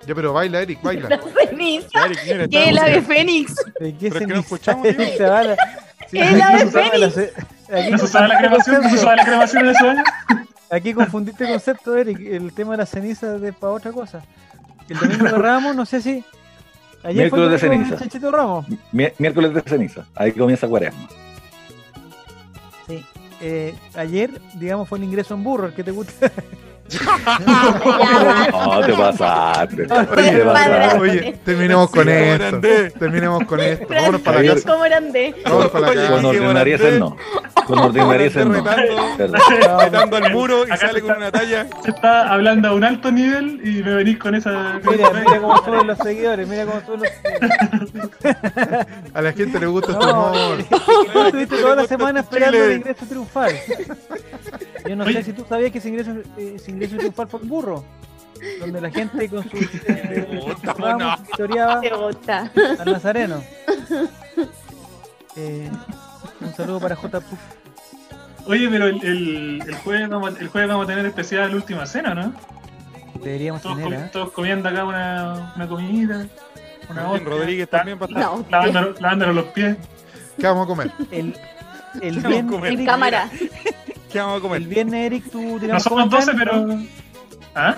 Ya, pero baila, Eric, baila.
La ceniza.
Ya, Eric, mira, está
¿Qué?
la
El ave
música.
fénix.
¿De qué
Pero es que no
ceniza?
escuchamos,
Eric
tío.
Zavala. Sí, aquí
El ave
confundiste concepto. Aquí
¿No se usaba la cremación? ¿No se usaba la cremación en esos años?
Aquí confundiste concepto, Eric. El tema de las cenizas es para otra cosa. El domingo de Ramos, no sé si. Ayer fue el
Miércoles de
domingo
ceniza.
Chanchito Ramos.
Mi- Miércoles de ceniza, ahí comienza cuaresma.
Sí. Eh, ayer, digamos, fue el ingreso en burro, el que te gusta.
[laughs]
No,
[laughs]
te pasaste.
Oye,
Te pasaste.
oye, terminemos con
Siga,
esto.
Morandé.
Terminemos con esto. Vámonos para la
Francis,
casa.
¿Cómo grande?
Vámonos para la
Oye,
casa.
Con
Morandé.
ordinarieces no. Con ordinarieces no.
Retando.
Perdón.
Retando al muro y
Acá
sale
se
con
está- [laughs]
una talla.
Se está hablando a un alto nivel y me venís con esa.
[laughs]
con
Mira,
esa-
mira cómo suben los seguidores, mira cómo suben los seguidores.
A la gente le gusta
[laughs]
este
No,
humor.
Eric, tú [laughs] estuviste toda la semana esperando el
Chile.
ingreso triunfal. Yo no
Oye.
sé si tú sabías que ese ingreso, eh, ese ingreso triunfal fue un burro. Donde la gente
[laughs]
con sus eh,
Puta,
ramos vitoreaba
Te gusta.
al Nazareno. Eh, un saludo para J. Puff.
Oye, pero el, el, el jueves vamos, el jueves vamos a tener especial última cena, ¿no?
Deberíamos
Todos,
tener,
comi-
¿eh?
todos comiendo acá una, una comidita, una
Martín
hostia,
Rodríguez también va a estar.
No.
lavándonos, lavándonos los pies.
¿Qué vamos a comer?
El, el,
Vamos a
viernes,
comer.
Eric,
Cámara.
¿Qué vamos a comer?
el viernes, Eric, tú
No
digamos,
somos
¿cómo estás?
12, pero. ¿Ah?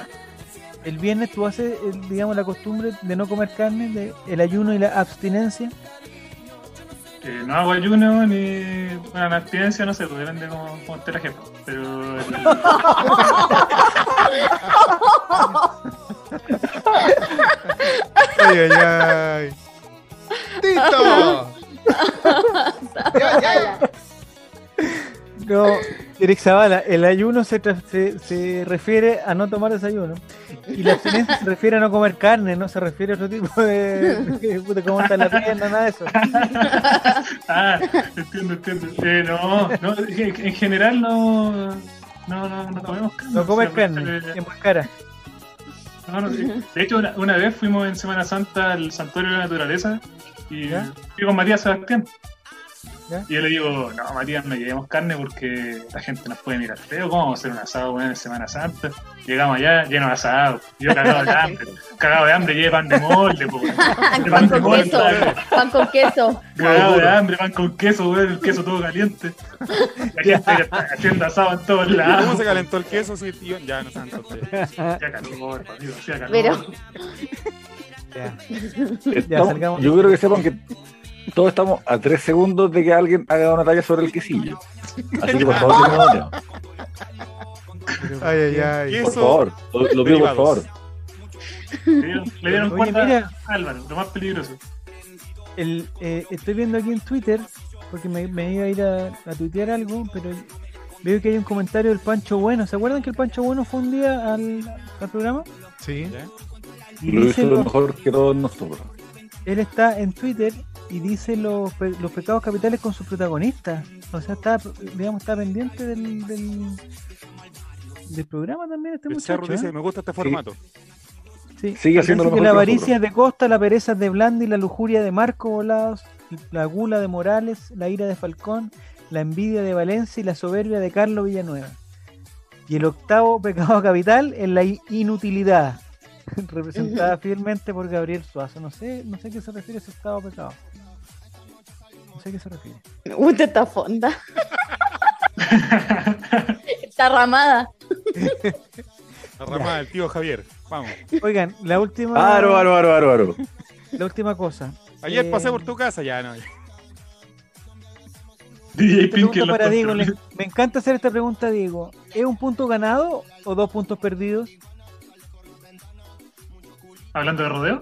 El viernes tú haces, eh, digamos, la costumbre de no comer carne, de el ayuno y la abstinencia.
Eh, no hago ayuno ni. Bueno, la abstinencia no sé, pues depende cómo, cómo esté la jefa. Pero. el-
ay, ay, ay. ¡Tito! Ya, ya.
No, Eric Zavala, el ayuno se, tra- se, se refiere a no tomar desayuno. Y la abstinencia se refiere a no comer carne, no se refiere a otro tipo de. [laughs] de puta, cómo está la pierna, nada de eso.
Ah, entiendo, entiendo. Eh, no, no, en en general no. No, no, no comemos carne.
No
[laughs]
comer
O sea,
carne,
eh,
en cara.
no, no, eh, de hecho, una, una vez fuimos en Semana Santa al Santuario de la Naturaleza y
¿Ya?
fui con Matías Sebastián.
¿Ya?
Y yo le digo, no, Matías, no llevemos carne porque la gente nos puede mirar feo. ¿Cómo vamos a hacer un asado weón, en Semana Santa? Llegamos allá, lleno de asado. Yo cagado de hambre. Cagado de hambre, lleve pan de molde, po, weón. De
[laughs] pan
pan de
con
molde,
queso, pan con queso.
Cagado de hambre, van con queso, weón, el queso todo caliente. La gente que está haciendo asado en todos
¿Cómo se
[laughs]
lados.
calentó el queso? Sí, tío? Ya, no sean tonterías.
Hacía calor, amigo, hacía calor.
Pero-
Ya.
Estamos-
salgamos.
yo creo que sepan que todos estamos a tres segundos de que alguien haga una talla sobre el quesillo. Así que por favor, que no lo hagan.
Ay, ay, ay.
¿Qué
por
Eso-
favor, lo, lo pido por favor.
Privados.
Le dieron- le dieron
Oye,
cuenta
mira.
a Álvaro, lo más peligroso.
El, eh, estoy viendo aquí en Twitter, porque me, me iba a ir a, a tuitear algo, pero veo que hay un comentario del Pancho Bueno. ¿Se acuerdan que el Pancho Bueno fue un día al, al programa?
Sí.
¿Ya?
Y
Lo
dice
hizo lo
lo-
mejor que todos nosotros.
él está en Twitter y dice los, pe- los pecados capitales con sus protagonistas. O sea, está, digamos, está pendiente del, del, del programa también este
El cerro
muchacho.
dice,
¿eh?
me gusta este formato.
Sí.
sigue haciendo
Dice
lo
que la
mejor que
avaricia es de
nosotros.
Costa, la pereza es de Blandi, la lujuria de Marco Volados, la gula de Morales, la ira de Falcón, la envidia de Valencia y la soberbia de Carlos Villanueva. Y el octavo [laughs] pecado capital es la i- inutilidad, [laughs] representada fielmente por Gabriel Suazo. No sé, no sé a qué se refiere ese octavo pecado. No sé a qué se refiere.
Usted está [laughs] fonda. Está ramada.
La ramada del tío Javier. Vamos.
Oigan, la última,
[laughs] Aro, aro, aro, aro, aro.
La última cosa.
Ayer
Eh,
pasé por tu casa, ya no.
[laughs] DJ Pinky
Pregunta
en los
para Diego.
controles.
le- me encanta hacer esta pregunta, Diego. ¿Es un punto ganado o dos puntos perdidos?
Hablando de rodeo,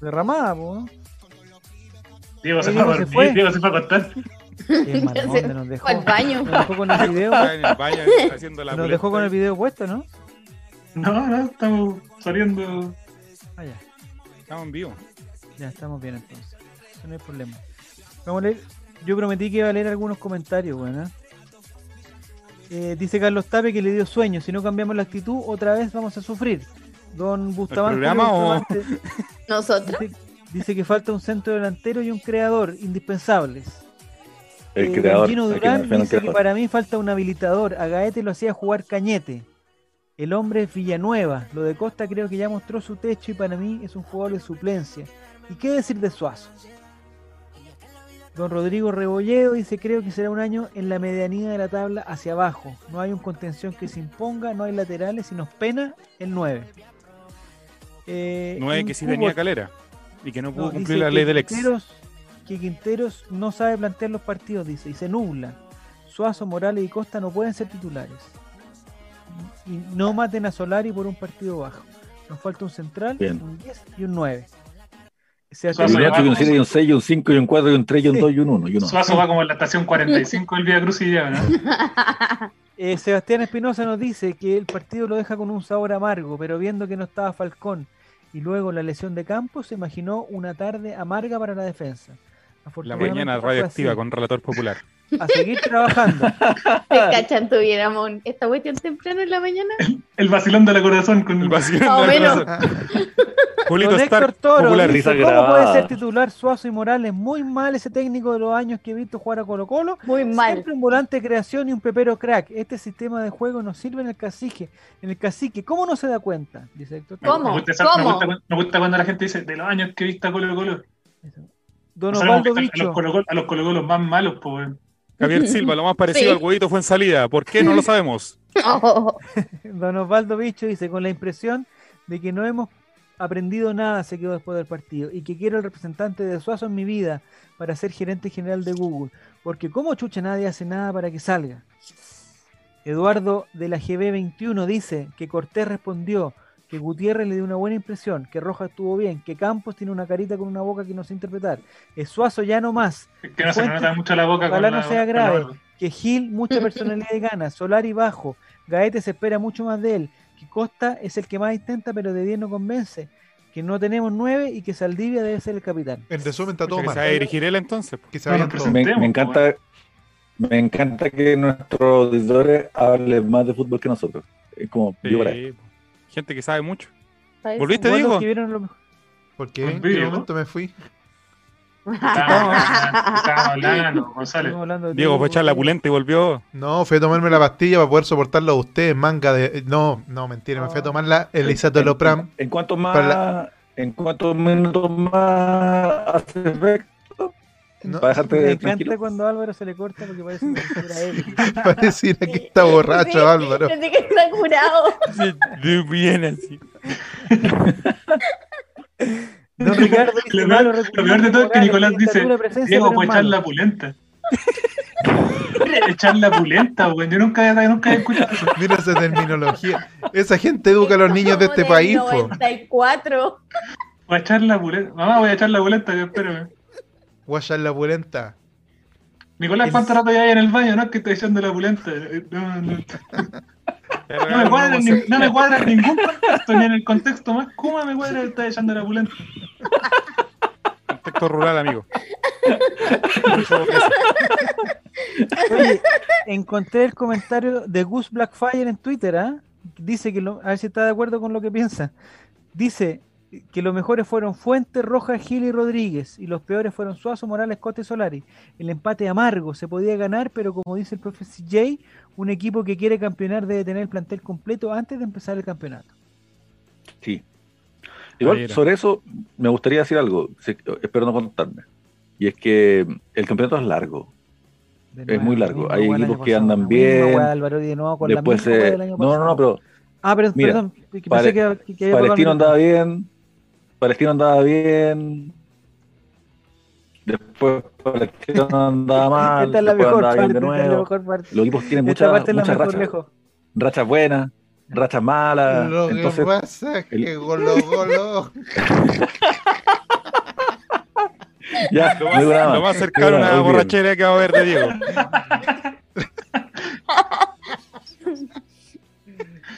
Derramada, po. ¿no?
Diego se
Sí,
fue a
Diego se
dormir,
fue.
Diego se fue a contar.
Qué mal
Se
onda, nos dejó.
Fue al baño.
Nos dejó con el video. [laughs]
Está en el baño haciendo la
Nos
pulenta.
dejó con el video puesto, ¿no?
No, no, estamos saliendo.
Ah, ya.
Estamos en vivo.
Ya estamos bien entonces. Eso no hay problema. Vamos a leer. Yo prometí que iba a leer algunos comentarios, bueno. Eh, dice Carlos Tape que le dio sueño. Si no cambiamos la actitud, otra vez vamos a sufrir. Don Bustamante.
programa o-
Bustamante-
Nosotros.
Dice, dice que falta un centro delantero y un creador, indispensables.
El
Eh,
creador.
Gino
el que
Durán
menciona el
dice que
creador.
para mí falta un habilitador. A Gaete lo hacía jugar cañete. El hombre es Villanueva. Lo de Costa creo que ya mostró su techo y para mí es un jugador de suplencia. ¿Y qué decir de Suazo? Don Rodrigo Rebolledo dice creo que será un año en la medianía de la tabla hacia abajo. No hay un contención que se imponga, no hay laterales y nos pena el 9. Eh,
Nueve
un
que sí
cubo
tenía calera y que no pudo
no,
cumplir
dice
la
que
ley del ex.
Quinteros- que Quinteros no sabe plantear los partidos, dice, y se nubla. Suazo, Morales y Costa no pueden ser titulares. Y no maten a Solari por un partido bajo. Nos falta un central,
Bien.
un 10 y un 9.
Suazo
Y un
le
ocho, y un
va-
7, y un 6, y un 5, y un 4, y un 3, y un
Sí.
2, y un 1. Y uno.
Suazo va como en la estación 45 del Vía Cruz y ya, ¿no?
Eh, Sebastián Espinosa nos dice que el partido lo deja con un sabor amargo, pero viendo que no estaba Falcón y luego la lesión de Campos, se imaginó una tarde amarga para la defensa.
La
Afortunadamente
mañana
no fue
radioactiva
así.
con
[laughs]
relator popular.
A seguir trabajando.
¿Te cachan tuviéramos esta cuestión temprano en la mañana?
[laughs] El vacilón de la corazón con
El
el
vacío
Más o
de
Ah,
la
menos.
razón.
Don
Julito
Héctor
Stark
Toro
popular.
dice,
Risa
¿Cómo
grabada.
puede ser titular Suazo y Morales? Muy mal ese técnico de los años que he visto jugar a Colo Colo.
Muy mal. [laughs]
Siempre un volante de creación y un pepero crack. Este sistema de juego nos sirve en el cacique. En el cacique, ¿cómo no se da cuenta? Dice Héctor Toro.
¿Cómo?
Me gusta, esa- me
¿Cómo?
gusta- me gusta cuando la gente dice, de los años que viste a Colo Colo.
Don
No sabemos
Osvaldo
que están a
Bicho.
los Colo Colo- a los Colo Colo más malos, pues.
Javier Silva, lo más parecido
Sí.
al huevito fue en salida. ¿Por qué? No
[laughs]
lo sabemos.
Oh,
Don Osvaldo Bicho dice, con la impresión de que no hemos aprendido nada, se quedó después del partido, y que quiero el representante de Suazo en mi vida para ser gerente general de Google, porque como chucha nadie hace nada para que salga. Eduardo de la GB21 dice que Cortés respondió que Gutiérrez le dio una buena impresión, que Rojas estuvo bien, que Campos tiene una carita con una boca que no sé interpretar, que Suazo ya no más,
Que no se me nota mucho la boca
Ojalá
con
no
la-
sea
con la
grave.
barba.
que Gil mucha personalidad y ganas, Solari bajo, Gaete se espera mucho más de él, que Costa es el que más intenta pero de 10 no convence, que no tenemos 9 y que Saldivia debe ser el capitán.
En resumen, está todo
Que se va a
mal.
dirigir él entonces. po.
Que se vayan
No, no,
todos.
pero-
Me, me encanta, me encanta que nuestros auditores hablen más de fútbol que nosotros. Es como yo para
Sí, po. gente que sabe mucho.
Parece.
¿Volviste? ¿Te
Igual los
digo?
que vieron lo mejor.
Porque
Un
en
video,
qué
¿no?
momento me fui.
Estábamos estábamos hablando, González.
Estamos hablando de
Diego
Diego
fue a echar la
Gutiérrez.
pulenta y volvió.
[laughs]
No, fui a tomarme la pastilla para poder soportarlo a ustedes, manga de. No, no, mentira, me fui a tomar la
¿En,
Elisatolopram.
en cuánto más?
Para
¿En cuántos minutos más hace efecto?
No, [laughs]
Para dejarte
Me
tranquilo.
encanta cuando a Álvaro se le corta porque parece que
[laughs]
era él.
Para decir aquí está borracho, Álvaro.
Desde que está curado.
Bien así.
Don Ricardo dice,
Lo
"Malo
peor-
recurrir
lo peor de todo es que
Morales,
Nicolás dice,
dictatura, presencia,
Diego,
pero
pues
es
echar
malo".
la [laughs] pulenta. echar la pulenta, weón. Yo nunca, nunca he escuchado eso.
Mira esa terminología. Esa gente educa a los niños de este
Como del
país, po.
94.
Voy a echar la pulenta. Mamá, voy a echar la pulenta, que espérame.
Guayar la pulenta.
Nicolás, ¿cuánto rato ya hay en el baño? No, es que estoy echando la pulenta. Eh, No, no, no me cuadra, en nin- no me cuadra en ningún contexto, ni en el contexto más Kuma me cuadra que estás echando la pulenta.
Contexto rural, amigo.
Oye, encontré el comentario de Gus Blackfire en Twitter, ¿ah? Dice que lo- a ver si está de acuerdo con lo que piensa. Dice que los mejores fueron Fuentes, Rojas, Gil y Rodríguez, y los peores fueron Suazo, Morales, Costa y Solari. El empate amargo se podía ganar, pero como dice el profe CJ, un equipo que quiere campeonar debe tener el plantel completo antes de empezar el campeonato.
Sí. Igual,
Mira.
sobre eso me gustaría decir algo, se- espero no contarme. Y es que el campeonato es largo.
De
Es muy
la
largo.
misma
Hay
hueá del
equipos
año
que
pasado,
andan
la misma
bien,
hueá, Álvaro, y de nuevo con la
Después,
misma hueá
eh,
del año
no, no, no,
pasado.
pero
Ah, pero-
mira,
perdón, que pensé
Pare-
que- que- que había
Palestino
tocado
andaba bien. Palestino andaba bien. Después
[laughs]
Palestino andaba mal.
Esta es la
después
mejor
andaba bien
parte,
de
esta es la
nuevo.
mejor parte.
Los equipos tienen
Esta
muchas
parte es la
muchas
mejor,
rachas.
lejos.
Rachas buenas, rachas malas.
Lo que
Ah, Entonces,
pasa es que
el-
golo, golo.
ya,
Lo
no digo nada
más, lo
más.
más cercano a
Muy
una
bien.
borrachera que va a haber de Diego.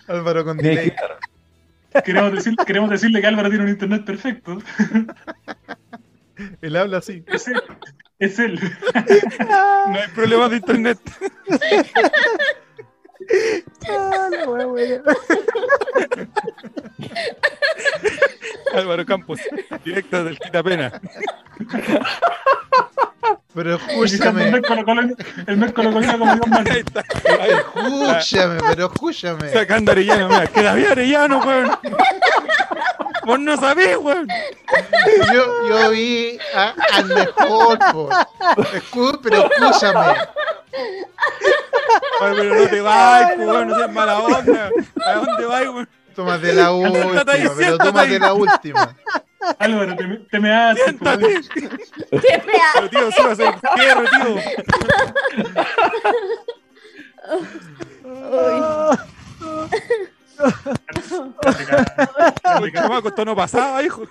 Álvaro con
Tiene que
delay.
estar.
Queremos, decir, queremos decirle que Álvaro tiene un internet perfecto.
Él habla así.
Es él. Es él.
No hay problemas de internet. [laughs]
Ah, la wea, wea.
Álvaro Campos, directo del Quitapena.
Pero
Buscando El
escúchame,
mes colocolino- el mes colocolino como Dios manda.
Ahí está. Ahí,
escúchame, pero escúchame.
sacando Arellano. Mira, queda bien Arellano, weón. Vos no sabés, weón.
Yo, yo vi a, al mejor, po. Escu- pero escúchame.
Ay, pero no te vayas, pues, weón. No seas mala onda. ¿A dónde vas, weón?
Tomas de la última,
Siéntate ahí,
pero
siéntate
tomas
ahí.
de la última.
Álvaro, te, me- te me das.
Siéntate.
[laughs] Qué fea.
Pero, tío, subas el fierro, tío. El chamaco, esto no pasaba, hijo.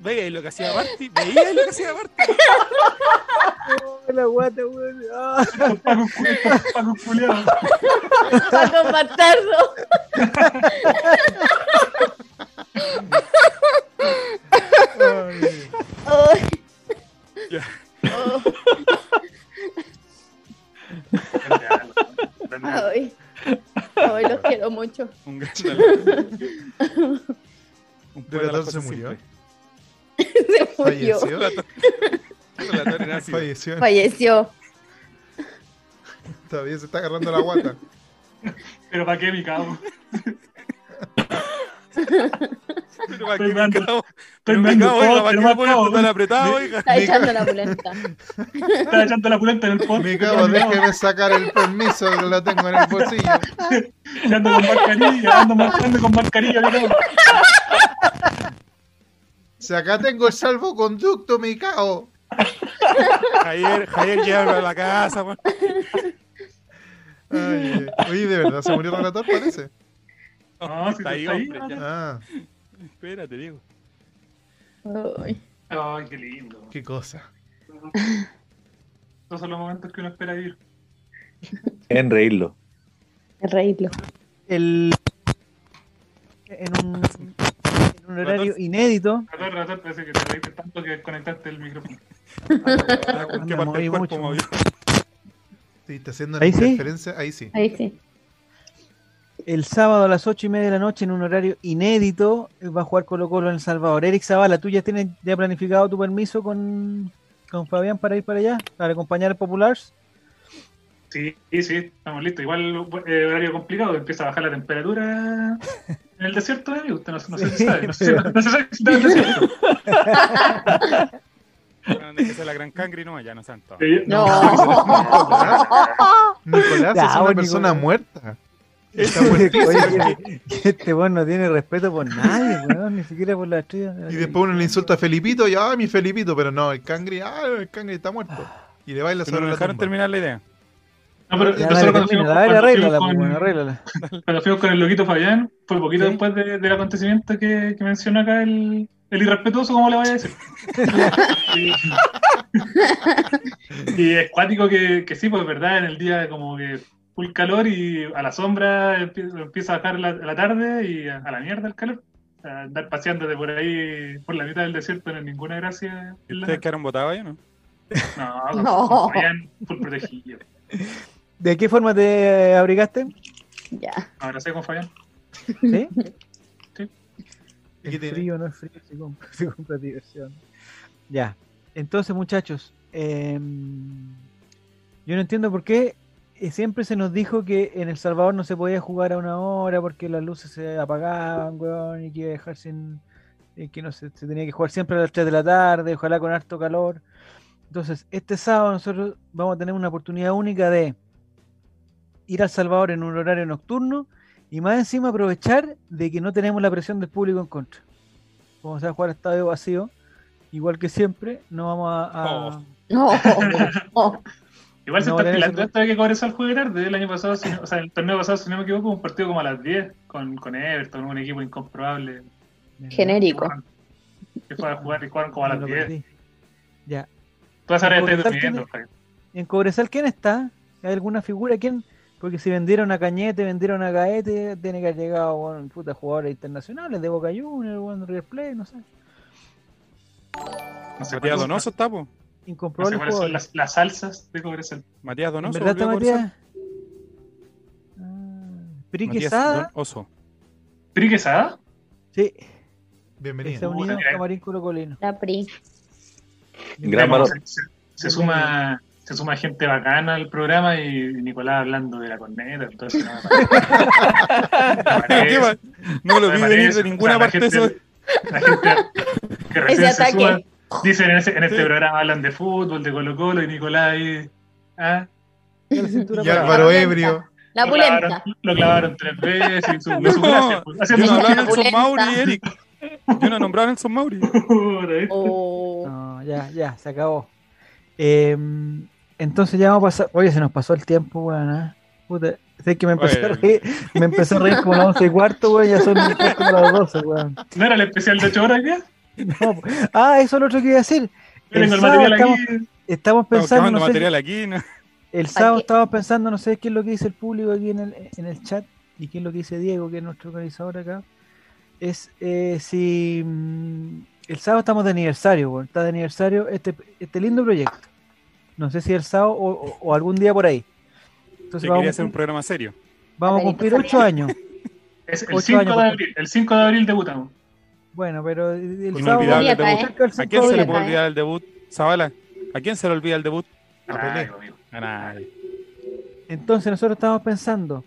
Veía lo que hacía Barty. Veía lo que hacía Barty.
Oh, la guata, weón. Ah,
Paco, Paco culiao.
Paco Bastardo.
Ay.
Ay.
Ya.
Oh, ay. Ay, los quiero mucho.
Un gran talento. Un
De
poeta
verdad se
las cosas
murió.
simples.
Se murió.
Falleció.
Un relator en ácido.
Falleció.
Falleció.
Todavía se está agarrando la guata.
Pero para qué, mi cabo.
Pero para
Estoy
que me
dando-
acabo-
Estoy
pero me
dando
acabo, oiga,
todo,
para
pero
que
me
me ponen
acabo.
tan apretado, hija.
Está echando la pulenta.
Estaba echando la culenta en el post.
Mi cabo, déjeme sacar el permiso que lo tengo en el bolsillo.
Ando con mascarilla, ando marchando con mascarilla, mi cabo.
Si acá tengo el salvoconducto, mi cabo.
Javier, Javier, llévalo a la casa, weón.
Ay, ay. oye, de verdad, se murió el relator, parece.
No, si
Está ahí,
está ahí,
hombre, ya.
Ah,
Espérate, Diego.
Ay.
Ay, qué lindo.
qué cosa.
Esos son los momentos que uno espera vivir.
En reírlo.
Reírlo.
El, en, un, en un horario inédito.
Relator, relator, parece que te reíste tanto que desconectaste el micrófono.
¿Con
me
qué parte
moví
del cuerpo
mucho.
movió?
Sí, está haciendo
Ahí
una
sí.
interferencia. Ahí sí.
Ahí sí.
El sábado a las ocho y media de la noche, en un horario inédito, eh, va a jugar Colo Colo en El Salvador. Eric Zavala, ¿tú ya tienes ya planificado tu permiso con, con Fabián para ir para allá? ¿Para acompañar al Populars?
Sí, sí, sí, estamos listos. Igual eh, horario complicado, empieza a bajar la temperatura en el desierto de Utah. No, no sé si sabe, no sé, si- no sé si está en
[laughs]
el desierto.
Esa es la gran cangre y no, ya no santo.
Eh,
No.
[laughs]
Nicolás
Ya,
es una
vos,
persona
Nicolás.
muerta. [laughs]
[laughs]
Está
Oye,
muertísimo.
que- que este weón no tiene respeto por nadie, weón, ni siquiera por la estrella.
Y después uno le insulta a Felipito y ¡ay, mi Felipito! Pero no, el cangri, ¡ah, el cangri está muerto! Y le baila
Pero
sobre
no
la
dejaron
tumba.
terminar la idea.
No, pero
Ya,
nosotros
dale,
cuando
termina,
fuimos-
dale,
cuando fuimos
arréglala, pues,
con-
bueno, arréglala.
Cuando fuimos con el loquito Fabián, fue poquito
Sí.
después de- del acontecimiento que, que menciona acá el, el irrespetuoso, como le voy a decir. y, y es cuático que, que sí, pues verdad, en el día como que full calor y a la sombra empie- empieza a bajar la, la tarde y a, a la mierda el calor. A andar paseando de por ahí, por la mitad del desierto, no es ninguna gracia. en la
Ustedes
noche.
quedaron botados ya, ¿no?
No, con-
No.
con Fabián, full protegido.
¿De qué forma te eh, abrigaste?
Ya.
Me Abracé con Fabián.
[laughs]
¿Sí?
Sí.
¿Y
El
qué tiene?
frío no es frío, se compra, se compra diversión. Ya. Entonces, muchachos, eh, yo no entiendo por qué eh, siempre se nos dijo que en El Salvador no se podía jugar a una hora porque las luces se apagaban, weón, y que iba a dejar sin. eh, que no se, se tenía que jugar siempre a las 3 de la tarde, ojalá con harto calor. Entonces, este sábado nosotros vamos a tener una oportunidad única de ir al Salvador en un horario nocturno y más encima aprovechar de que no tenemos la presión del público en contra. Vamos a jugar a estadio vacío, igual que siempre, no vamos a... a-
Oh.
No.
Igual se
No,
está
debe
pilando
ser-
esto de que Cobresal al juegue tarde. El año pasado, si no- o sea, el torneo pasado, si no me equivoco, un partido como a las 10 con, con Everton, un equipo incomprobable.
Genérico.
Que fue a jugar y jugaron como a
Me
las
lo
10.
perdí. Ya.
Todas esas horas
Cobresal
estás durmiendo.
¿En Cobresal quién está? ¿Hay alguna figura? ¿Quién? Porque si vendieron a Cañete, vendieron a Gaete, tiene que haber llegado bueno, puta, jugadores internacionales de Boca Juniors, bueno, River Plate, no sé.
No sé
Matías
cuáles son-
Donoso está, po.
no sé
Incomprobables
cuáles son
jugadores.
las, las salsas de Cobresal.
Matías
¿En
Donoso.
verdad está
volvió a conversar.
Matías? Ah, Pri
Matías
Quesada,
Donoso.
¿Pri Quesada?
sí, se ha
Bienvenido.
unido
Puta,
a Camarín Colo Colino.
La PRI.
Gran
Mira cómo
valor.
Se, se- se suma. Se suma gente bacana al programa y Nicolás hablando de la corneta, entonces no me parece.
[laughs]
¿Qué va? No lo
Me
vi
parece,
venir de
o sea,
ninguna
la
parte
gente-
eso.
La gente que recién
[laughs] Ese
se
ataque.
suma, dicen en, ese- en este
Sí.
programa hablan de fútbol, de Colo Colo y Nicolás ahí. ¿ah?
Y a la cintura
Y
para
Álvaro
abajo.
Pulenta.
Ebrio.
La
lo, clavaron,
pulenta.
lo clavaron tres veces y su, no, su
[laughs] No,
gracia, pues,
Yo
haciendo
no
su
hablaba de
la
Nelson
pulenta.
Mauri, Eric. Yo no nombraba a Nelson Mauri.
figura, ¿eh?
O
No, ya, ya, se acabó. Em, entonces ya vamos a pasar. Oye, se nos pasó el tiempo, weón. ¿ah? Puta, sé que me empecé, a
Oye.
reír, me empecé a reír como a las 11 y cuarto, weón. Ya son un cuarto para las 12, weón.
¿No era el especial de 8 horas ya?
No, ah, eso es lo otro que iba a decir.
Yo tengo
El
el
sábado
material
estamos,
aquí.
estamos
Estamos
pensando,
tomando
no sé,
material aquí. ¿no?
el sábado
qué?
estamos pensando, no sé qué es lo que dice el público aquí en el, en el chat y qué es lo que dice Diego, que es nuestro organizador acá. Es eh, si mm, el sábado estamos de aniversario, weón, está de aniversario este, este lindo proyecto. No sé si el sábado o, o- o algún día por ahí. Entonces
Yo quería
vamos,
hacer un programa serio.
vamos a
Alberito
cumplir ocho años.
Es el
ocho
5
años,
de
por
abril. El 5 de abril debutamos.
Bueno, pero el
Pues
sábado
inolvidable,
vamos
te
cerca del
¿A
5
quién
de
se le
abril.
puede
Pobre,
olvidar el debut? Zavala, ¿a quién se le olvida el debut?
Ay, amigo.
A nadie.
Entonces nosotros estamos pensando,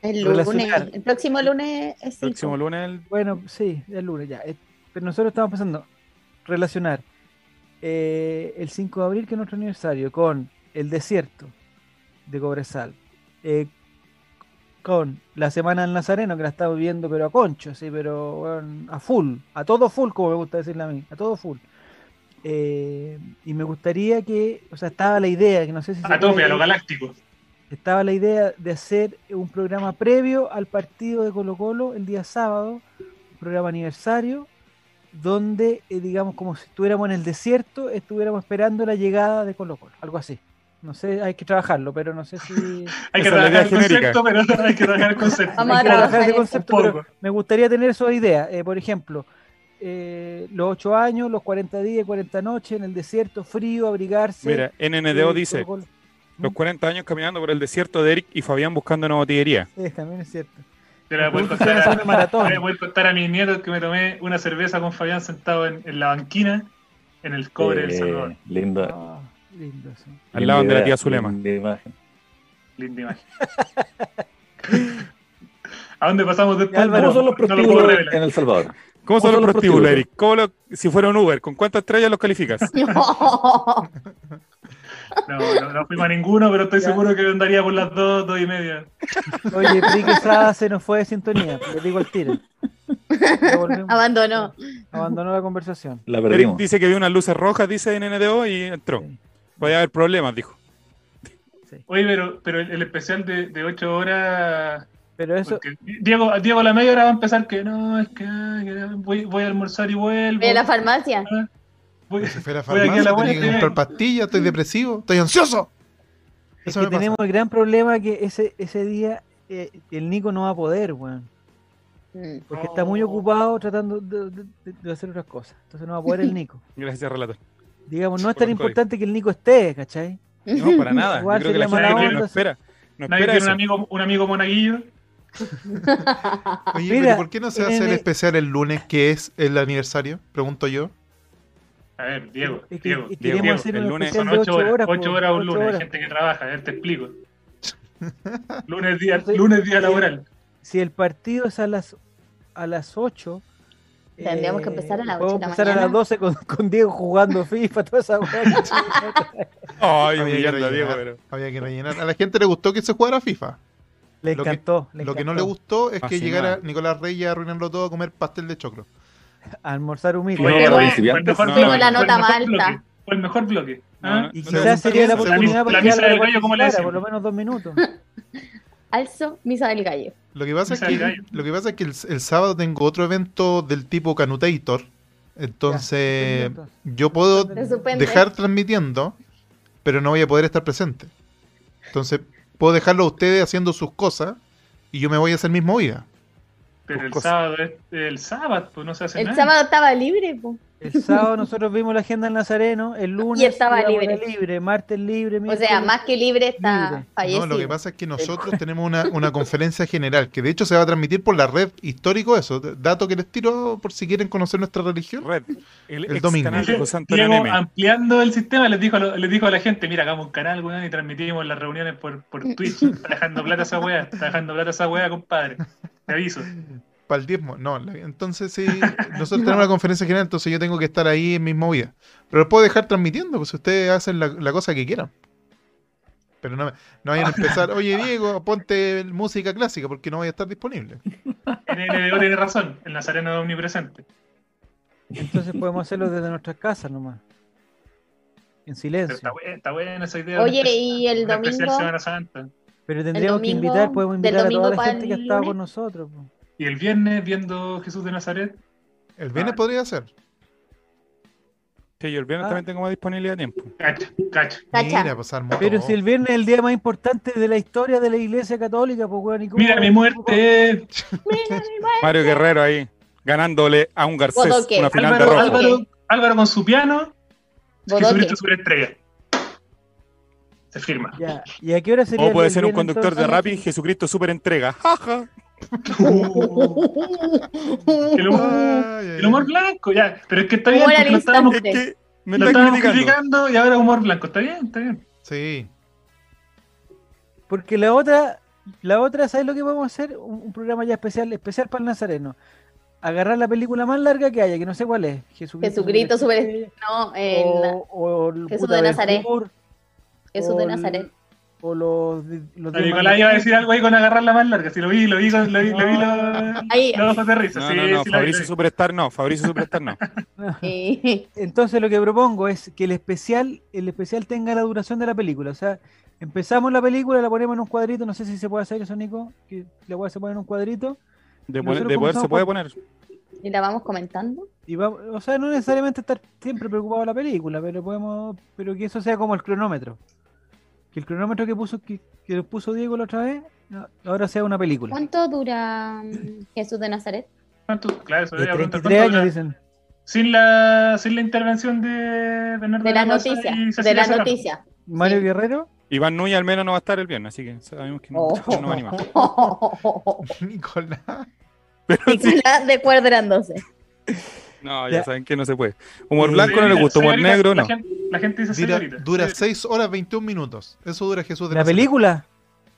el
Relacionar.
lunes. El próximo lunes es cinco.
Próximo lunes el
Bueno, sí, el lunes ya. Eh, Pero nosotros estamos pensando relacionar eh, el 5 de abril, que es nuestro aniversario, con el desierto de Cobresal, eh, con la semana del Nazareno, que la estamos viviendo, pero a concho, sí, pero weón, a full, a todo full, como me gusta decirle a mí, a todo full. Eh, y me gustaría que, o sea, estaba la idea, que no sé si... se
A tope,
puede-
a lo galáctico.
estaba la idea de hacer un programa previo al partido de Colo Colo el día sábado, un programa aniversario, donde, eh, digamos, como si estuviéramos en el desierto, estuviéramos esperando la llegada de Colo Colo, algo así. No sé, hay que trabajarlo, pero no sé
[laughs]
si...
Hay que
Esa es la idea
trabajar el
genérica.
concepto, pero hay que trabajar el concepto.
Vamos
hay
a
que trabajar
trabajar
ese
eso.
concepto,
Un
pero
poco.
me gustaría tener esas ideas. Eh, por ejemplo, eh, los 8 años, los 40 días, 40 noches, en el desierto, frío, abrigarse.
Mira,
eh,
NNDO dice,
Colo-Colo. [laughs]
los 40 años caminando por el desierto de Eric y Fabián buscando una botillería.
Sí, también es cierto.
Yo le voy a
Me
contar
gustaría hacer una
a-
maratón.
le voy a contar a mis nietos que me tomé una cerveza con Fabián sentado en, en la banquina en el cobre del
Eh,
Salvador.
Lindo.
Ah, lindo eso.
Al lado de la tía Zulema.
Mm.
Linda imagen. [laughs] ¿A dónde pasamos después?
Álvaro,
¿Cómo son los
no lo puedo
prostíbulos
revelar.
en El Salvador?
¿Cómo son
¿Cómo
los prostíbulos,
prostíbulos?
Eric? ¿Cómo lo- si fuera un Uber, ¿con cuántas estrellas los calificas?
[laughs]
No, no, no fuimos a ninguno, pero estoy
Ya.
seguro que andaría por las dos, dos y media.
Oye, Enrique Sada se nos fue de sintonía, le digo el tiro. Ya volvemos.
Abandonó.
Abandonó la conversación.
La
Eric
perdimos.
dice que vio unas luces rojas, dice NNDO, y entró.
Sí.
Podía haber problemas, dijo.
Oye, pero, pero el, el especial de, de ocho horas.
Pero eso,
porque Diego, Diego a la media hora va a empezar que no, es que ay, que voy, voy a almorzar y vuelvo.
De eh, la farmacia.
Voy-
Se fue a la
Voy aquí a la
farmacia, tenía
vuelta
que
y
comprar
vengo.
pastillas, estoy depresivo, estoy ansioso.
es
Eso
que
me pasa.
tenemos el gran problema que ese, ese día eh, el Nico no va a poder, weón.
Mm.
Porque está muy
No.
ocupado tratando de, de- de hacer otras cosas. Entonces no va a poder el Nico.
Gracias, relator.
Digamos, no es
Por
tan
el código.
importante que el Nico esté, ¿cachai?
[laughs] No, para nada. Yo
Igual
creo que la
sería
gente
mala
no-
onda,
no
sí.
espera. No
Nadie
espera
tiene un
eso.
amigo, un amigo monaguillo.
Oye,
Mira,
pero ¿por qué no se hace el
tiene-
especial el lunes que es el aniversario? Pregunto yo.
A ver, Diego,
Es que-
Diego,
es que
Diego,
queremos
Diego.
hacer
el
un
lunes
especial
Son
de
8 horas,
horas.
ocho
po,
horas un
ocho
lunes, hay
horas.
gente que trabaja, a ver, te
[laughs]
explico. Lunes día,
Sí.
lunes día laboral.
Si el partido es a las, a las 8.
Tendríamos que empezar a las
podemos
8 de la
empezar a las
mañana.
12 con, con Diego jugando FIFA, toda esa weá.
[laughs]
Había
Ay,
que
humillando a Diego,
rellenar.
pero.
Había que rellenar. A la gente le gustó que se jugara FIFA.
Le
Lo que-
encantó.
Lo que no le gustó es que
Así
llegara
nada.
Nicolás Reyes a arruinarlo todo a comer pastel de choclo.
Almorzar humilde.
Oye,
Fue-
para
fue el
principiantes,
mejor
no,
bloque,
no,
fue
la
el
nota
mejor
más
bloque,
alta.
Fue el mejor bloque.
No,
¿ah?
no.
y
se
quizás sería la
pregunta,
oportunidad
la
para
misa
darle
del gallo, ¿cómo le
cara,
decimos?
por lo menos dos minutos.
[laughs] Alzo, misa del gallo.
Lo que pasa es
Esa
que,
gallo.
lo que, pasa es que el, el sábado tengo otro evento del tipo Canutator. Entonces,
entonces.
yo puedo
Se suspende.
dejar transmitiendo, pero no voy a poder estar presente. Entonces, puedo dejarlo a ustedes haciendo sus cosas y yo me voy a hacer mis movidas.
Pero el
Cosa.
sábado, es- el sábado, pues no se hace
El
nada.
sábado estaba libre, po.
El sábado nosotros vimos la agenda del Nazareno, el lunes
Y estaba
la hora
libre.
libre, martes libre,
O sea, más que libre está
Libre.
No,
fallecido.
lo que pasa es que nosotros tenemos una, una conferencia general que de hecho se va a transmitir por la red histórico eso. Dato que les tiro por si quieren conocer nuestra religión.
Red, el,
El
ex
domingo.
canal de José Antonio
Diego,
Neme.
ampliando el sistema, les dijo, a lo- les dijo a la gente, mira, hagamos un canal, weón, y transmitimos las reuniones por,
[laughs]
por Twitch. Está dejando plata esa weá, está dejando plata esa weá, compadre. Te aviso.
Para el diezmo. No, la- entonces sí, nosotros tenemos una conferencia general, entonces yo tengo que estar ahí en mis movidas. Pero lo puedo dejar transmitiendo, pues ustedes hacen la, la cosa que quieran. Pero no, me- no vayan a empezar, oye Diego, ponte música clásica porque no voy a estar disponible.
NNDO tiene razón, el Nazareno es omnipresente.
Entonces podemos hacerlo desde nuestras casas nomás. En
Pero
silencio.
está, buena, está buena esa idea.
Oye,
Una
y el
especial
domingo, [laughs]
Semana Santa.
Pero tendríamos
domingo-
que invitar, podemos
del
invitar a toda
domingo
la
para
gente que
el
ha estado
lunes.
con nosotros. po.
Y el viernes viendo Jesús de Nazaret.
El viernes
Ah.
podría ser.
Sí, yo el viernes
Ah.
también tengo más disponibilidad de tiempo.
Cacha, cacha.
Cacha.
Mira, pues, armó
Pero
todo.
si el viernes es el día más importante de la historia de la iglesia católica, pues weón, ¿y cómo-
Mira mi
pues?
muerte.
mira, mi madre.
Mario Guerrero ahí, ganándole a un Garcés
Bodoque.
una final de
Álvaro,
rojo.
Álvaro, Álvaro con su piano.
Bodoque.
Jesucristo superestrella. Se firma.
Ya. ¿Y a qué hora sería?
O puede
el
ser un
viernes,
conductor de
entonces?
Rappi, Jesucristo super entrega. Jaja.
Uh.
El humor,
Ay, ay,
el humor blanco, ya. Pero es que está bien,
Humor
porque
al
lo estábamos,
Es que me
lo
está
estábamos
criticando.
criticando y ahora humor blanco. Está bien, está bien.
ay. Sí. [laughs]
Porque la otra, la otra, ¿sabes lo que vamos a hacer? Un, un programa ya especial, especial para el Nazareno. Agarrar la película más larga que haya, que no sé cuál es.
Jesucristo
Superestrella,
No, el
o, o el
Jesús
puta
de
Ben
Nazaret.
Hur,
Jesús
o
de
el-
Nazaret.
o los, los
La
diez
Nicolás iba a
mandamientos.
decir algo ahí con agarrarla más larga. Si lo vi, lo vi, lo vi, lo vi, lo vi.
Ahí.
Lo, los aterrizos.
No,
sí,
no, no,
sí, lo vi, lo
Fabricio
vi.
Superstar no, Fabricio Superstar no.
[laughs]
[laughs]
Eh,
Entonces lo que propongo es que el especial, el especial tenga la duración de la película. O sea, empezamos la película, la ponemos en un cuadrito, no sé si se puede hacer eso, Nico, que la voy a poner en un cuadrito.
De,
Nosotros
poner- de poder se
comenzamos
puede
por-
poner.
y la vamos comentando.
Y va, o sea, no necesariamente estar siempre preocupado de la película, pero podemos, pero que eso sea como el cronómetro. Que el cronómetro que puso, que, que lo puso Diego la otra vez, no, ahora sea una película.
¿Cuánto dura mm, Jesús de Nazaret?
¿Cuánto? Claro, eso
De
iba a preguntar,
33
¿cuánto
años
dura?
dicen.
Sin la, sin la intervención de Bernardo
De la
Plaza
noticia,
y Cecilia
de la
Serrano.
noticia. [laughs]
Mario
Sí.
Guerrero,
Iván Núñez al menos no va a estar el viernes, así que sabemos [laughs] que no,
Oh.
no va a animar.
Nicolás.
Nicolás de cuadrándose.
No,
Ya.
ya saben que no se puede. Humor
Sí,
blanco no le gusta, humor
Señorita,
negro
la
no.
gente- La gente dice
Dura,
señorita.
dura
Sí.
6 horas 21 minutos. Eso dura Jesús de
la
Nazaret.
película.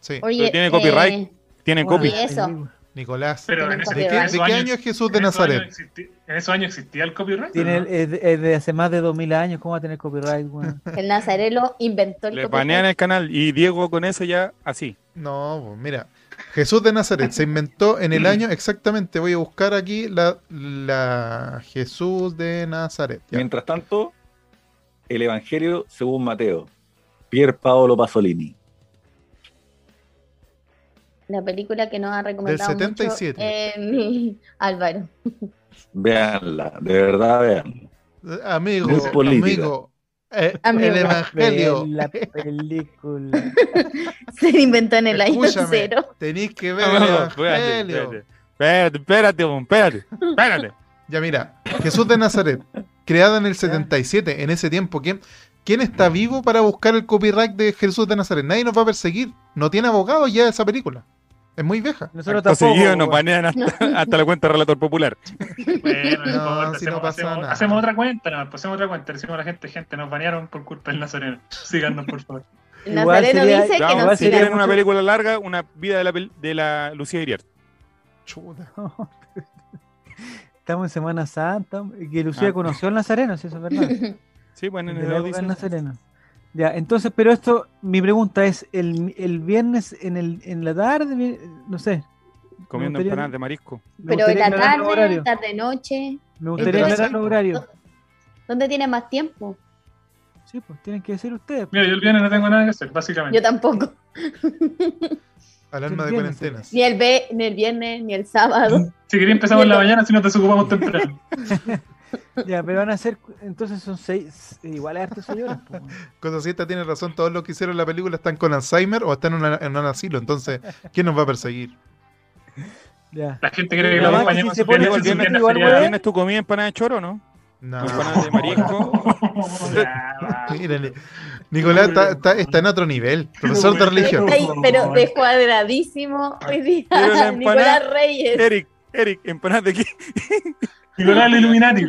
Sí.
Oye,
tiene copyright.
eh,
Tiene
Wow.
copy.
Sí, eso.
Nicolás.
Pero en
¿De
ese-
qué,
en
de
esos
qué
años-
año es Jesús
en
de
esos años
Nazaret?
existi- En esos años existía el copyright.
Tiene,
¿o no?
es, de- es de hace más de 2000 años, ¿cómo va a tener copyright? weón?
el Nazarelo inventó el
Le
copyright.
banean el canal y Diego con eso ya así.
No, pues, mira. Jesús de Nazaret se inventó en el año exactamente. Voy a buscar aquí la, la Jesús de Nazaret. Ya.
Mientras tanto, el Evangelio según Mateo. Pier Paolo Pasolini.
La película que nos ha recomendado
Del 77.
mucho eh, Álvaro. [laughs]
Veanla, de verdad, veanla.
Amigo,
Muy política.
amigo, eh,
Amigo.
el evangelio.
La película.
Se inventó en el año
Escúchame,
cero.
Tenéis que ver el
[laughs] Espérate,
evangelio.
espérate, espérate, bon, espérate, espérate.
Ya mira, Jesús de Nazaret, creada en el 77, en ese tiempo, ¿quién, ¿quién está vivo para buscar el copyright de Jesús de Nazaret? Nadie nos va a perseguir. No tiene abogado ya esa película. Es muy vieja.
Nosotros
Acto
tampoco.
seguido nos
weón.
banean hasta, [laughs] hasta la cuenta de Relator Popular.
Bueno,
[laughs] No,
importa,
si no pasa
hacemos,
nada.
hacemos otra cuenta, no, pues hacemos otra cuenta. Le Decimos a la gente, gente, nos banearon por culpa del Nazareno. [laughs] Síganos, por favor.
El
Igual
Nazareno
sería-
dice
Ya,
Vamos
que
igual
nos
si
sería
tienen
sigan.
mucho-
una película larga, una vida de la, pel- de la Lucía Iriart.
Chuta.
Estamos en Semana Santa. hombre, Que Lucía
Ah.
conoció al Nazareno, si eso es verdad.
[laughs]
Sí, bueno, [laughs] en
De
el
la época
Odisea.
del Nazareno. Ya, entonces, pero esto, mi pregunta es, el, el viernes en, el, en la tarde, vi- no sé.
comiendo
Me gustaría-
empanadas de marisco.
me
Pero en
gustaría
la
aclarar los
tarde,
horarios.
tarde, noche.
Me gustaría
Entonces-
aclarar los horarios.
¿Dónde tienen más tiempo?
Sí, pues tienen que decir ustedes.
Mira, yo el viernes no tengo nada que hacer, básicamente.
Yo tampoco.
Alarma de
Entiendo,
cuarentenas.
Ni el, ve- ni el viernes, ni el sábado.
Si queréis empezamos en la mañana, si nos desocupamos temprano.
Ya, pero van a ser, entonces son seis, eh, igual a harto seis horas. po, weón.
Cosa cierta, tiene razón. Todos los que hicieron la película están con Alzheimer o están en, una- en un asilo. Entonces, ¿quién nos va a perseguir?
Ya.
La gente quiere que
Además,
lo
que
acompañemos.
si se
en
pone
su
el
viernes,
viernes
su
igual,
viernes
¿Eh? weón.
¿Tienes tu comida empanadas de choro, no?
No. [laughs]
Empanadas de marisco.
[laughs] sería- Ya, va.
Mírale. Nicolás está, está- está en otro nivel. Profesor de religión.
Está ahí, pero descuadradísimo hoy día.
Pero
[laughs]
la
Nicolás
empanada-
Reyes.
Eric, Eric, empanadas de qué?
Nicolás el Illuminati.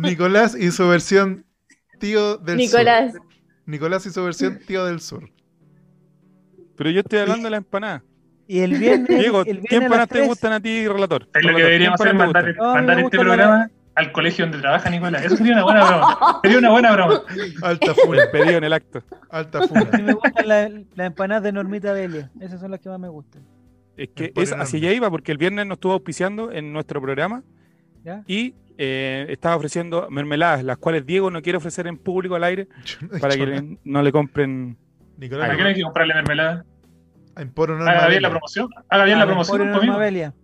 Nicolás y su versión tío del sur.
Nicolás.
Nicolás y su versión tío del sur.
Pero yo estoy hablando de la empanada.
Y el viernes,
Diego,
el viernes
¿qué
a las
empanadas te
tres-
gustan a ti, relator?
Es lo
Relator,
que
¿qué
deberíamos hacer,
empanadas te
mandar,
gustan?
gustan?
mandar
Ah, me
este
gusta la-
programa al colegio donde trabaja Nicolás. Eso sería una buena broma. Sería una buena broma.
Alta funa,
Pedido en el acto.
[laughs]
alta funa.
Sí, me gustan las las empanadas de Normita Delia. Esas son las que más me gustan.
Es que
Empanadas.
es, hacia allá iba, porque el viernes nos estuvo auspiciando en nuestro programa
¿Ya?
y eh, estaba ofreciendo mermeladas, las cuales Diego no quiere ofrecer en público al aire
Yo no he
para
dicho
que
nada.
le- no le compren.
Nicolás,
¿Para qué no hay que comprarle mermelada?
en Poro Norma
Haga bien
Vela.
la promoción. Haga bien la
Ah,
promoción.
Emporio
pues, amigo.
Norma Belia.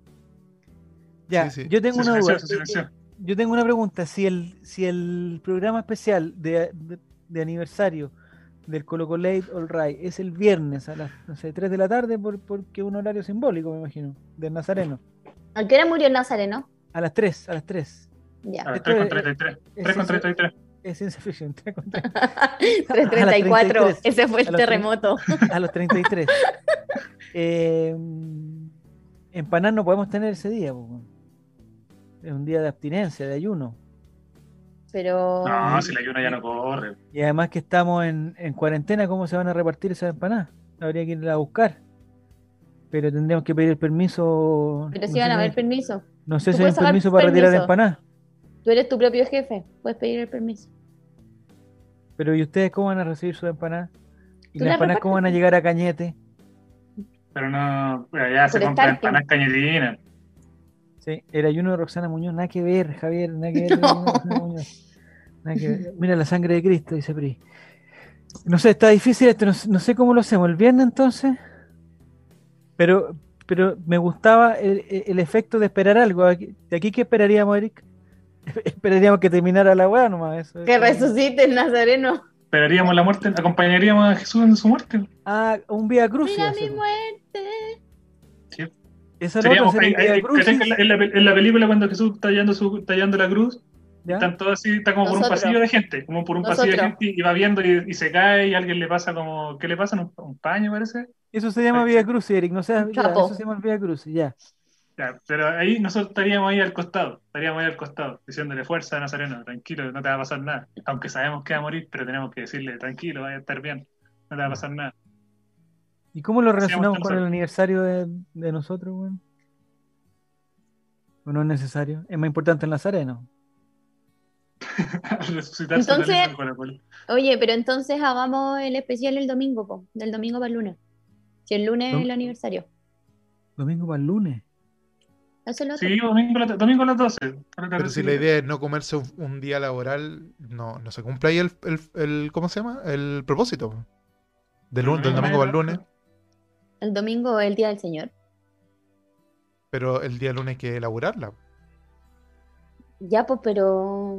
Ya,
Sí, sí.
yo tengo
Se
una duda.
silenció, se silenció.
Yo tengo una pregunta. Si el, si el programa especial de, de- de aniversario del Colo Colate All Right es el viernes a las no sé, 3 de la tarde, por, porque es un horario simbólico, me imagino, del Nazareno.
[laughs] ¿A qué hora murió el Nazareno?
A las 3, a las 3.
A
Ya.
ver, 3 con 33. 3 con
es, ciencia-
33.
es ciencia ficción, [laughs] tres con tres.
[laughs] 334.
33.
Ese fue
A las
el
33.
terremoto.
a los
[laughs]
33. Eh, empanar no podemos tener ese día. po, weón. Es un día de abstinencia, de ayuno.
Pero.
No, si la ayuna ya no corre.
Y además que estamos en, en cuarentena, ¿cómo se van a repartir esas empanadas? Habría que irlas a buscar. Pero tendríamos que pedir permiso.
Pero
no
si
sé
van a
si-
haber permiso.
No sé
Tú
si hay
puedes sacar
permiso para retirar
permiso.
empanadas.
Tú eres tu propio jefe. Puedes pedir el permiso.
Pero ¿y ustedes cómo van a recibir sus empanadas? Y
Tú
las
la
empanadas,
repartes.
¿cómo van a llegar a Cañete?
Pero no, bueno, ya se
Por
compran
estar,
empanadas cañetinas.
Sí, el ayuno de Roxana Muñoz, nada que ver, Javier, nada que ver. el ayuno de Roxana Muñoz. Nada que ver. Mira la sangre de Cristo, dice Pri. No sé, está difícil esto, no, s- no sé cómo lo hacemos. ¿El viernes entonces? Pero, pero me gustaba el, el- el efecto de esperar algo. Aquí- ¿De aquí qué esperaríamos, Eric? [laughs] Esperaríamos que terminara la weá nomás. eso-
Que
eso-
resucite el Nazareno.
Esperaríamos la muerte, acompañaríamos a Jesús en su muerte.
Ah, un Vía Crucis.
Mira mi
hacemos.
muerte.
Esa es la otra,
Seríamos,
hacer un
ahí-
Vía
ahí-
Crucis,
¿cachai que en, la, en la- en la película cuando Jesús está tallando, su, tallando la cruz,
¿ya?
están todos así, está como por un
Nosotros.
pasillo de gente, como por un pasillo de
Nosotros.
gente y va viendo y, y se cae y alguien le pasa como, ¿qué le pasa? ¿Un, un paño parece?
Eso se llama Vía Crucis, Eric. No seas, ya,
Capo.
eso se llama el Vía Crucis, ya.
Ya, pero ahí nosotros estaríamos ahí al costado, estaríamos ahí al costado, diciéndole fuerza Nazareno, tranquilo, no te va a pasar nada. Aunque sabemos que va a morir, pero tenemos que decirle, tranquilo, vaya a estar bien, no te va a pasar nada. [laughs]
¿Y cómo lo
Hacíamos
relacionamos con
tanto.
el aniversario de, de nosotros, weón? ¿O no es necesario? Es más importante el Nazareno.
Resucitar
Entonces-
Satanás con la cola.
Oye, pero entonces hagamos el especial el domingo, po, del domingo para el lunes. Si el lunes
Dom-
es el aniversario.
Domingo para el lunes.
Eso es lo otro.
Sí, domingo, a la- domingo a las 12. por la tarde,
Pero si
sí.
la idea es no comerse un, un día laboral, no, no se cumple ahí el, el, el- ¿cómo se llama? El propósito. Del, lu- del domingo para el lunes,
El domingo es el día del Señor.
pero el día lunes hay que elaborarla.
Ya, pues, pero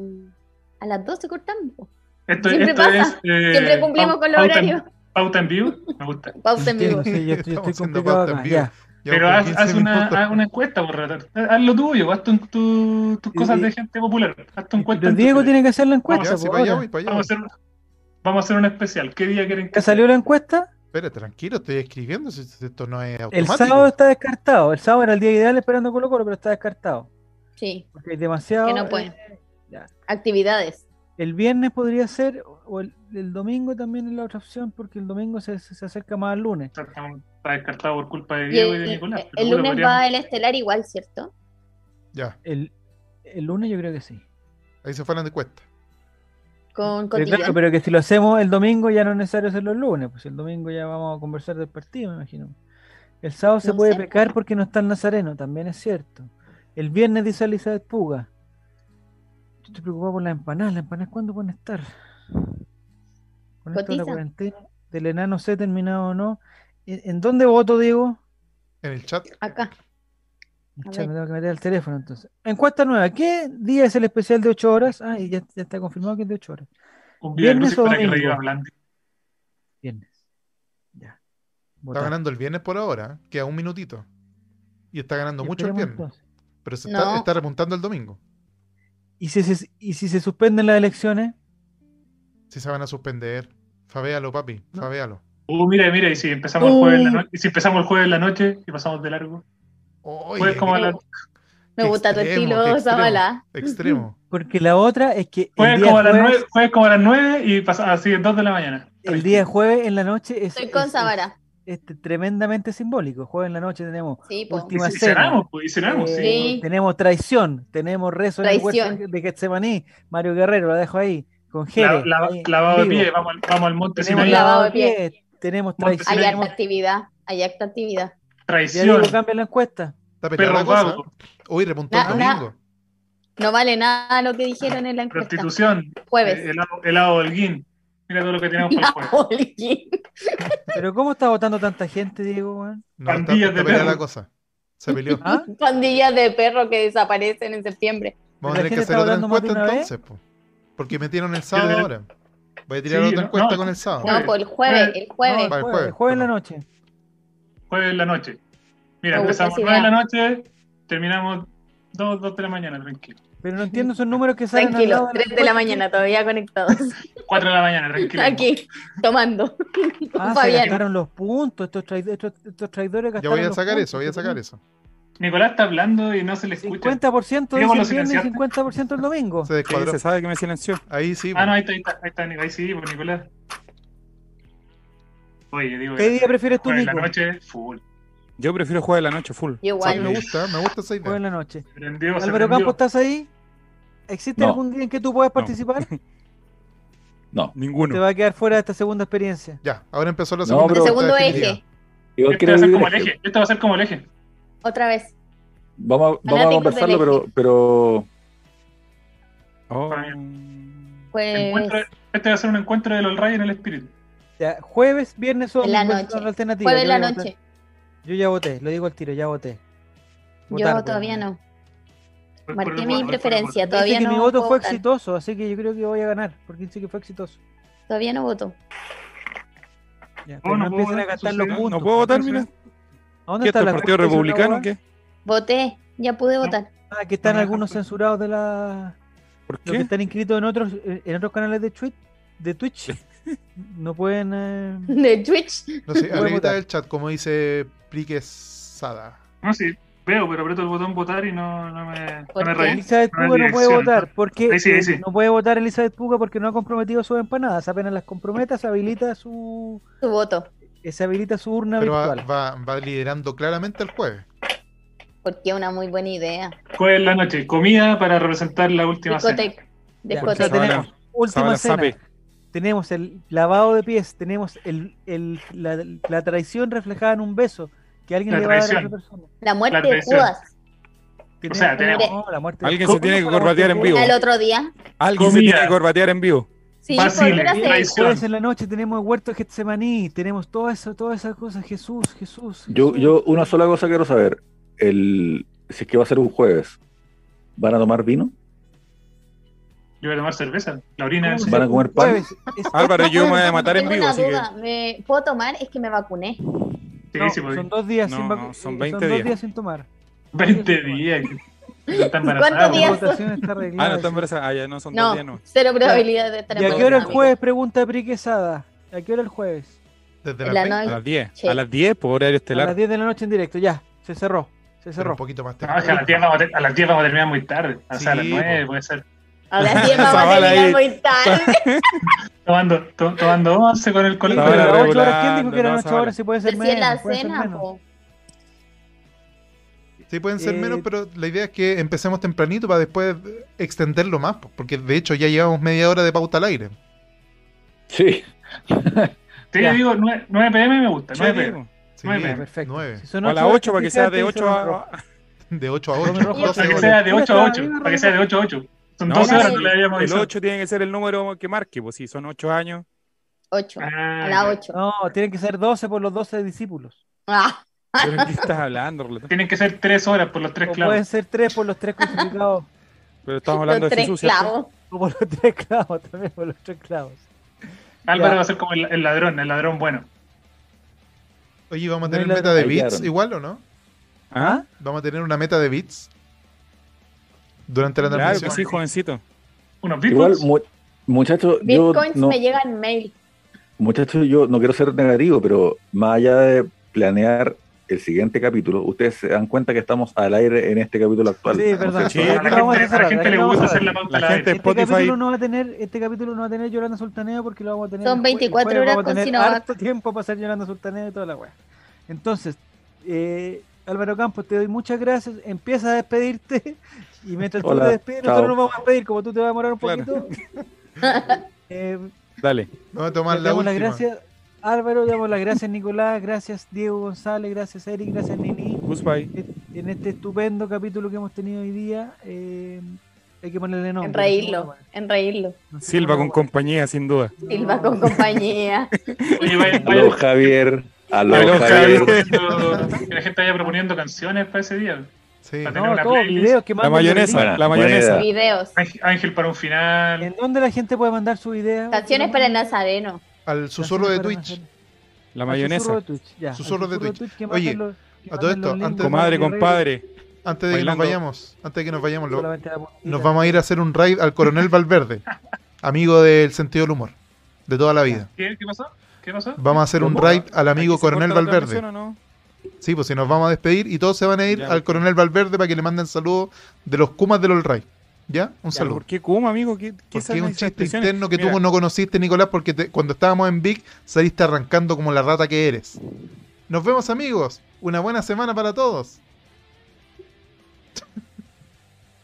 a las 12 cortamos. po.
Esto,
Siempre
esto
pasa,
es, eh,
Siempre cumplimos
pau-
con los
pauta en-
horarios.
Pauta en vivo, me gusta.
Pausa en vivo.
Entiendo, sí, yo estoy, yo
[laughs]
estoy
Estamos haciendo
complicado
pauta en
acá,
vivo.
ya.
Pero haz, haz una, haz una encuesta, por ratar. Haz lo tuyo, haz tu- tu- tus
Y-
cosas
y-
de gente popular. Haz tu encuesta.
Pero
en
Diego
Twitter.
tiene que hacer la
Vamos,
encuesta.
ya,
po,
sí, para allá
ahora.
voy, para allá
Vamos a hacer, vamos a hacer una especial. ¿Qué día quieren que
¿Ya salió la encuesta?
voy. Espera, tranquilo, estoy escribiendo, si- si esto no es
El
automático.
sábado está descartado. El sábado era el día ideal esperando Colo Colo, pero está descartado.
Sí,
Porque hay demasiado.
que no puede.
eh,
Actividades.
el viernes podría ser, o el, el domingo también es la otra opción, porque el domingo se, se- se acerca más al lunes.
Está, está descartado por culpa de
Y
Diego y,
el,
de Nicolás. pero
el
bueno,
lunes
podríamos-
va el estelar igual, ¿cierto?
Ya,
El, el lunes yo creo que sí.
ahí se fueron de cuesta.
Con
Pero claro,
cotillón.
pero que si lo hacemos el domingo ya no es necesario hacerlo el lunes, pues el domingo ya vamos a conversar del partido, me imagino. El sábado se
No
puede
sé.
pecar porque no está el Nazareno, también es cierto. El viernes dice Elizabeth Puga. Yo estoy preocupado por las empanadas, las empanadas cuándo van a estar. Con esto de la
Cotiza.
cuarentena, del enano sé terminado o no. ¿En en dónde voto, Diego?
En el chat,
Acá. A
Chá,
ver.
me tengo que meter al teléfono entonces. Encuesta nueva, ¿qué día es el especial de 8 horas? Ah, y ya, ya está confirmado que es de 8 horas.
un video
viernes
crucis para
o
que reviva
domingo.
Blandi.
Viernes. Ya.
está
Votar.
ganando el viernes por ahora, ¿eh? queda un minutito. Y está ganando
Y
mucho el
esperemos
viernes,
entonces.
pero se está,
No.
está repuntando el domingo.
¿Y si, se, y si se suspenden las elecciones,
Si se van a suspender, favéalo, papi, favéalo.
Uh, mira, mira, y si empezamos el
Uh.
jueves en la noche, y si empezamos el jueves en la noche y pasamos de largo.
Oye,
Jueves Pues como a la,
Me gusta tu
extremo, qué
estilo,
extremo.
Zabala.
extremo.
porque la otra es que el
jueves
día
como a las
jueves,
nueve- jueves como a las 9 y pasa así en 2 de la mañana.
el día jueves en la noche es,
[laughs] Estoy con
es-
Zabala.
es- es tremendamente simbólico. Jueves en la noche tenemos,
Sí, po.
última- Última
Y, si- y
cena.
cenamos, pues, y cenamos,
eh,
sí.
Sí.
tenemos traición, tenemos rezo en el
Traición.
huerto de Getsemaní, Mario Guerrero, la dejo ahí, con
La-
Jerez,
la-
ahí,
lavado de
eh, vivo.
pie, vamos al, vamos al monte
tenemos
Sinaí.
la-
lavado de
Lavado de
pie, tenemos
Monte
traición,
Hay
Sinaí.
harta
tenemos-
actividad. Hay harta actividad.
ya digo,
traición,
cambia la encuesta.
Está peleada
perro
la cosa.
vago,
Hoy repuntó el
Na- na-
domingo.
No vale nada lo que dijeron en la encuesta.
prostitución, eh, pues,
[laughs] Jueves.
helado, helado holguín. Mira todo lo que tenemos para el jueves.
Pero ¿cómo está votando tanta gente, Diego? weón?
No, está,
pandillas
está
de
peleada
perro.
la cosa.
[laughs]
Se peleó.
¿Ah?
Pandillas de perros que desaparecen en septiembre.
Vamos
¿La
a tener que
gente
hacer
está
otra
hablando más de
encuesta
una vez?
entonces, po. porque metieron el sábado
Quiero
ahora. Voy a tirar
Sí,
otra
no,
encuesta
no,
con el sábado.
Jueves.
No, por el jueves, el jueves.
No,
Para el
jueves,
jueves,
jueves en la
perdón.
noche.
Jueves en la noche. Mira,
Me gusta
empezamos
esa
9 de la
idea.
noche, terminamos 2, 2 de la mañana, tranquilo.
Pero no entiendo
[laughs]
esos números que salen al
Tranquilo,
lado la
3 de la
encuesta.
mañana, todavía conectados.
4 de la mañana, tranquilo.
[laughs] Aquí, tomando. Con [laughs]
Ah, se
Fabián.
gastaron los puntos. Estos, traid- estos, estos traidores
Ya
gastaron
voy a
los
sacar
puntos,
eso, voy a sacar eso.
Nicolás está hablando y no se le escucha.
50% dice
Diego, ¿lo
el viernes y
silenciaste?
50% el domingo.
Se
Sí,
descuadró.
se sabe que me silenció.
Ahí sí.
Ah,
po.
no, ahí está, ahí está, ahí está, Nicolás. Ahí sí, pues Nicolás. Oye, digo,
¿Qué día prefieres tú,
jueves en
Nico?
la noche, full.
Yo prefiero jugar de la noche full.
Yo
A mí me
igual.
gusta, me gusta esa
Jueves en la
idea.
noche.
Se prendió, se
Álvaro Campo,
prendió.
¿estás ahí? ¿Existe
No.
[laughs]
algún día en que tú puedas participar?
No.
Te
Ninguno.
va a quedar fuera de esta segunda experiencia.
Ya, ahora empezó la
No,
segunda.
pero-
El
vuelta
segundo
definitiva.
eje,
Igual
Este
quiero
va a ser
vivir
como el
esto.
eje. Este va a ser como el eje.
otra vez.
Vamos a, vamos a
Fanáticos
conversarlo,
del
pero,
eje.
pero
Oh.
Pues
Encuentro- este va a ser un encuentro de los rayos en el espíritu.
Ya, jueves, viernes o
En la
domingo,
noche.
son alternativas.
jueves en
Yo
la
ya voté.
noche.
Yo ya voté, lo digo al tiro, ya voté. pues.
Yo todavía no.
Voy por
Marqué
el voto, voy
mi
por el voto.
preferencia,
Dice
todavía
Este que
no.
mi voto
puedo
fue
votar.
exitoso, así que yo creo que voy a ganar, porque dice que fue exitoso.
Todavía no voto.
Ya, pero
no
no empiecen
puedo
a
votar,
gastar los
entonces,
puntos. pues,
No puedo votar, mira.
¿A dónde
¿Qué
está
está el
la
Partido
cuenta?
Republicano? ¿Qué?
Voté, ya pude votar. [laughs]
Ah, que están
No me
algunos
dejaste.
censurados de la...
¿Por
Los que
qué?
están inscritos en otros eh, en otros canales de Twitch, de Twitch [laughs] no pueden... eh,
De Twitch.
No sé,
Voy a
ahorita
votar.
el chat, como dice Priquesada.
No, sí, veo, pero aprieto el botón votar y no, no me, no
¿Por
me
qué?
rayé.
Elizabeth
no hay
Puga no puede
dirección,
votar, porque
Ahí sí, ahí
eh,
sí.
no puede votar Elizabeth Puga porque no ha comprometido sus empanadas, apenas las comprometa se habilita su
Tu voto.
eh, se habilita su urna
Pero va,
ah,
virtual.
va- va liderando claramente el jueves.
Porque es una muy buena idea.
Jueves en la noche, comida para representar la última cena.
Discoteca.
Ya,
Discoteca.
o sea, tenemos última
Sábala,
cena,
sape.
tenemos el lavado de pies, tenemos el, el- la, la traición reflejada en un beso que alguien
La
le va a dar a
traición.
otra persona.
La muerte
La
de
traición.
Judas.
Que
O sea,
tenemos-
no, la muerte de-
Alguien se tiene que
¿Cómo no?
corbatear en vivo.
El otro día.
Alguien se
Comida.
tiene que corbatear en vivo.
Sí,
Basile,
volver a hacer-
traición.
Jueves en la noche tenemos el huerto de Getsemaní, tenemos todo eso, todas esas cosas, Jesús, Jesús.
yo,
Jesús.
yo una sola cosa quiero saber. El, si es que va a ser un jueves, ¿van a tomar vino?
Yo voy a tomar cerveza, la orina del
¿Cómo
señor.
¿Van a comer pan?
Jueves, es-
[laughs] Álvaro, yo me voy a matar en
Tengo
vivo,
una
así que. Ah,
duda. ¿Me puedo tomar? Es que me vacuné.
Sí,
no,
sí, podí.
son dos días
No,
sin
no,
vacu-
son
eh,
20
dos
días.
sin tomar.
20 días. Está embarazada, pues.
¿Cuántos
La
días?
weón.
votación
[laughs]
está arreglada.
Ah, no, está embarazada. Ah, ya no son dos
No,
días, no.
cero probabilidad de
¿Y
estar
a qué
embarazada,
hora el
amigo.
jueves? Pregunta Pri Quesada. ¿A qué hora el jueves?
Desde
En
las
la
20,
A
noche.
las 10.
Sí.
A las 10 por horario
A las
estelar.
10 de la noche en directo, ya. Se cerró. Se
pero
cerró.
un poquito más
No, es que a las 10
temprano.
vamos a, ter- a las 10 vamos a terminar muy tarde. O sea, a las
Sí,
9
pues.
po.
puede ser.
[laughs]
A las 10 vamos a
Zavala ahí.
terminar muy tarde.
Tomando, to- tomando 11 con el
Sí,
colegio.
pero
Estaba
las ocho
regulando,
horas, ¿quién dijo que eran
no,
8
Zabala.
horas? Si
[laughs]
puede ser
Pero si es
menos.
la
puede ser
cena,
menos.
po.
Sí, pueden ser
Eh,
menos, pero la idea es que empecemos tempranito para después extenderlo más, po, porque de hecho ya llevamos media hora de pauta al aire.
Sí.
Te
Ya.
digo, 9, pm me gusta. 9 pm.
O
Sí,
Nueve,
Ya, perfecto.
nueve.
Si son
a las
horas,
8 para que sea de
fíjate,
8
son
a. Ah,
De 8 a
Rojo,
8,
rojo,
Para
12
que
horas.
sea de
Mira,
8 a
está
8.
arriba,
Para que sea de
arriba.
8 a 8. Son
pues. No, pues,
12
no,
horas,
sí.
no le habíamos
El
avisado.
8 tiene que ser el número que marque, pues si son
[laughs]
8 años.
8.
Ah,
A las
ya.
8.
No, tienen que ser 12 por los 12 discípulos.
Ah,
¿Pero de qué estás hablando, Rolando?
Tienen que ser 3 horas por los 3 [laughs]
O
Pues,
clavos.
pueden ser 3 por los 3
[laughs]
crucificados.
Pero estamos hablando
los
de
tres
Jesús, ¿cierto?
clavos.
O por los 3 clavos, también por los 3 clavos.
Álvaro
Ya.
va a ser como el, el ladrón, el ladrón bueno.
Oye, ¿vamos a
No
tener
la-
meta de bits
Fallaron.
igual o no?
¿Ah?
¿Vamos a tener una meta de bits durante la
Claro pues que
transmisión?
sí, jovencito.
Unos
Igual,
bitcoins.
mu- muchachos, yo
Bitcoins
no,
me llegan mail.
muchachos, yo no quiero ser negativo, pero más allá de planear el siguiente capítulo, ustedes se dan cuenta que estamos al aire en este capítulo actual.
Sí, es verdad.
Sí,
Aquí
a la
vamos
gente, a
cerrar,
la gente
aquí
le
vamos
gusta
a cerrar.
hacer la pauta
La
al aire.
gente-
Este
Spotify.
capítulo, no va a tener, este capítulo no va a tener Yolanda Sultaneo porque lo vamos a tener. el jue-
Son
el
24
jueves
horas
vamos a
con
tener
Sinovac.
harto tiempo para hacer Yolanda Sultaneo y toda la wea. Entonces, eh, Álvaro Campos, te doy muchas gracias. Empieza a despedirte [laughs] y mientras tú
Hola,
te despides, nosotros
chao.
nos vamos a despedir. Como tú te vas a demorar un
Claro.
poquito,
[laughs]
[laughs] eh,
Dale.
Vamos a
le
tomar la
damos
última.
las gracias. Álvaro, le damos las gracias Nicolás, gracias Diego González, gracias Eric, gracias Nini
Goodbye.
en este estupendo capítulo que hemos tenido hoy día. eh, hay que ponerle nombre.
En reírlo. En reírlo.
No sé
Silva con
cómo-
compañía, sin duda.
Silva con compañía.
Oye,
[laughs]
vaya-
Aló,
vaya-
Javier. Aló,
Aló,
Javier.
Javier.
que la gente vaya proponiendo canciones para ese día.
Sí.
Para tener
No,
una
todos
playlist.
videos que
La
mandan
mayonesa,
Yolanda.
Buena,
la
buena
mayonesa.
idea.
Videos.
Ángel- Ángel para un final.
¿En dónde la gente puede mandar su idea?
Canciones para el Nazareno.
Al susurro de Twitch.
La mayonesa.
Susurro Ah, de Twitch. ya, al
Susurro de Twitch.
que
Oye,
manden los- que
a todo
manden
esto,
los
antes-
links.
Comadre, compadre.
Antes de que nos
Bailando.
vayamos, antes de que nos vayamos, lo-
Solamente la puntita.
nos vamos a ir a hacer un raid al coronel Valverde, amigo del sentido del humor, de toda la vida.
¿Qué, qué pasó? ¿Qué pasó?
Vamos a hacer un
¿Cómo?
raid al amigo
¿Aquí se
coronel
corta la
Valverde.
transmisión o no?
Sí, pues si nos vamos a despedir y todos se van a ir
Ya,
al
perfecto.
coronel Valverde para que le manden saludos de los Kumas del All Ray. ¿Ya? Un
Ya,
saludo.
¿Por qué Kuma, amigo? ¿Qué, qué
Porque
esas
es un chiste
expresiones?
interno que
Mira,
tú no conociste, Nicolás, porque te- cuando estábamos en Big saliste arrancando como la rata que eres. Nos vemos, amigos. Una buena semana para todos.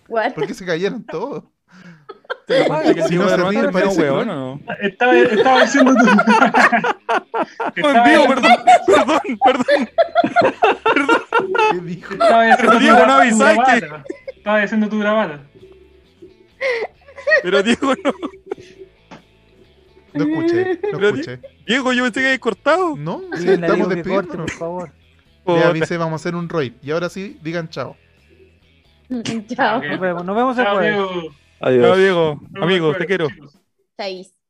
What? [laughs]
[laughs] ¿Por qué se cayeron todos?
¿Te conté que el
Si
Diego
no se
Berman
ríe,
era un
parece que
hueón,
no.
¿o no?
Estaba, [laughs] estaba diciendo
[laughs]
tú.
Juan
estaba,
[laughs] Diego, perdón, perdón, perdón.
¿Qué dijo?
estaba diciendo
Diego,
tu
no
gra-
avisáis
tu
que-
grabata. Estaba diciendo tu grabada.
Pero Diego, no.
No escuché, no
Pero di-
escuché.
Diego, yo pensé que habías cortado.
No, sí,
Dile a
estamos
Diego que corte,
despidiendo.
por favor.
Le
Puta.
avisé, vamos a hacer un raid. Y ahora sí, digan chao.
Chao.
Ok.
Nos vemos, nos vemos el
Chao,
jueves.
Diego.
Adiós.
Chao, Diego.
Nos vemos el
Amigo, te
jueves,
quiero.
chicos.
Chais.